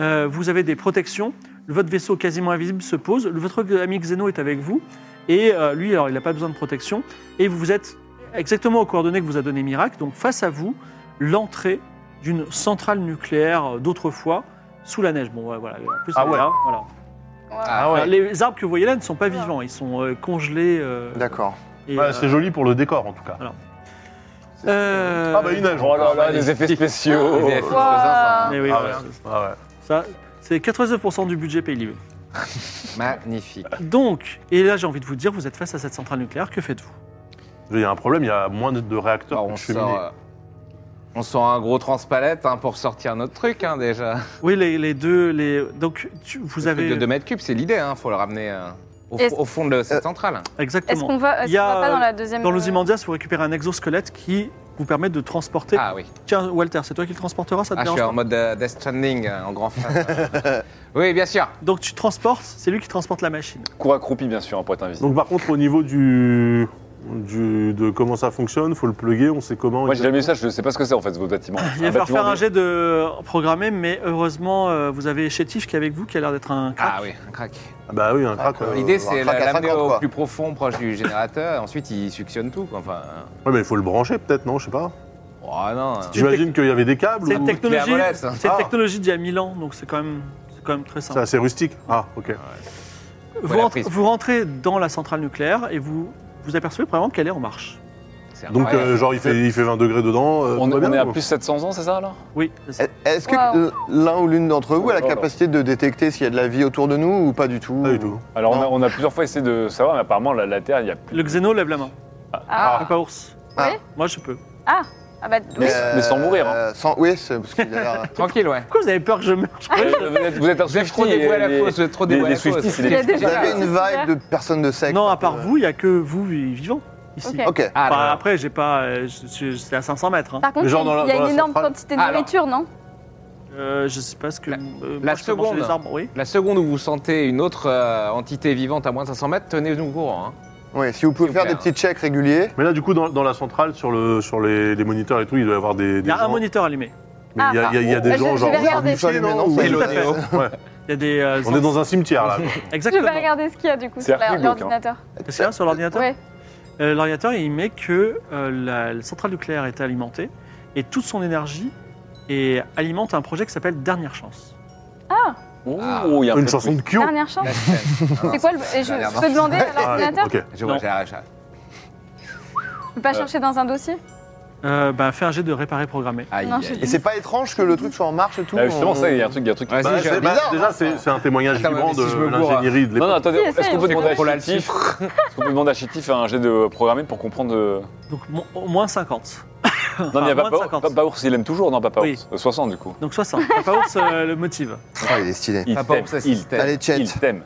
Speaker 1: Euh, vous avez des protections. Votre vaisseau quasiment invisible se pose. Votre ami Xeno est avec vous. Et euh, lui, alors, il n'a pas besoin de protection. Et vous êtes exactement aux coordonnées que vous a donné Miracle. Donc face à vous, l'entrée d'une centrale nucléaire euh, d'autrefois sous la neige. Bon, ouais, voilà. En plus,
Speaker 4: Ah
Speaker 1: elle est
Speaker 4: ouais.
Speaker 1: là, voilà.
Speaker 5: Ah,
Speaker 1: Alors, Les arbres que vous voyez là ne sont pas vivants. Ils sont euh, congelés. euh,
Speaker 6: D'accord.
Speaker 1: et,
Speaker 4: Ouais,
Speaker 1: euh,
Speaker 4: C'est joli pour le décor en tout cas.
Speaker 1: euh,
Speaker 4: Ah bah une neige.
Speaker 2: Oh là là, les effets spéciaux.
Speaker 5: Les VFX,
Speaker 3: Waouh.
Speaker 1: mais eh oui,
Speaker 4: Ah
Speaker 1: voilà,
Speaker 4: ouais. Ah ouais.
Speaker 1: Ça, c'est 89% du budget pays libre.
Speaker 5: c'est ça. Magnifique.
Speaker 1: Donc, et là j'ai envie de vous dire, vous êtes face à cette centrale nucléaire, que faites-vous
Speaker 4: Il y a un problème, il y a moins de- de réacteurs
Speaker 5: Alors,
Speaker 4: que
Speaker 5: on,
Speaker 4: de cheminées.
Speaker 5: sort, euh, on sort un gros transpalette hein, pour sortir notre truc hein, déjà.
Speaker 1: Oui, les, les deux, les... donc tu- vous
Speaker 5: Le truc
Speaker 1: avez...
Speaker 5: de 2 mètres cubes, c'est l'idée, hein, faut le ramener euh, au,
Speaker 3: Est-ce-
Speaker 5: au fond de cette centrale.
Speaker 3: Est-ce
Speaker 1: Exactement.
Speaker 3: qu'on va, est-ce
Speaker 1: Il y
Speaker 3: qu'on va
Speaker 1: a,
Speaker 3: pas dans la deuxième
Speaker 1: Dans l'Ozymandias, vous récupérez un exosquelette qui vous permet de transporter...
Speaker 5: Ah oui,
Speaker 1: Tiens, Walter, c'est toi qui le transporteras, ça te
Speaker 5: ah, je
Speaker 1: dérange
Speaker 5: suis en
Speaker 1: pas
Speaker 5: mode euh, Death Stranding, euh, en grand fan. oui, bien sûr.
Speaker 1: Donc tu transportes, c'est lui qui transporte la machine.
Speaker 2: Cours accroupi, bien sûr, hein, pour être invisible.
Speaker 4: Donc par contre au niveau du, du de comment ça fonctionne, faut le plugger, on sait comment.
Speaker 2: Moi, j'ai jamais vu ça, je sais pas ce que c'est en fait, ce bâtiment.
Speaker 5: Ah,
Speaker 1: Il
Speaker 5: bah,
Speaker 1: va falloir
Speaker 2: bâtiment
Speaker 1: faire un
Speaker 2: de-
Speaker 1: jet de programmé, mais heureusement, euh, vous avez Chétif qui est avec vous, qui a l'air d'être un crack.
Speaker 5: Ah oui, un crack.
Speaker 4: Ah bah oui, un
Speaker 6: Ah,
Speaker 4: crack.
Speaker 6: quoi.
Speaker 2: euh,
Speaker 4: ouais.
Speaker 5: L'idée,
Speaker 6: un
Speaker 5: c'est
Speaker 6: crack à
Speaker 5: la- l'amener
Speaker 6: 50,
Speaker 5: au
Speaker 6: quoi.
Speaker 5: plus profond, proche du générateur, et ensuite il suctionne tout. quoi, Enfin, euh,
Speaker 4: Ouais, mais il faut le brancher peut-être, non Je sais pas.
Speaker 5: oh non. hein.
Speaker 4: J'imagine qu'il y avait des câbles.
Speaker 1: C'est
Speaker 4: ou-
Speaker 1: une technologie,
Speaker 5: la molette, Oh. ça.
Speaker 1: c'est une
Speaker 4: Ah.
Speaker 1: technologie d'il y a 1000 ans, donc c'est quand même, c'est quand même très
Speaker 4: C'est
Speaker 1: simple.
Speaker 4: assez rustique. Ah ok.
Speaker 1: Vous,
Speaker 5: la
Speaker 1: rentre-
Speaker 5: prise.
Speaker 1: vous rentrez dans la centrale nucléaire et vous vous apercevez probablement qu'elle est en marche.
Speaker 5: C'est
Speaker 4: Donc
Speaker 5: incroyable.
Speaker 4: euh, genre il fait il fait 20 degrés dedans. euh,
Speaker 2: On,
Speaker 4: tout va
Speaker 2: on
Speaker 4: bien,
Speaker 2: est à
Speaker 4: quoi.
Speaker 2: plus 700 ans, c'est ça alors
Speaker 1: Oui, c'est ça.
Speaker 6: Est- Est-ce que
Speaker 3: Wow.
Speaker 6: euh, l'un ou l'une d'entre vous a la
Speaker 2: Oh là là.
Speaker 6: capacité de détecter s'il y a de la vie autour de nous ou pas du tout
Speaker 4: Pas du tout.
Speaker 2: Alors, on a,
Speaker 6: Non.
Speaker 2: on a plusieurs fois essayé de savoir, mais apparemment, la, la Terre, il y a plus.
Speaker 1: Le xéno lève la main.
Speaker 3: Ah.
Speaker 1: Papa pas ours.
Speaker 6: Ah.
Speaker 3: Oui
Speaker 1: Moi, je peux.
Speaker 3: Ah bah oui.
Speaker 6: Mais, euh,
Speaker 2: mais sans mourir, hein.
Speaker 6: euh, sans- Oui, c'est parce qu'il y a l'air-
Speaker 5: Tranquille, ouais.
Speaker 1: Pourquoi vous avez peur que je meure Je
Speaker 3: Ah.
Speaker 2: Vous
Speaker 1: crois que-
Speaker 2: êtes, vous êtes un
Speaker 5: Vous avez
Speaker 2: Swiftie
Speaker 5: trop dévoué à la
Speaker 2: et-
Speaker 5: cause, vous êtes trop
Speaker 2: les-
Speaker 5: dévoué à
Speaker 2: les
Speaker 5: la cause.
Speaker 2: Swifties, c'est
Speaker 3: Il y a
Speaker 2: les
Speaker 6: Vous
Speaker 3: déjà-
Speaker 6: avez une vague de personnes de secte.
Speaker 1: Non,
Speaker 6: un
Speaker 1: à
Speaker 6: peu.
Speaker 1: part vous, il n'y a que vous vi- vivants ici.
Speaker 3: Ok.
Speaker 6: Ok.
Speaker 5: Ah,
Speaker 1: Enfin,
Speaker 5: là, là.
Speaker 1: après, j'ai pas. euh, je- je- C'est à 500 mètres. hein.
Speaker 3: Par contre, il y
Speaker 4: genre dans
Speaker 3: a-
Speaker 4: la-
Speaker 3: il y a
Speaker 4: dans
Speaker 3: une
Speaker 4: la
Speaker 3: énorme
Speaker 4: centrale.
Speaker 3: quantité de
Speaker 5: Alors.
Speaker 3: nourriture, non
Speaker 1: Euh, je sais pas ce que.
Speaker 5: La-
Speaker 1: euh,
Speaker 5: la
Speaker 1: moi, je peux manger
Speaker 5: seconde.
Speaker 1: Les arbres, oui.
Speaker 5: La seconde où vous sentez une autre euh, entité vivante à moins de 500 mètres, tenez-nous au courant. hein.
Speaker 6: Oui, si vous pouvez
Speaker 5: Super.
Speaker 6: faire des petits checks réguliers.
Speaker 4: Mais là du coup dans, dans la centrale sur le sur les, les moniteurs et tout, il doit y avoir des.
Speaker 1: Il y a
Speaker 4: des
Speaker 1: un
Speaker 4: gens.
Speaker 1: moniteur allumé.
Speaker 4: Mais il y a, il y a- il y a des
Speaker 3: Je- je
Speaker 4: gens genre.
Speaker 3: vais regarder.
Speaker 4: Vous savez, non,
Speaker 6: Oui,
Speaker 4: ou-
Speaker 6: le-
Speaker 5: Téléo.
Speaker 4: Ouais.
Speaker 1: Il y a des. euh,
Speaker 4: On est dans un cimetière là. quoi.
Speaker 3: Je vais
Speaker 1: Exactement.
Speaker 3: regarder ce qu'il y a du coup
Speaker 2: C'est
Speaker 3: sur la-
Speaker 2: Archie Book, hein.
Speaker 3: l'ordinateur.
Speaker 1: Qu'est-ce qu'il y a sur l'ordinateur
Speaker 3: Ouais.
Speaker 1: Euh, L'ordinateur, il met que euh, la, la centrale nucléaire est alimentée et toute son énergie et alimente un projet qui s'appelle Dernière Chance.
Speaker 2: Ouh, il y a un
Speaker 4: Une
Speaker 2: peu
Speaker 4: chanson de Kyo.
Speaker 3: Dernière chance.
Speaker 5: La chaîne.
Speaker 3: C'est quoi le. et je,
Speaker 5: Ça a l'air
Speaker 3: je peux demander à
Speaker 4: Ah,
Speaker 3: l'ordinateur
Speaker 4: ok.
Speaker 5: Je vois,
Speaker 1: Non.
Speaker 5: j'ai la rachat.
Speaker 3: Je peux pas chercher dans un dossier
Speaker 1: Euh, bah, fais un jet de réparer programmé.
Speaker 5: Aïe,
Speaker 3: Non,
Speaker 5: aïe,
Speaker 3: j'ai-
Speaker 5: aïe.
Speaker 6: Et c'est pas étrange que le truc soit en marche et tout.
Speaker 2: Ah, justement,
Speaker 6: on-
Speaker 2: ça, il y a un truc, il y a un truc. qui-
Speaker 5: Vas-y,
Speaker 4: Bah,
Speaker 5: je-
Speaker 4: c'est-
Speaker 6: bizarre,
Speaker 4: bah, déjà,
Speaker 6: hein.
Speaker 4: c'est c'est un témoignage
Speaker 5: Attends,
Speaker 4: vivant
Speaker 5: mais si je me
Speaker 4: de
Speaker 5: gourre,
Speaker 4: l'ingénierie de
Speaker 2: Non, non,
Speaker 4: l'époque.
Speaker 2: attendez,
Speaker 3: Si,
Speaker 2: est-ce
Speaker 3: essaye,
Speaker 2: qu'on peut
Speaker 3: on
Speaker 2: demander à
Speaker 5: contrôle à le
Speaker 2: Chitif Est-ce qu'on peut demander à Chitif un jet de programmé pour comprendre euh,
Speaker 1: Donc, mo- au moins 50.
Speaker 2: Non, mais il y a
Speaker 1: Enfin, moins de
Speaker 2: Papa,
Speaker 1: 50.
Speaker 2: Papa Ours, il aime toujours, non, Papa
Speaker 1: Oui.
Speaker 2: Ours Euh, 60 du coup.
Speaker 1: Donc 60. Papa Ours euh, le motive.
Speaker 6: Oh, il est stylé.
Speaker 2: Il
Speaker 5: Papa
Speaker 2: t'aime,
Speaker 5: Ours, ça, c'est
Speaker 2: il
Speaker 5: stylé.
Speaker 2: t'aime.
Speaker 6: Allez, chat.
Speaker 2: Il t'aime.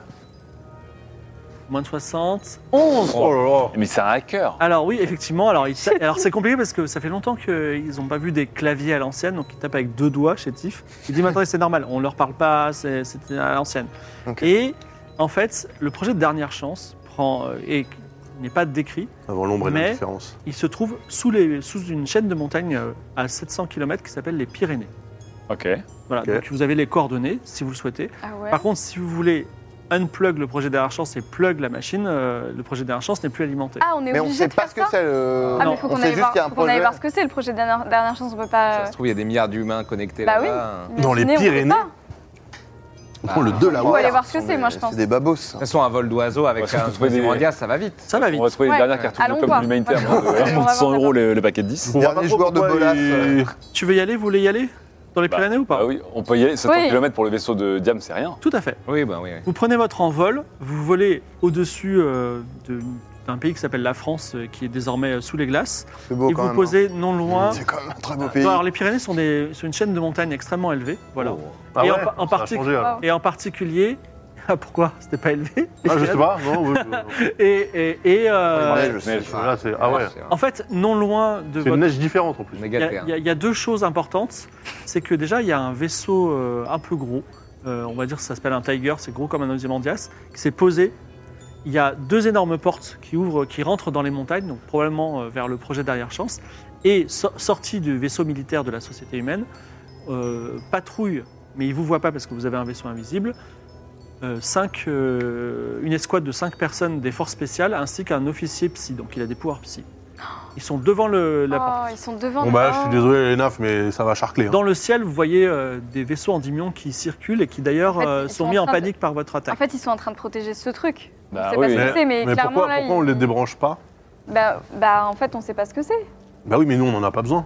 Speaker 1: Moins de 60. 11
Speaker 4: Oh
Speaker 2: Mais c'est un hacker.
Speaker 1: Alors oui, effectivement. Alors, il- alors c'est compliqué parce que ça fait longtemps qu'ils n'ont pas vu des claviers à l'ancienne, donc ils tapent avec deux doigts chez Tiff. Ils disent attendez, c'est normal, on leur parle pas, c'est c'était à l'ancienne.
Speaker 6: Ok.
Speaker 1: Et en fait, le projet de dernière chance prend euh, et n'est pas décrit.
Speaker 4: Avant l'ombre et
Speaker 1: Mais-
Speaker 4: l'indifférence.
Speaker 1: Il se trouve sous, les, sous une chaîne de montagnes euh, à 700 km qui s'appelle les Pyrénées.
Speaker 2: Ok.
Speaker 1: Voilà,
Speaker 4: Ok.
Speaker 1: donc vous avez les coordonnées si vous le souhaitez.
Speaker 3: Ah ouais
Speaker 1: Par contre, si vous voulez unplug le projet dernière chance et plug la machine, euh, le projet dernière chance n'est plus alimenté.
Speaker 3: Ah, on est
Speaker 6: Mais on
Speaker 3: obligé
Speaker 6: sait
Speaker 3: de
Speaker 6: pas
Speaker 3: faire
Speaker 6: ce que
Speaker 3: ça
Speaker 6: c'est. le-
Speaker 3: Ah, mais
Speaker 1: Non,
Speaker 3: faut
Speaker 6: on
Speaker 3: qu'on
Speaker 6: sait
Speaker 3: aille,
Speaker 6: juste
Speaker 3: voir-
Speaker 6: qu'il y a un
Speaker 3: faut qu'on aille
Speaker 6: projet.
Speaker 3: voir ce que c'est le projet de dernière, dernière chance, on peut pas.
Speaker 5: Ça se trouve, il y a des milliards d'humains connectés
Speaker 3: Bah
Speaker 5: là-bas.
Speaker 3: euh,
Speaker 4: Dans les
Speaker 3: imaginer, on peut
Speaker 4: Pyrénées.
Speaker 3: pas.
Speaker 6: Non, le 2 là
Speaker 3: Faut aller voir ce que c'est, moi, je pense.
Speaker 6: C'est des babos. hein.
Speaker 5: De
Speaker 6: ça.
Speaker 5: toute façon, un vol d'oiseau avec
Speaker 2: Ouais,
Speaker 5: un
Speaker 2: surtout des-
Speaker 5: président mondial, ça va vite.
Speaker 1: Ça va vite.
Speaker 2: On va trouver les
Speaker 3: Ouais.
Speaker 2: dernières cartouches
Speaker 3: Allons
Speaker 2: de
Speaker 3: voir.
Speaker 2: comme l'humanitaire.
Speaker 3: On va voir
Speaker 2: hein.
Speaker 3: ça
Speaker 2: 100 euros
Speaker 3: d'abord.
Speaker 2: le, le paquet de 10.
Speaker 4: On voit
Speaker 6: Dernier
Speaker 4: pas
Speaker 6: joueur de
Speaker 4: pourquoi
Speaker 6: Bolas,
Speaker 4: il-
Speaker 1: Tu veux y aller Vous voulez y aller Dans les
Speaker 2: Bah,
Speaker 1: Pyrénées ou pas
Speaker 2: Ah oui, on peut y aller. 700
Speaker 3: Oui.
Speaker 2: km pour le vaisseau de Diam, c'est rien.
Speaker 1: Tout à fait.
Speaker 5: Oui, bah oui. oui.
Speaker 1: Vous prenez votre envol, vous volez au-dessus euh, de- d'un pays qui s'appelle la France, euh, qui est désormais euh, sous les glaces,
Speaker 6: C'est beau
Speaker 1: et
Speaker 6: quand
Speaker 1: vous
Speaker 6: même,
Speaker 1: posez non
Speaker 6: hein.
Speaker 1: loin.
Speaker 6: C'est quand même un très beau pays. Oh.
Speaker 1: Alors, les Pyrénées sont, des- sont une chaîne de montagnes extrêmement élevée, voilà.
Speaker 4: Ah
Speaker 1: Et en
Speaker 4: ouais,
Speaker 1: pa- en
Speaker 4: ça a
Speaker 1: partie-
Speaker 4: changé, alors.
Speaker 1: Et en particulier. Ah, pourquoi C'était pas élevé
Speaker 4: Ah, je sais pas. Non, oui, oui.
Speaker 1: Et, et- et, euh,
Speaker 6: Ouais, je sais.
Speaker 2: Mais-
Speaker 4: Là, c'est- Ah ouais.
Speaker 5: C'est un-
Speaker 1: en fait, non loin de
Speaker 4: C'est une
Speaker 1: votre
Speaker 4: neige différente en plus.
Speaker 1: Il
Speaker 5: un
Speaker 1: y
Speaker 5: méga
Speaker 1: a-
Speaker 5: terrain.
Speaker 1: il y, a- il y a deux choses importantes. C'est que déjà, il y a un vaisseau euh, un peu gros, euh, on va dire que ça s'appelle un Tiger, c'est gros comme un Ozymandias, qui s'est posé. Il y a deux énormes portes qui ouvrent, qui rentrent dans les montagnes, donc probablement euh, vers le projet Derrière Chance. Et so- sorti du vaisseau militaire de la Société Humaine, euh, patrouille, mais il ne vous voit pas parce que vous avez un vaisseau invisible, euh, cinq, euh, une escouade de cinq personnes des forces spéciales ainsi qu'un officier psy, donc il a des pouvoirs psy. Ils sont devant le, la porte.
Speaker 3: Oh, ils sont devant
Speaker 4: Bon,
Speaker 3: nous.
Speaker 4: bah, je suis désolé, les nafs, mais ça va charcler. hein.
Speaker 1: Dans le ciel, vous voyez euh, des vaisseaux endymions qui circulent et qui d'ailleurs
Speaker 3: En fait,
Speaker 1: euh,
Speaker 3: ils
Speaker 1: sont
Speaker 3: sont
Speaker 1: mis
Speaker 3: en
Speaker 1: en
Speaker 3: train de-
Speaker 1: panique par votre
Speaker 3: En
Speaker 1: attaque.
Speaker 3: fait, ils sont en train de protéger ce truc.
Speaker 2: Bah
Speaker 3: on sait
Speaker 2: oui.
Speaker 3: pas ce que c'est, mais,
Speaker 4: Mais
Speaker 3: clairement
Speaker 4: pourquoi,
Speaker 3: là.
Speaker 4: pourquoi on
Speaker 3: ils-
Speaker 4: les débranche pas
Speaker 3: bah, bah, en fait, on sait pas ce que c'est.
Speaker 4: Bah oui, mais nous, on en a pas besoin.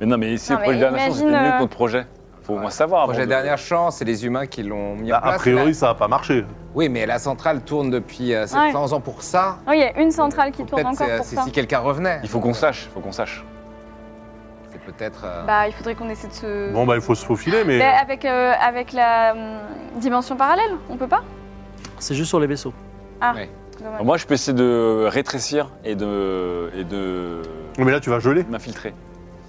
Speaker 2: Mais non, mais ici,
Speaker 3: Non,
Speaker 2: le projet
Speaker 3: mais
Speaker 2: de dernière chance, c'était
Speaker 3: imagine,
Speaker 2: mieux que
Speaker 3: euh,
Speaker 2: notre projet. Faut au moins savoir.
Speaker 5: Projet
Speaker 2: avant de-
Speaker 5: dernière chance, c'est les humains qui l'ont mis
Speaker 4: Bah,
Speaker 5: en place.
Speaker 4: a priori, ça a pas marché.
Speaker 5: Oui, mais la centrale tourne depuis euh, 700 ans pour ça.
Speaker 3: Oui, il y a une centrale qui
Speaker 5: Faut
Speaker 3: tourne
Speaker 5: peut-être,
Speaker 3: encore
Speaker 5: c'est-
Speaker 3: pour
Speaker 5: c'est
Speaker 3: ça.
Speaker 5: Si quelqu'un revenait.
Speaker 2: Il faut qu'on sache, faut qu'on sache.
Speaker 5: C'est peut-être. euh,
Speaker 3: Bah, il faudrait qu'on essaie de se.
Speaker 4: Bon, bah, il faut se faufiler, mais.
Speaker 3: Euh, Mais avec, euh, avec la hum, dimension parallèle, on peut pas
Speaker 1: C'est juste sur les vaisseaux.
Speaker 3: Dommage.
Speaker 2: Alors Moi, je peux essayer de rétrécir et de. et de.
Speaker 4: Mais là, tu vas geler.
Speaker 2: m'infiltrer.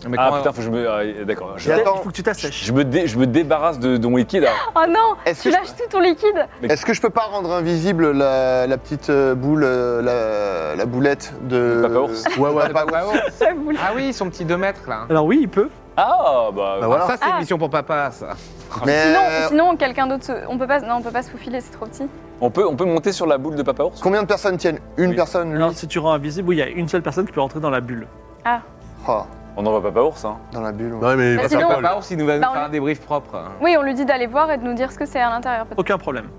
Speaker 5: mais
Speaker 2: Ah
Speaker 5: comment-
Speaker 2: putain, faut que je me. ah, D'accord. Je,
Speaker 6: Et attends.
Speaker 1: Il faut que tu t'assèches.
Speaker 2: je me dé- je me débarrasse de, de mon liquide. là.
Speaker 3: Oh non
Speaker 6: Est-ce
Speaker 3: Tu
Speaker 6: que,
Speaker 3: lâches tout ton liquide
Speaker 6: je... est-ce que je peux pas rendre invisible la, la petite euh, boule, euh, la, la boulette
Speaker 2: Le
Speaker 6: de.
Speaker 2: papa ours.
Speaker 6: Ouais, ouais,
Speaker 5: Papa Ours.
Speaker 3: Ça
Speaker 1: Euh,
Speaker 3: vous
Speaker 5: Ah oui, son petit 2 mètres là.
Speaker 1: Alors oui, il peut.
Speaker 2: Ah bah.
Speaker 4: Bah voilà.
Speaker 5: Ça, c'est une
Speaker 3: Ah.
Speaker 5: mission pour papa, ça.
Speaker 6: Mais
Speaker 3: Sinon,
Speaker 6: euh,
Speaker 3: sinon quelqu'un d'autre se... on peut pas non, on peut pas se faufiler, c'est trop petit.
Speaker 2: On peut, on peut monter sur la boule de Papa Ours
Speaker 6: combien de personnes tiennent Une
Speaker 2: Oui.
Speaker 6: personne, lui
Speaker 1: Alors si tu rends invisible, oui, il y a une seule personne qui peut rentrer dans la bulle.
Speaker 6: Oh,
Speaker 2: On envoie Papa Ours, hein.
Speaker 6: Dans la bulle. ouais.
Speaker 4: Ouais, mais il
Speaker 3: Bah,
Speaker 4: va
Speaker 3: sinon, on
Speaker 4: faire quoi,
Speaker 3: va
Speaker 4: lui
Speaker 5: Papa Ours, il nous va nous
Speaker 3: Bah, on-
Speaker 5: faire un débrief propre.
Speaker 3: Oui, on lui dit d'aller voir et de nous dire ce que c'est à l'intérieur peut-être.
Speaker 1: Aucun problème.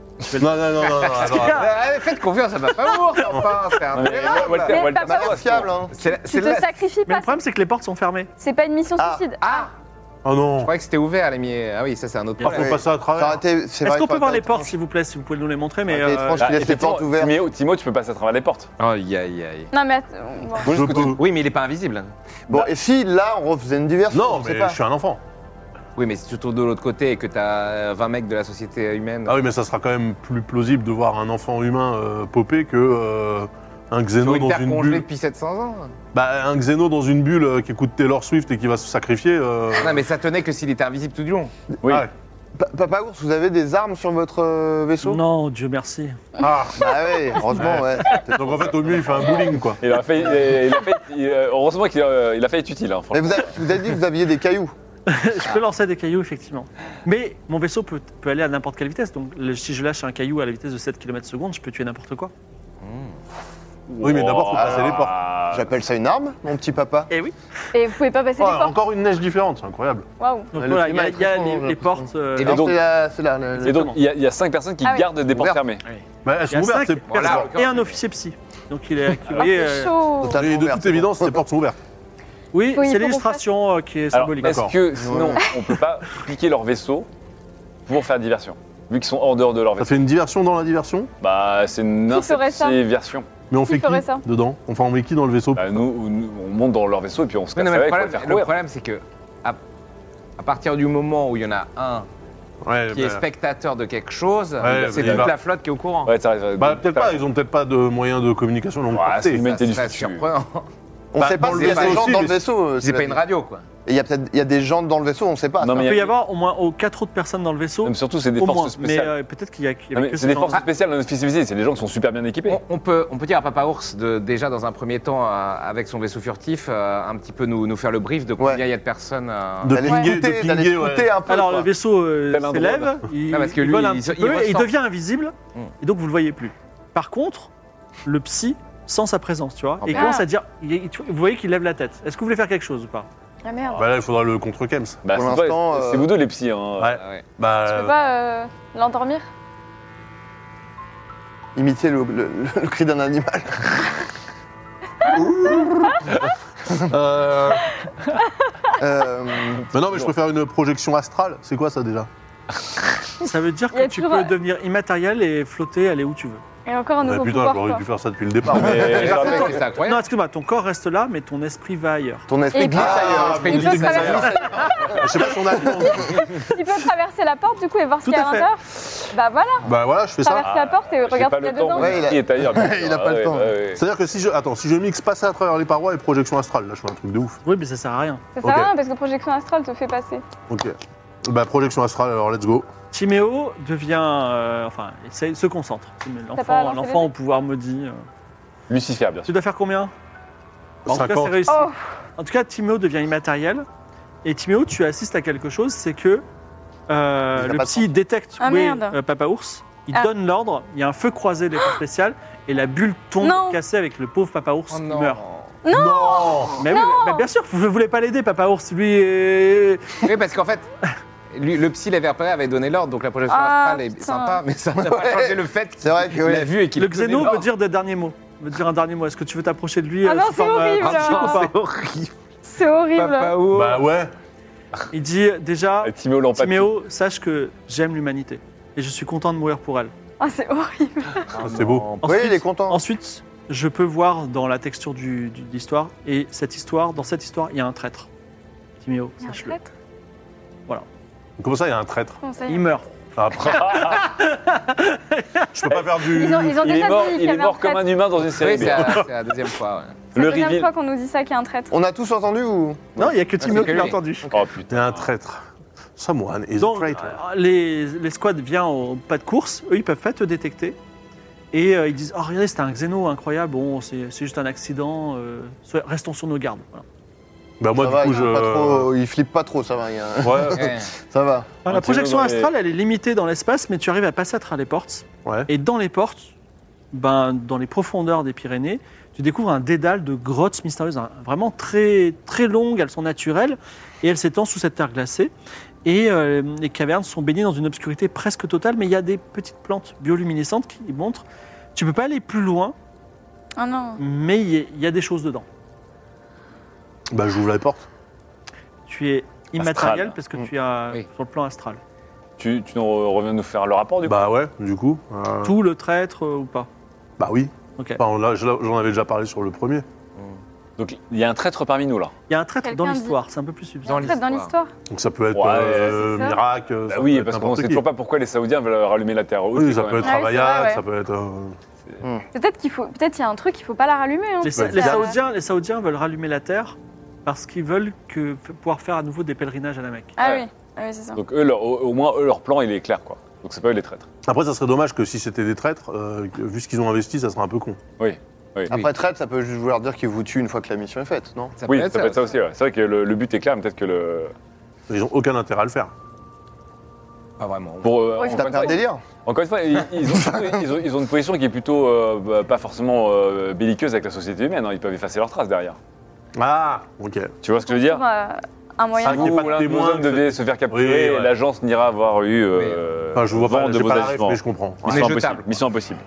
Speaker 4: Non, non, non, non, non, attends, attends.
Speaker 5: Euh, faites confiance à Papa Ours, enfin, c'est un
Speaker 2: Non, mais
Speaker 5: miracle.
Speaker 2: Walter-
Speaker 3: Mais
Speaker 2: Walter
Speaker 3: Papa
Speaker 6: Bah,
Speaker 2: Ours,
Speaker 6: c'est fiable, hein.
Speaker 5: C'est
Speaker 3: Tu
Speaker 5: c'est
Speaker 3: te
Speaker 5: la...
Speaker 3: sacrifies
Speaker 1: Mais le
Speaker 3: pas,
Speaker 1: problème, c'est que les portes sont fermées.
Speaker 3: c'est pas une mission
Speaker 6: Ah.
Speaker 3: suicide.
Speaker 5: Ah,
Speaker 4: Oh
Speaker 5: je
Speaker 4: non.
Speaker 5: croyais que c'était ouvert, les miens. Ah oui, ça, c'est un autre
Speaker 4: Il faut
Speaker 5: problème.
Speaker 6: Ouais.
Speaker 4: passer à
Speaker 6: T'as
Speaker 4: travers.
Speaker 6: raté-
Speaker 1: Est-ce
Speaker 6: c'est vrai,
Speaker 1: qu'on
Speaker 6: t'as
Speaker 1: peut voir
Speaker 6: raté
Speaker 1: les portes,
Speaker 6: étrange.
Speaker 1: s'il vous plaît, si vous pouvez nous les montrer Mais
Speaker 6: Ah, t'es
Speaker 1: euh,
Speaker 6: étrange. Je laisse les portes
Speaker 2: effectivement,
Speaker 6: ouvertes.
Speaker 2: Timo, Timo, tu peux passer à travers les portes.
Speaker 5: Aïe, aïe, aïe.
Speaker 3: Non mais att- euh, bon.
Speaker 6: Bon,
Speaker 4: Je
Speaker 6: est-ce que tu-
Speaker 4: peux-
Speaker 5: Oui, mais il est pas invisible. hein.
Speaker 6: Bon, et si là on refaisait une diverse
Speaker 4: Non,
Speaker 6: je sais
Speaker 4: mais
Speaker 6: pas.
Speaker 4: je suis un enfant.
Speaker 5: Oui, mais si tu tournes de l'autre côté et que t'as euh, 20 mecs de la société humaine.
Speaker 4: Ah oui, mais ça sera quand même plus plausible de voir un enfant humain euh, popé que euh, un
Speaker 5: Sur
Speaker 4: xéno
Speaker 5: une
Speaker 4: dans
Speaker 5: terre
Speaker 4: une
Speaker 5: congelée
Speaker 4: bulle.
Speaker 5: depuis 700 ans.
Speaker 4: Bah, un xéno dans une bulle euh, qui écoute Taylor Swift et qui va se sacrifier. euh,
Speaker 5: Non, Ah, mais ça tenait que s'il était invisible tout du long.
Speaker 2: Oui.
Speaker 4: Ah ouais.
Speaker 6: Pa- Papa ours, vous avez des armes sur votre euh, vaisseau
Speaker 1: Non, Dieu merci.
Speaker 4: Ah,
Speaker 6: Bah ouais, heureusement, ouais.
Speaker 4: donc en fait, au mieux, il fait un bowling, quoi.
Speaker 2: Il a fait, il a- il a fait- il a- heureusement qu'il a, il a fait être utile, hein,
Speaker 6: Mais
Speaker 2: franchement.
Speaker 6: vous avez, vous avez dit que vous aviez des cailloux.
Speaker 1: Je peux lancer des cailloux, effectivement. Mais mon vaisseau peut, peut aller à n'importe quelle vitesse. Donc le- si je lâche un caillou à la vitesse de 7 km secondes, je peux tuer n'importe quoi.
Speaker 4: Oui, mais d'abord,
Speaker 2: Oh
Speaker 4: faut passer les portes.
Speaker 2: Ah,
Speaker 6: J'appelle ça une arme, mon petit papa.
Speaker 1: Eh oui.
Speaker 3: Et vous pouvez pas passer
Speaker 4: Ah,
Speaker 3: les portes.
Speaker 4: encore une neige différente, c'est incroyable.
Speaker 3: Waouh.
Speaker 1: Donc
Speaker 6: Le
Speaker 1: voilà, il y
Speaker 6: climat
Speaker 1: a,
Speaker 6: est
Speaker 1: il y a
Speaker 6: très
Speaker 1: les,
Speaker 6: fort,
Speaker 1: les portes. euh,
Speaker 5: Et
Speaker 6: Non,
Speaker 2: donc-
Speaker 6: c'est la- c'est là. le-
Speaker 2: Et donc, il y, a- il y a cinq personnes qui
Speaker 3: Ah oui.
Speaker 2: gardent des portes
Speaker 6: Ouvert.
Speaker 2: fermées.
Speaker 4: Bah,
Speaker 1: Il
Speaker 4: elles
Speaker 1: y
Speaker 4: sont
Speaker 1: a
Speaker 4: ouvertes,
Speaker 1: cinq
Speaker 4: ces
Speaker 1: personnes
Speaker 4: portes.
Speaker 1: et un officier psy. Donc il est. vous
Speaker 3: Ah,
Speaker 1: voyez,
Speaker 3: c'est
Speaker 1: euh,
Speaker 3: chaud.
Speaker 6: totalement
Speaker 4: Et de
Speaker 6: ouvert,
Speaker 4: toute
Speaker 6: c'est bon.
Speaker 4: évidence, ces portes sont ouvertes.
Speaker 1: Oui,
Speaker 3: Faut- il
Speaker 1: c'est
Speaker 3: faut qu'on
Speaker 1: l'illustration euh, qui est
Speaker 2: Alors,
Speaker 1: symbolique.
Speaker 2: est-ce que sinon
Speaker 6: Ouais.
Speaker 2: on peut pas piquer leur vaisseau pour faire diversion Vu qu'ils sont hors dehors de leur
Speaker 4: Ça
Speaker 2: vaisseau.
Speaker 4: fait une diversion dans la diversion,
Speaker 2: Bah, c'est une
Speaker 3: Qui ferait ça
Speaker 2: version.
Speaker 4: mais on
Speaker 3: Qui
Speaker 4: fait qui
Speaker 3: ferait ça
Speaker 4: dedans Enfin, on met qui dans le vaisseau
Speaker 2: Bah, nous, nous, on monte dans leur vaisseau et puis on se
Speaker 5: Oui,
Speaker 2: casse
Speaker 5: non, mais le
Speaker 2: avec pour les
Speaker 5: problème,
Speaker 2: faire
Speaker 5: le
Speaker 2: courir.
Speaker 5: problème, c'est que à, à partir du moment où il y en a un
Speaker 4: Ouais,
Speaker 5: qui est
Speaker 4: bah,
Speaker 5: spectateur de quelque chose,
Speaker 4: Ouais,
Speaker 5: c'est
Speaker 4: mais il
Speaker 5: toute
Speaker 4: va-
Speaker 5: la flotte qui est au courant.
Speaker 2: Ouais, t'arrives.
Speaker 4: bah, peut-être pas, ils ont peut-être pas de moyens de communication longue
Speaker 2: Ouais, c'est
Speaker 4: portée.
Speaker 2: une humaine
Speaker 5: Ça
Speaker 2: t'es
Speaker 5: serait
Speaker 2: difficile.
Speaker 5: surprenant.
Speaker 6: On
Speaker 4: Bah,
Speaker 6: sait pas
Speaker 4: dans le
Speaker 6: s'il y a
Speaker 4: vaisseau
Speaker 6: des gens
Speaker 4: aussi,
Speaker 6: dans le
Speaker 4: mais-
Speaker 6: vaisseau. euh,
Speaker 5: C'est
Speaker 6: cela
Speaker 5: pas une
Speaker 6: dit.
Speaker 5: radio, quoi.
Speaker 6: Il y a peut-être il y a des gens dans le vaisseau, on sait pas.
Speaker 2: Non,
Speaker 6: ça.
Speaker 2: mais
Speaker 1: Il peut y
Speaker 2: a-
Speaker 1: avoir au moins oh, quatre autres personnes dans le
Speaker 2: Non,
Speaker 1: vaisseau,
Speaker 2: mais surtout, c'est des
Speaker 1: au moins.
Speaker 2: forces
Speaker 1: Mais
Speaker 2: spéciales.
Speaker 1: euh, peut-être qu'il y a, qu'il y
Speaker 2: Non,
Speaker 1: avait
Speaker 2: mais
Speaker 1: que
Speaker 2: C'est
Speaker 1: ces
Speaker 2: des
Speaker 1: gens.
Speaker 2: forces spéciales dans notre spécialisée, c'est des gens qui sont super bien équipés.
Speaker 5: On, on peut, on peut dire à Papa Ours, de, déjà dans un premier temps, euh, avec son vaisseau furtif, euh, un petit peu nous, nous faire le brief de combien il
Speaker 6: Ouais.
Speaker 5: y a de personnes. euh,
Speaker 4: De
Speaker 6: D'aller
Speaker 4: pinguer, de
Speaker 6: scouter, d'aller
Speaker 4: pinguer, ouais.
Speaker 6: scouter un peu.
Speaker 1: Alors
Speaker 6: quoi.
Speaker 1: le vaisseau euh,
Speaker 2: Tel un
Speaker 1: s'élève, il,
Speaker 5: Ah, parce que
Speaker 1: il
Speaker 5: lui,
Speaker 1: vole un
Speaker 5: il se-
Speaker 1: petit
Speaker 5: il
Speaker 1: peu et il
Speaker 5: ressort.
Speaker 1: devient invisible,
Speaker 5: Hmm.
Speaker 1: et donc vous le voyez plus. Par contre, le psy sent sa présence, tu vois,
Speaker 5: Ah
Speaker 1: et il
Speaker 5: merde.
Speaker 1: commence à dire, il- il- tu- vous voyez qu'il lève la tête. Est-ce que vous voulez faire quelque chose ou pas
Speaker 3: Ah merde.
Speaker 4: Bah là, il faudra le contre-Kems.
Speaker 2: Bah,
Speaker 6: Pour
Speaker 2: c'est pas-
Speaker 6: l'instant,
Speaker 2: c'est
Speaker 6: euh,
Speaker 2: vous deux les psys. hein.
Speaker 4: Ouais.
Speaker 5: ah ouais.
Speaker 4: Bah,
Speaker 3: Tu peux pas euh, l'endormir
Speaker 6: Imiter le, le- le- le cri d'un animal.
Speaker 4: euh,
Speaker 6: Euh,
Speaker 4: mais non, mais je préfère une projection astrale. C'est quoi ça déjà
Speaker 1: Ça veut dire
Speaker 3: Il y
Speaker 1: que
Speaker 3: a
Speaker 1: tu
Speaker 3: toujours-
Speaker 1: peux devenir immatériel et flotter, aller où tu veux.
Speaker 3: Et encore un
Speaker 4: Bah,
Speaker 3: nouveau
Speaker 4: Putain,
Speaker 3: pouvoir,
Speaker 4: j'aurais
Speaker 3: quoi.
Speaker 4: dû faire ça depuis le départ.
Speaker 2: Mais-
Speaker 5: Mais par contre,
Speaker 2: mais-
Speaker 5: C'est incroyable.
Speaker 1: Non, excuse-moi, ton corps reste là, mais ton esprit va ailleurs.
Speaker 6: ton esprit
Speaker 3: Et-
Speaker 6: glisse
Speaker 3: Ah,
Speaker 6: ailleurs.
Speaker 3: Il
Speaker 5: Il
Speaker 3: peut, traverser,
Speaker 4: Je sais pas si on a.
Speaker 3: il peut traverser la porte du coup et voir ce
Speaker 1: Tout
Speaker 3: qu'il y a
Speaker 1: à
Speaker 3: à
Speaker 1: fait.
Speaker 3: l'intérieur. Bah voilà,
Speaker 4: Bah voilà, je fais ça.
Speaker 3: traverse la porte et
Speaker 2: Ah. J'ai
Speaker 3: regarde
Speaker 2: pas
Speaker 3: ce qu'il y
Speaker 2: le
Speaker 3: a
Speaker 2: temps,
Speaker 3: dedans.
Speaker 2: mon
Speaker 6: Ouais, il a-
Speaker 2: psy est ailleurs. bien sûr.
Speaker 6: Il a pas
Speaker 2: Ah
Speaker 6: le
Speaker 2: ouais,
Speaker 6: temps.
Speaker 2: ouais, ouais.
Speaker 4: C'est-à-dire que si je. Attends, si je mixe passer à travers les parois et projection astrale, là je fais un truc de ouf.
Speaker 1: Oui, mais ça sert à rien.
Speaker 3: Ça sert à
Speaker 4: Ok.
Speaker 3: rien parce que projection astrale te fait passer.
Speaker 4: Ok. Bah projection astrale, alors let's go.
Speaker 1: Timéo devient, euh, enfin, essaye- se concentre. Mais
Speaker 3: pas
Speaker 1: L'enfant,
Speaker 3: lancé
Speaker 1: l'enfant
Speaker 3: les
Speaker 1: au pouvoir maudit. euh.
Speaker 2: Lucifer, bien sûr.
Speaker 1: Tu dois faire combien En tout cas, c'est
Speaker 4: 50.
Speaker 1: réussi.
Speaker 3: Oh.
Speaker 1: En tout cas, Timéo devient immatériel. Et Timéo, tu assistes à quelque chose, c'est que euh,
Speaker 6: Il a
Speaker 1: le
Speaker 6: pas de
Speaker 1: psy détecte
Speaker 3: Ah,
Speaker 1: où est,
Speaker 3: merde.
Speaker 1: euh, Papa Ours. Il
Speaker 3: Ah.
Speaker 1: donne l'ordre, il y a un feu croisé des forces spéciales et la bulle tombe
Speaker 3: Non.
Speaker 1: cassée avec le pauvre Papa Ours
Speaker 5: Oh
Speaker 1: qui
Speaker 5: non.
Speaker 1: meurt.
Speaker 4: Non
Speaker 1: Mais oui, bah, bien sûr, vous ne voulez pas l'aider, Papa Ours, lui. euh, est-
Speaker 5: Oui, parce qu'en fait, lui- le psy l'avait repéré, avait donné l'ordre, donc la projection
Speaker 3: Ah,
Speaker 5: astrale est
Speaker 3: putain.
Speaker 5: sympa, mais ça n'a pas
Speaker 6: Ouais.
Speaker 5: changé le fait
Speaker 6: C'est vrai que
Speaker 5: qu'il
Speaker 6: oui.
Speaker 5: l'a vu et qu'il
Speaker 1: Le
Speaker 5: a donné
Speaker 1: xéno veut
Speaker 5: l'ordre.
Speaker 1: dire des derniers mots. Veut dire un dernier mot. Est-ce que tu veux t'approcher de lui
Speaker 3: Ah
Speaker 1: euh,
Speaker 3: non,
Speaker 1: sous
Speaker 3: c'est
Speaker 1: forme, euh,
Speaker 3: horrible,
Speaker 1: dramatique
Speaker 3: là.
Speaker 1: ou pas
Speaker 3: C'est horrible.
Speaker 5: Papa Ours.
Speaker 4: Bah ouais.
Speaker 1: Il dit déjà,
Speaker 2: Et Timéo l'empathie.
Speaker 1: Timéo, sache que j'aime l'humanité et je suis content de mourir pour elle.
Speaker 3: Ah, c'est horrible.
Speaker 4: Ah, c'est beau.
Speaker 6: Oui,
Speaker 1: Ensuite,
Speaker 6: il est content.
Speaker 1: ensuite, je peux voir dans la texture du- du- de l'histoire et cette histoire, dans cette histoire, il y a un traître. Timéo,
Speaker 3: Il y a un
Speaker 1: sache-le.
Speaker 3: traître.
Speaker 4: Comment ça, il y a un traître
Speaker 3: Comment ça, il y
Speaker 1: Il
Speaker 3: a-
Speaker 1: meurt.
Speaker 4: Après. je peux pas faire du.
Speaker 3: Ils ont, ils ont
Speaker 2: Il
Speaker 3: déjà
Speaker 2: est mort,
Speaker 3: dit qu'il
Speaker 2: il
Speaker 3: y
Speaker 2: est
Speaker 3: avait
Speaker 2: mort
Speaker 3: un
Speaker 2: comme
Speaker 3: traître.
Speaker 2: un humain dans une série
Speaker 5: Oui,
Speaker 2: B.
Speaker 5: c'est la, c'est la deuxième fois. ouais.
Speaker 3: C'est
Speaker 2: Le
Speaker 3: la deuxième
Speaker 2: reveal.
Speaker 3: fois qu'on nous dit ça qu'il y a un traître.
Speaker 6: On a tous entendu ou
Speaker 1: Non, il n'y a que Timéo
Speaker 5: c'est
Speaker 1: qui
Speaker 5: que
Speaker 1: l'a
Speaker 5: lui.
Speaker 1: entendu.
Speaker 2: Oh
Speaker 4: T'es
Speaker 2: putain.
Speaker 4: un traître. Someone is
Speaker 1: Donc,
Speaker 4: a traitor.
Speaker 1: euh, les, les squads viennent au pas de course, eux ils peuvent pas te détecter. Et euh, ils disent Oh, regardez, c'était un xéno incroyable, bon, c'est c'est juste un accident, euh, so- restons sur nos gardes. Voilà.
Speaker 4: Bah moi,
Speaker 6: Ça
Speaker 4: du
Speaker 6: va,
Speaker 4: coup,
Speaker 6: il, flippe pas
Speaker 4: je.
Speaker 6: trop, euh, il flippe pas trop, ça va. il y a-
Speaker 2: Euh,
Speaker 4: Ouais.
Speaker 5: Ouais.
Speaker 6: Ça va.
Speaker 1: Alors, la
Speaker 2: Continuons
Speaker 1: projection
Speaker 2: dans les-
Speaker 1: astrale, elle est limitée dans l'espace, mais tu arrives à passer à travers les portes.
Speaker 4: Ouais.
Speaker 1: Et dans les portes, ben, dans les profondeurs des Pyrénées, tu découvres un dédale de grottes mystérieuses, hein, vraiment très, très longues, elles sont naturelles, et elles s'étendent sous cette terre glacée. Et euh, les cavernes sont baignées dans une obscurité presque totale, mais il y a des petites plantes bioluminescentes qui montrent. Tu peux pas aller plus loin,
Speaker 3: Ah non.
Speaker 1: mais il y a- il y, a des choses dedans.
Speaker 4: Bah j'ouvre la porte.
Speaker 1: Tu es immatériel
Speaker 2: Astral. Mm.
Speaker 1: parce que tu as
Speaker 5: Oui.
Speaker 1: sur le plan astral.
Speaker 2: Tu, tu nous reviens nous faire le rapport du coup
Speaker 4: Bah ouais, du coup. euh,
Speaker 1: Tout le traître euh, ou pas
Speaker 4: Bah oui.
Speaker 1: Ok.
Speaker 4: Enfin, là, je- j'en avais déjà parlé sur le premier. Bah.
Speaker 2: Donc il y a un traître parmi nous là.
Speaker 1: Il y a un traître dans
Speaker 3: Quelqu'un dit-
Speaker 1: l'histoire, c'est un peu plus subtil.
Speaker 3: Il y a un traître dans l'histoire.
Speaker 4: Donc ça peut être
Speaker 2: Ouais,
Speaker 4: euh,
Speaker 3: c'est ça.
Speaker 4: miracle.
Speaker 2: Bah
Speaker 4: ça peut
Speaker 2: oui,
Speaker 4: être
Speaker 2: parce qu'on
Speaker 4: n'importe
Speaker 2: sait
Speaker 4: qui.
Speaker 2: toujours pas pourquoi les Saoudiens veulent rallumer la terre. haute,
Speaker 4: Oui,
Speaker 2: c'est
Speaker 4: ça
Speaker 2: quand
Speaker 4: peut
Speaker 2: même-
Speaker 4: être
Speaker 3: Ah oui, c'est
Speaker 4: travaillable,
Speaker 3: vrai, ouais.
Speaker 4: ça peut être. euh,
Speaker 3: Peut-être qu'il faut. Peut-être qu'il y a un truc, il faut pas la rallumer. hein.
Speaker 1: Les,
Speaker 4: Ouais.
Speaker 1: les
Speaker 6: Bah,
Speaker 3: Ça-
Speaker 1: Saoudiens, les Saoudiens veulent rallumer la terre parce qu'ils veulent que, pouvoir faire à nouveau des pèlerinages à la Mecque.
Speaker 3: Ah
Speaker 2: Ouais.
Speaker 3: oui, ah oui c'est ça.
Speaker 2: Donc eux, leur- au, au moins eux, leur plan il est clair quoi. Donc c'est pas eux les traîtres.
Speaker 4: Après, ça serait dommage que si c'était des traîtres, euh, que- vu ce qu'ils ont investi, ça serait un peu con.
Speaker 6: Après, traite, ça peut juste vouloir dire qu'il vous tue une fois que la mission est faite, non
Speaker 5: Ça
Speaker 2: oui, ça peut être ça aussi. ouais. C'est vrai que le, le but est clair, mais peut-être que le.
Speaker 4: Ils ont aucun intérêt à le faire.
Speaker 5: Pas vraiment.
Speaker 2: Pour, euh,
Speaker 3: Oui,
Speaker 2: encore
Speaker 6: T'as
Speaker 2: une
Speaker 6: fait un
Speaker 2: fois-
Speaker 6: délire
Speaker 2: Encore une fois, ils, ils ont, ils ont- ils ont une position qui est plutôt euh, bah, pas forcément euh, belliqueuse avec la société humaine. hein. Ils peuvent effacer leurs traces derrière.
Speaker 4: Ah Ok.
Speaker 2: Tu vois ce que je veux dire
Speaker 3: Pour, euh, un moyen.
Speaker 4: Ça- qu'il y ait
Speaker 2: Vous,
Speaker 4: pas de
Speaker 2: l'un de
Speaker 4: témoin,
Speaker 2: vos hommes
Speaker 4: que ça-
Speaker 2: devait se faire capturer
Speaker 4: Oui, ouais.
Speaker 2: et l'agence n'ira avoir eu euh,
Speaker 4: Enfin, je vois
Speaker 2: vent
Speaker 4: pas,
Speaker 2: de
Speaker 4: j'ai
Speaker 2: vos
Speaker 4: pas la ref,
Speaker 2: agissements.
Speaker 4: mais je comprends.
Speaker 5: Mais
Speaker 2: Mission
Speaker 5: jetable,
Speaker 2: impossible.
Speaker 5: quoi.
Speaker 2: Mission impossible.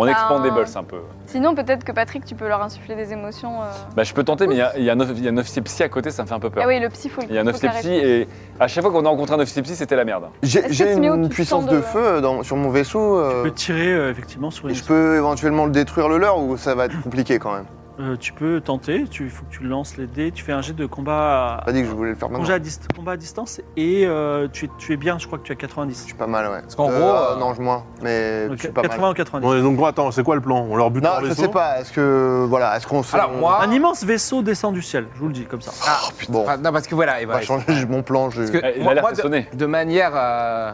Speaker 2: On
Speaker 3: Ben-
Speaker 2: expandables un peu.
Speaker 3: Sinon, peut-être que Patrick, tu peux leur insuffler des émotions. euh.
Speaker 2: Bah, je peux tenter, mais il y a- il y, a un off- il y a un officier psy à côté, ça me fait un peu peur.
Speaker 3: Ah oui, le psy, faut le.
Speaker 2: Il y a un
Speaker 3: faut
Speaker 2: officier psy
Speaker 3: t'arrêter.
Speaker 2: et à chaque fois qu'on a rencontré un officier psy, c'était la merde.
Speaker 3: Est-ce
Speaker 6: J'ai
Speaker 3: que
Speaker 6: j'ai
Speaker 3: Timéo, tu
Speaker 6: une
Speaker 3: te
Speaker 6: puissance
Speaker 3: sens de-
Speaker 6: de feu dans- sur mon vaisseau.
Speaker 1: Tu
Speaker 6: euh,
Speaker 1: peux tirer euh, effectivement sur
Speaker 6: et
Speaker 1: une.
Speaker 6: je peux éventuellement le détruire le leur ou ça va être compliqué quand même
Speaker 1: Euh, tu peux tenter, tu- il faut que tu lances les dés, tu fais un jet de combat à,
Speaker 6: Pas dit que je voulais le faire maintenant.
Speaker 1: combat à, dist- combat à distance et euh, tu, es, tu es bien, je crois que tu as 90.
Speaker 6: Je suis pas mal, ouais. Parce
Speaker 5: qu'en gros, euh,
Speaker 6: Non, je moins, mais
Speaker 1: Donc,
Speaker 6: je suis pas
Speaker 1: 80
Speaker 6: mal.
Speaker 1: ou 90.
Speaker 4: Ouais, donc, bon, attends, c'est quoi le plan On leur bute
Speaker 6: Non,
Speaker 4: leur
Speaker 6: je
Speaker 4: vaisseau
Speaker 6: sais pas, est-ce que. Voilà, est-ce qu'on se.
Speaker 5: Alors,
Speaker 6: on-
Speaker 5: moi-
Speaker 1: Un immense vaisseau descend du ciel, je vous le dis comme ça.
Speaker 6: Ah, bon,
Speaker 5: Enfin, non, parce que voilà. et
Speaker 6: on va
Speaker 5: voilà,
Speaker 6: changer mon plan. Je...
Speaker 5: parce que
Speaker 2: Eh, il a
Speaker 5: moi-
Speaker 2: l'air
Speaker 5: moi,
Speaker 2: sonné.
Speaker 5: de, de manière euh,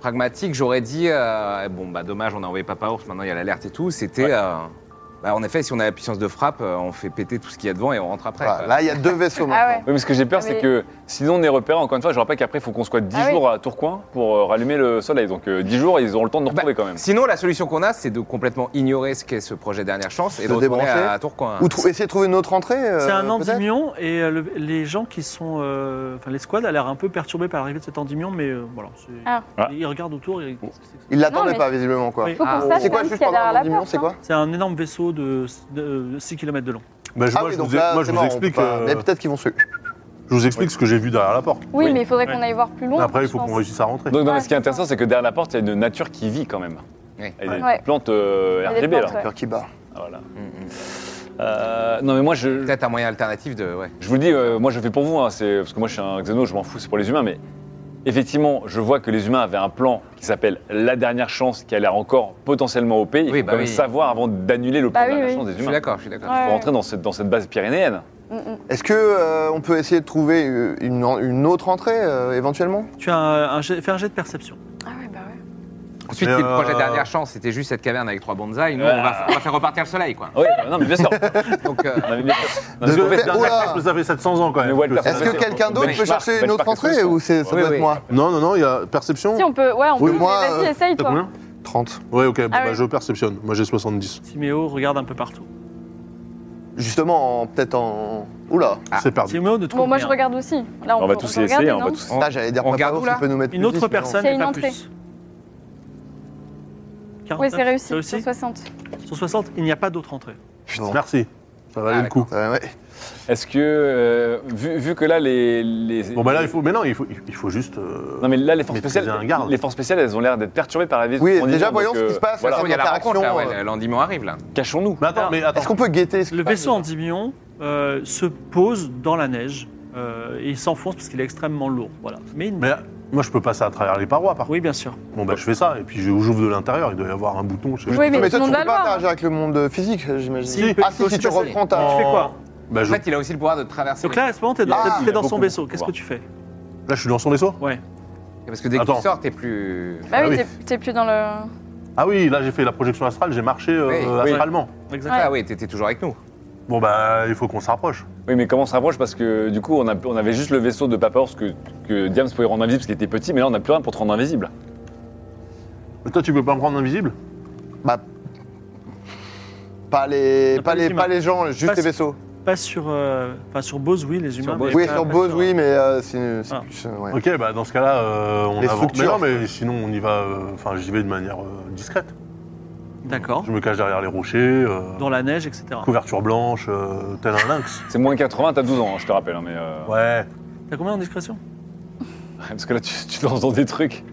Speaker 5: pragmatique, j'aurais dit euh, bon, bah dommage, on a envoyé Papa Ours, maintenant il y a l'alerte et tout. C'était. euh, bah, en effet, si on a la puissance de frappe, euh, on fait péter tout ce qu'il y a devant et on rentre après.
Speaker 6: Voilà,
Speaker 5: quoi.
Speaker 6: là, il y a deux vaisseaux
Speaker 3: Ah
Speaker 6: maintenant.
Speaker 3: ouais.
Speaker 2: Oui, mais ce que j'ai peur,
Speaker 3: Ah,
Speaker 2: c'est
Speaker 3: mais-
Speaker 2: que sinon on est repéré, encore une fois, je rappelle qu'après il faut qu'on soit 10
Speaker 3: Ah oui.
Speaker 2: jours à Tourcoing pour euh, rallumer le soleil. Donc euh, 10 jours, ils auront le temps de nous
Speaker 5: Bah,
Speaker 2: retrouver quand même.
Speaker 5: Sinon, la solution qu'on a, c'est de complètement ignorer ce qu'est ce projet Dernière Chance et
Speaker 6: Se
Speaker 5: de retourner
Speaker 6: débrancher.
Speaker 5: à, à
Speaker 3: Ah
Speaker 5: Tourcoing.
Speaker 6: Ou trou- essayer de trouver une autre entrée.
Speaker 1: C'est
Speaker 6: euh,
Speaker 1: un
Speaker 6: peut-être
Speaker 1: endymion et euh, le- les gens qui sont. euh, Enfin, les squads a l'air un peu perturbés par l'arrivée de cet endymion, mais euh, voilà. c'est-
Speaker 3: Ah.
Speaker 2: Ah.
Speaker 1: Ils regardent autour. et-
Speaker 6: Il
Speaker 3: Non,
Speaker 6: l'attendait
Speaker 3: mais-
Speaker 6: pas, visiblement, quoi.
Speaker 1: Oui.
Speaker 3: Faut qu'on
Speaker 5: Ah,
Speaker 3: sache
Speaker 6: C'est quoi,
Speaker 3: même qu'il
Speaker 6: juste
Speaker 3: y a
Speaker 6: pendant
Speaker 3: derrière la
Speaker 6: l'endymion,
Speaker 3: porte,
Speaker 6: c'est
Speaker 3: hein.
Speaker 6: quoi
Speaker 1: C'est un énorme vaisseau de, de 6 km de long.
Speaker 4: Bah, je-
Speaker 6: Ah
Speaker 4: moi,
Speaker 6: oui,
Speaker 4: je
Speaker 6: donc
Speaker 4: vous, ai-
Speaker 6: là,
Speaker 4: moi,
Speaker 6: c'est
Speaker 4: je vous
Speaker 6: mort, on peut
Speaker 4: explique,
Speaker 6: pas-
Speaker 4: euh,
Speaker 6: Mais peut-être qu'ils vont se.
Speaker 4: je vous explique ce que j'ai vu derrière la porte.
Speaker 3: Oui,
Speaker 1: Oui.
Speaker 3: mais il faudrait
Speaker 1: Ouais.
Speaker 3: qu'on aille voir plus loin.
Speaker 4: Après, il
Speaker 3: je
Speaker 4: faut qu'on
Speaker 3: pense.
Speaker 4: réussisse à rentrer.
Speaker 2: Donc non, mais
Speaker 3: Ouais,
Speaker 2: ce qui est
Speaker 3: c'est
Speaker 2: intéressant, c'est que derrière la porte, il y a une nature qui vit quand même.
Speaker 5: Oui.
Speaker 2: Et des
Speaker 3: Ouais.
Speaker 2: plantes euh,
Speaker 3: Il y a des
Speaker 2: RGB là.
Speaker 3: plantes, ouais.
Speaker 6: Cœur qui bat.
Speaker 2: Voilà.
Speaker 5: Mm, mm.
Speaker 2: Euh, non mais moi je,
Speaker 5: Peut-être un moyen alternatif de. Ouais.
Speaker 2: Je vous le dis, euh, moi je fais pour vous, hein, c'est- parce que moi je suis un xéno, je m'en fous, c'est pour les humains, mais effectivement, je vois que les humains avaient un plan qui s'appelle La dernière chance, qui a l'air encore potentiellement OP. Il
Speaker 5: Oui,
Speaker 2: faut
Speaker 5: bah
Speaker 2: quand même
Speaker 5: oui.
Speaker 2: savoir avant d'annuler le plan
Speaker 3: Bah
Speaker 2: de
Speaker 3: oui,
Speaker 2: la dernière
Speaker 3: oui.
Speaker 2: chance
Speaker 5: Je
Speaker 2: des
Speaker 5: suis
Speaker 2: humains.
Speaker 5: d'accord, je suis d'accord.
Speaker 3: Ouais.
Speaker 2: Pour rentrer dans cette, dans cette base pyrénéenne.
Speaker 3: Mm, mm.
Speaker 6: Est-ce que euh, on peut essayer de trouver euh, une, en- une autre entrée, euh, éventuellement
Speaker 1: Tu as un, un jet- fais un jet de perception.
Speaker 3: Ah ouais, bah ouais.
Speaker 5: Ensuite,
Speaker 4: Mais,
Speaker 5: c'est le projet
Speaker 4: euh,
Speaker 5: Dernière Chance, c'était juste cette caverne avec trois bonsaïs. Nous, on, va, on va faire repartir le soleil, quoi.
Speaker 2: Oui, euh, non mais bien sûr.
Speaker 5: Donc, euh,
Speaker 2: Non, mais bien sûr. Non,
Speaker 4: Parce
Speaker 2: mais-
Speaker 4: que
Speaker 6: Parce que-
Speaker 4: faites bien
Speaker 6: oh là
Speaker 4: gaffe, parce que ça fait 700 ans quand
Speaker 2: Mais
Speaker 4: même.
Speaker 2: Walter,
Speaker 4: que
Speaker 6: Est-ce
Speaker 4: ça-
Speaker 6: que quelqu'un d'autre peut
Speaker 5: Benchmark,
Speaker 6: chercher une autre
Speaker 2: benchmark,
Speaker 6: entrée
Speaker 2: solution.
Speaker 6: ou c'est ça
Speaker 5: Oui,
Speaker 6: doit être
Speaker 5: oui.
Speaker 6: moi
Speaker 4: Non, non, non, il y a perception.
Speaker 3: Si on peut, ouais, on
Speaker 6: Oui,
Speaker 3: peut.
Speaker 6: moi,
Speaker 3: mais Vas-y,
Speaker 6: euh,
Speaker 3: essaye,
Speaker 4: T'as
Speaker 3: toi.
Speaker 4: combien
Speaker 6: 30.
Speaker 4: Ouais, ok, bon,
Speaker 3: Ah
Speaker 4: bah,
Speaker 3: oui.
Speaker 4: je perceptionne. Moi, j'ai 70.
Speaker 1: Siméo regarde un peu partout.
Speaker 6: Justement, en- peut-être en. Oula
Speaker 5: Ah.
Speaker 4: C'est perdu.
Speaker 1: Siméo ne trouve
Speaker 3: Bon, moi je
Speaker 1: rien.
Speaker 3: regarde aussi. Là, on,
Speaker 2: On va
Speaker 3: peut-
Speaker 2: tous
Speaker 3: peut
Speaker 2: y
Speaker 3: regarder,
Speaker 2: essayer, on va
Speaker 3: non
Speaker 2: tous.
Speaker 5: On-
Speaker 6: Ça, j'allais dire
Speaker 5: on
Speaker 6: Papa
Speaker 5: regarde
Speaker 6: Ours,
Speaker 5: où, là
Speaker 6: il peut nous mettre
Speaker 1: Une
Speaker 6: plus
Speaker 1: autre
Speaker 6: 10, mais non.
Speaker 1: personne
Speaker 3: C'est
Speaker 1: et
Speaker 3: une
Speaker 1: pas
Speaker 3: entrée.
Speaker 1: plus.
Speaker 3: Oui,
Speaker 1: 49,
Speaker 3: c'est réussi.
Speaker 1: t'as réussi
Speaker 3: 60.
Speaker 1: Sur 60, il n'y a pas d'autre entrée.
Speaker 6: Putain.
Speaker 4: Merci. Ça valait
Speaker 5: Ah,
Speaker 4: le coup.
Speaker 6: Euh, Ouais, ouais.
Speaker 2: Est-ce que, euh, vu, vu que là les, les-
Speaker 4: Bon, bah là, il faut. Mais non, il faut, il faut juste. euh,
Speaker 2: Non mais là les forces
Speaker 4: Maîtriser
Speaker 2: spéciales,
Speaker 4: un garde.
Speaker 2: les forces spéciales, elles ont l'air d'être perturbées par la vie.
Speaker 6: Oui,
Speaker 2: On y
Speaker 6: déjà,
Speaker 2: va,
Speaker 6: voyons
Speaker 2: donc,
Speaker 6: ce qui
Speaker 2: euh,
Speaker 6: se passe.
Speaker 2: voilà.
Speaker 6: ça
Speaker 5: il y a la
Speaker 6: interaction,
Speaker 5: rencontre, là,
Speaker 6: euh.
Speaker 5: ouais, l'endimon arrive, là.
Speaker 2: Cachons-nous.
Speaker 4: Mais attends, mais attends.
Speaker 6: Est-ce qu'on peut guetter ce
Speaker 1: Le
Speaker 6: qui
Speaker 1: vaisseau
Speaker 6: passe
Speaker 1: endymion euh, se pose dans la neige euh, et il s'enfonce parce qu'il est extrêmement lourd. Voilà. Mais, il-
Speaker 4: Mais moi, je peux passer à travers les parois, par contre.
Speaker 1: oui, bien sûr.
Speaker 4: Bon, bah, je fais ça, et puis je- j'ouvre de l'intérieur. Il doit y avoir un bouton. Je sais
Speaker 3: Oui, mais,
Speaker 6: mais
Speaker 3: tout
Speaker 6: toi,
Speaker 3: le monde
Speaker 6: tu peux
Speaker 3: va le
Speaker 6: pas
Speaker 3: voir.
Speaker 6: interagir avec le monde physique, j'imagine.
Speaker 1: Si, il peut-
Speaker 6: ah,
Speaker 1: il
Speaker 6: si,
Speaker 1: peut
Speaker 6: si
Speaker 1: se
Speaker 6: tu
Speaker 1: passer.
Speaker 6: reprends ta.
Speaker 1: Tu fais quoi
Speaker 4: Bah,
Speaker 5: En
Speaker 4: je-
Speaker 5: fait, il a aussi le pouvoir de traverser.
Speaker 1: Donc là, à ce moment, t'es dans,
Speaker 6: Ah,
Speaker 1: t'es- t'es dans
Speaker 2: il y
Speaker 1: son
Speaker 2: a beaucoup
Speaker 1: vaisseau.
Speaker 2: de
Speaker 1: Qu'est-ce que tu fais
Speaker 4: Là, je suis dans son vaisseau
Speaker 1: Ouais.
Speaker 5: Parce que dès que
Speaker 4: Attends.
Speaker 5: tu sors, t'es plus.
Speaker 3: Bah
Speaker 4: Ah
Speaker 3: oui,
Speaker 4: oui.
Speaker 3: t'es- t'es plus dans le.
Speaker 4: Ah oui, là, j'ai fait la projection astrale, j'ai marché euh,
Speaker 5: Oui,
Speaker 4: euh,
Speaker 2: oui.
Speaker 4: astralement.
Speaker 1: Exactement.
Speaker 5: Ah oui, t'étais toujours avec nous.
Speaker 4: Bon, bah, il faut qu'on se rapproche.
Speaker 2: Oui, mais comment on se rapproche Parce que du coup, on, a- on avait juste le vaisseau de Papa Ours que, que Diams pouvait rendre invisible parce qu'il était petit, mais là, on n'a plus rien pour te rendre invisible.
Speaker 4: Mais toi, tu peux pas me rendre invisible
Speaker 6: Bah. Pas les,
Speaker 1: Ah,
Speaker 6: pas
Speaker 1: pas les
Speaker 6: les,
Speaker 1: humains.
Speaker 6: pas les gens, juste
Speaker 1: Pas
Speaker 6: les
Speaker 1: si-
Speaker 6: vaisseaux.
Speaker 1: Pas sur, euh, enfin sur Bose, oui, les humains.
Speaker 2: Bose.
Speaker 1: mais
Speaker 6: Oui,
Speaker 1: pas-
Speaker 6: sur
Speaker 1: pas
Speaker 6: Bose, oui, mais euh, c'est c'est
Speaker 1: hein. Ah.
Speaker 6: plus. euh, ouais.
Speaker 4: Ok, bah, dans ce cas-là, euh, on
Speaker 6: Les
Speaker 4: avance. Mais non,
Speaker 6: structures.
Speaker 4: mais sinon, on y va. euh, Enfin, j'y vais de manière euh, discrète.
Speaker 1: D'accord.
Speaker 4: Je me cache derrière les rochers, euh,
Speaker 1: Dans la neige, etc.
Speaker 4: couverture blanche, euh, tel un lynx.
Speaker 2: C'est moins 80, t'as 12 ans, hein, je te rappelle. hein, mais euh,
Speaker 4: Ouais,
Speaker 1: T'as combien en discrétion
Speaker 2: Parce que là, tu, tu te lances dans des trucs.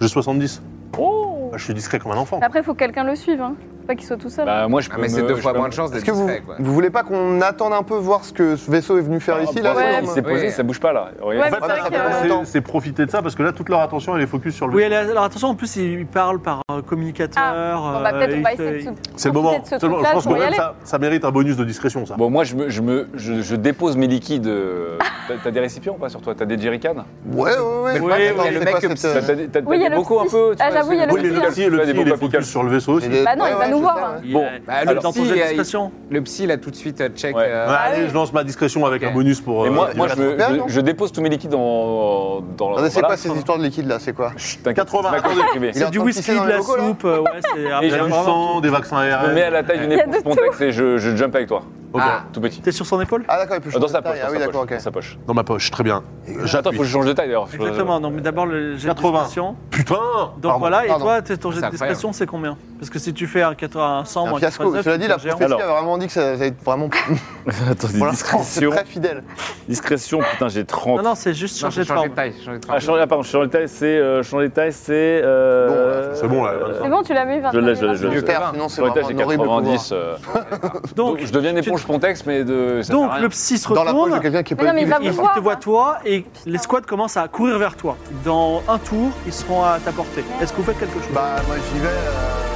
Speaker 4: j'ai 70. Bah, je suis discret comme un enfant.
Speaker 3: Après, faut que quelqu'un le suive. Hein. Faut pas qu'il soit tout seul.
Speaker 2: Bah, moi, je peux.
Speaker 5: Ah, mais c'est
Speaker 2: me-
Speaker 5: deux
Speaker 2: je
Speaker 5: fois
Speaker 2: peux
Speaker 5: moins
Speaker 2: me-
Speaker 5: de chances d'être
Speaker 6: Est-ce que vous,
Speaker 5: discret, quoi.
Speaker 6: vous voulez pas qu'on attende un peu voir ce que ce vaisseau est venu faire ici là
Speaker 2: Ah,
Speaker 3: ouais,
Speaker 6: quand
Speaker 2: Il
Speaker 6: même
Speaker 2: s'est posé,
Speaker 5: Oui.
Speaker 2: ça bouge pas là. Regarde.
Speaker 3: Ouais,
Speaker 6: En
Speaker 3: mais
Speaker 6: fait, là,
Speaker 3: c'est
Speaker 6: ça
Speaker 3: vrai
Speaker 6: fait
Speaker 3: que-
Speaker 6: longtemps.
Speaker 4: C'est- C'est profiter de ça parce que là, toute leur attention, elle est focus sur le.
Speaker 1: Oui, elle- alors attention, en plus, il parle par euh, communicateur.
Speaker 3: Bon, bah, peut-être
Speaker 1: euh,
Speaker 3: on va
Speaker 1: il fait-
Speaker 3: essayer de se.
Speaker 4: C'est
Speaker 3: profiter
Speaker 4: le moment.
Speaker 3: de ce
Speaker 4: C'est le moment.
Speaker 3: truc-là
Speaker 4: Je pense que
Speaker 3: pour y
Speaker 4: même
Speaker 3: aller.
Speaker 4: ça, ça mérite un bonus de discrétion, ça.
Speaker 2: Bon, moi, je, me, je, me, je, je dépose mes liquides. euh, t'as- T'as des récipients ou pas sur toi T'as des jerrycans
Speaker 6: Ouais,
Speaker 5: Mais
Speaker 6: ouais, ouais. je
Speaker 5: le
Speaker 6: sais
Speaker 5: mec,
Speaker 6: pas,
Speaker 5: il y a le
Speaker 6: c'est
Speaker 5: mec
Speaker 6: quoi
Speaker 5: que-
Speaker 6: cette, euh,
Speaker 2: T'as t'as des t'as-
Speaker 3: Oui,
Speaker 2: t'as
Speaker 3: il y a
Speaker 2: des
Speaker 3: le
Speaker 2: bocaux un
Speaker 3: psy.
Speaker 2: peu tu
Speaker 3: Ah,
Speaker 2: vois,
Speaker 3: j'avoue, il y a
Speaker 2: c'est-
Speaker 3: le
Speaker 4: Oui, mais
Speaker 3: psy,
Speaker 4: le
Speaker 3: hein.
Speaker 4: psy, le
Speaker 2: Ouais, des
Speaker 4: psy, il
Speaker 2: bons
Speaker 4: est
Speaker 2: papicans.
Speaker 4: focus sur le vaisseau aussi.
Speaker 6: Et les-
Speaker 3: Bah non,
Speaker 6: Ouais,
Speaker 3: il va
Speaker 6: ouais,
Speaker 3: nous
Speaker 6: c'est
Speaker 3: voir.
Speaker 6: ça,
Speaker 3: hein.
Speaker 1: Il-
Speaker 5: Bon,
Speaker 1: euh,
Speaker 5: bah,
Speaker 1: il est
Speaker 5: le
Speaker 1: dans ton
Speaker 5: psy,
Speaker 1: jeu de
Speaker 5: euh, il-
Speaker 1: discrétion.
Speaker 5: Le psy, là, tout de suite, euh, check.
Speaker 2: Ah Ouais.
Speaker 5: euh,
Speaker 4: Ouais, allez,
Speaker 3: oui.
Speaker 4: je lance ma discrétion avec
Speaker 5: Ok.
Speaker 4: un bonus pour.
Speaker 2: Et
Speaker 4: euh,
Speaker 2: moi,
Speaker 4: la
Speaker 2: moi je, me-
Speaker 4: discrétion.
Speaker 2: je, je dépose tous mes liquides en, dans
Speaker 6: Non, mais c'est
Speaker 2: voilà. hein.
Speaker 6: quoi ces histoires de liquide là C'est quoi
Speaker 2: Chut, t'inquiète,
Speaker 4: 80,
Speaker 2: c'est ma cause privée.
Speaker 6: Il est en
Speaker 1: C'est du
Speaker 6: train de
Speaker 1: whisky,
Speaker 6: pisser
Speaker 1: de
Speaker 6: dans les
Speaker 1: la
Speaker 6: locaux, là
Speaker 1: soupe. euh, ouais, c'est.
Speaker 2: Et
Speaker 4: Il y a
Speaker 2: j'ai
Speaker 4: du
Speaker 2: vraiment
Speaker 4: sang, des vaccins
Speaker 2: Je me mets à
Speaker 4: ARN.
Speaker 2: la taille d'une
Speaker 3: Il y a de
Speaker 2: éponge Pontex et je, je jump avec toi.
Speaker 5: Ah.
Speaker 2: Tout petit.
Speaker 1: T'es sur son épaule
Speaker 6: Ah, d'accord, il peut
Speaker 2: Euh,
Speaker 6: changer
Speaker 2: Dans
Speaker 6: de
Speaker 2: sa
Speaker 6: taille.
Speaker 2: poche.
Speaker 6: Ah
Speaker 2: dans
Speaker 6: oui,
Speaker 2: sa
Speaker 6: d'accord,
Speaker 2: poche,
Speaker 6: ok.
Speaker 2: dans sa poche.
Speaker 4: Dans ma poche, très bien.
Speaker 2: Attends,
Speaker 4: J'appuie.
Speaker 2: faut que je change de taille d'ailleurs. Faut-
Speaker 1: Exactement, non, mais d'abord le jet de
Speaker 4: 80.
Speaker 1: discrétion.
Speaker 4: Putain
Speaker 1: Donc voilà, et
Speaker 6: pardon.
Speaker 1: toi, t'es- ton jet de
Speaker 5: C'est incroyable.
Speaker 1: discrétion, c'est combien Parce que si tu fais un 80, un 100,
Speaker 6: C'est
Speaker 1: moins
Speaker 6: un fiasco.
Speaker 1: 89,
Speaker 6: Cela dit, la
Speaker 1: tu gères.
Speaker 6: prophétie a vraiment dit que ça allait être vraiment.
Speaker 2: Attendez,
Speaker 6: Pour l'instant, c'est
Speaker 2: discrétion.
Speaker 6: très fidèle.
Speaker 2: Discrétion, putain, j'ai 30.
Speaker 1: Non, non, c'est juste
Speaker 5: Non,
Speaker 1: changer
Speaker 5: j'ai
Speaker 1: de
Speaker 5: changé
Speaker 1: forme.
Speaker 5: de taille. j'ai changé de
Speaker 2: Ah,
Speaker 5: forme.
Speaker 2: changer, ah, pardon, changer de taille, c'est. euh, changer de taille, c'est. euh,
Speaker 6: Bon, là,
Speaker 4: c'est bon, là, là,
Speaker 3: C'est bon, tu l'as mis 20
Speaker 2: Je l'ai, je l'ai, je l'ai.
Speaker 6: J'espère,
Speaker 5: ça va.
Speaker 6: sinon c'est
Speaker 2: Changer de
Speaker 6: vraiment
Speaker 2: taille, j'ai
Speaker 6: un horrible pouvoir.
Speaker 2: 90. euh, Donc,
Speaker 1: Donc,
Speaker 2: je deviens une
Speaker 1: tu-
Speaker 2: éponge contexte, mais de. ça sert
Speaker 1: donc
Speaker 2: à rien.
Speaker 1: le psy se
Speaker 6: Dans la poche de
Speaker 1: retourne,
Speaker 6: quelqu'un qui est
Speaker 3: Mais non,
Speaker 6: pas
Speaker 3: mais il va
Speaker 1: il
Speaker 3: vous
Speaker 1: il
Speaker 3: voir.
Speaker 1: te voit toi, et les
Speaker 3: Putain.
Speaker 1: squads commencent à courir vers toi. Dans un tour, ils seront à ta portée. Est-ce que vous faites quelque chose
Speaker 6: Bah, moi j'y vais. euh,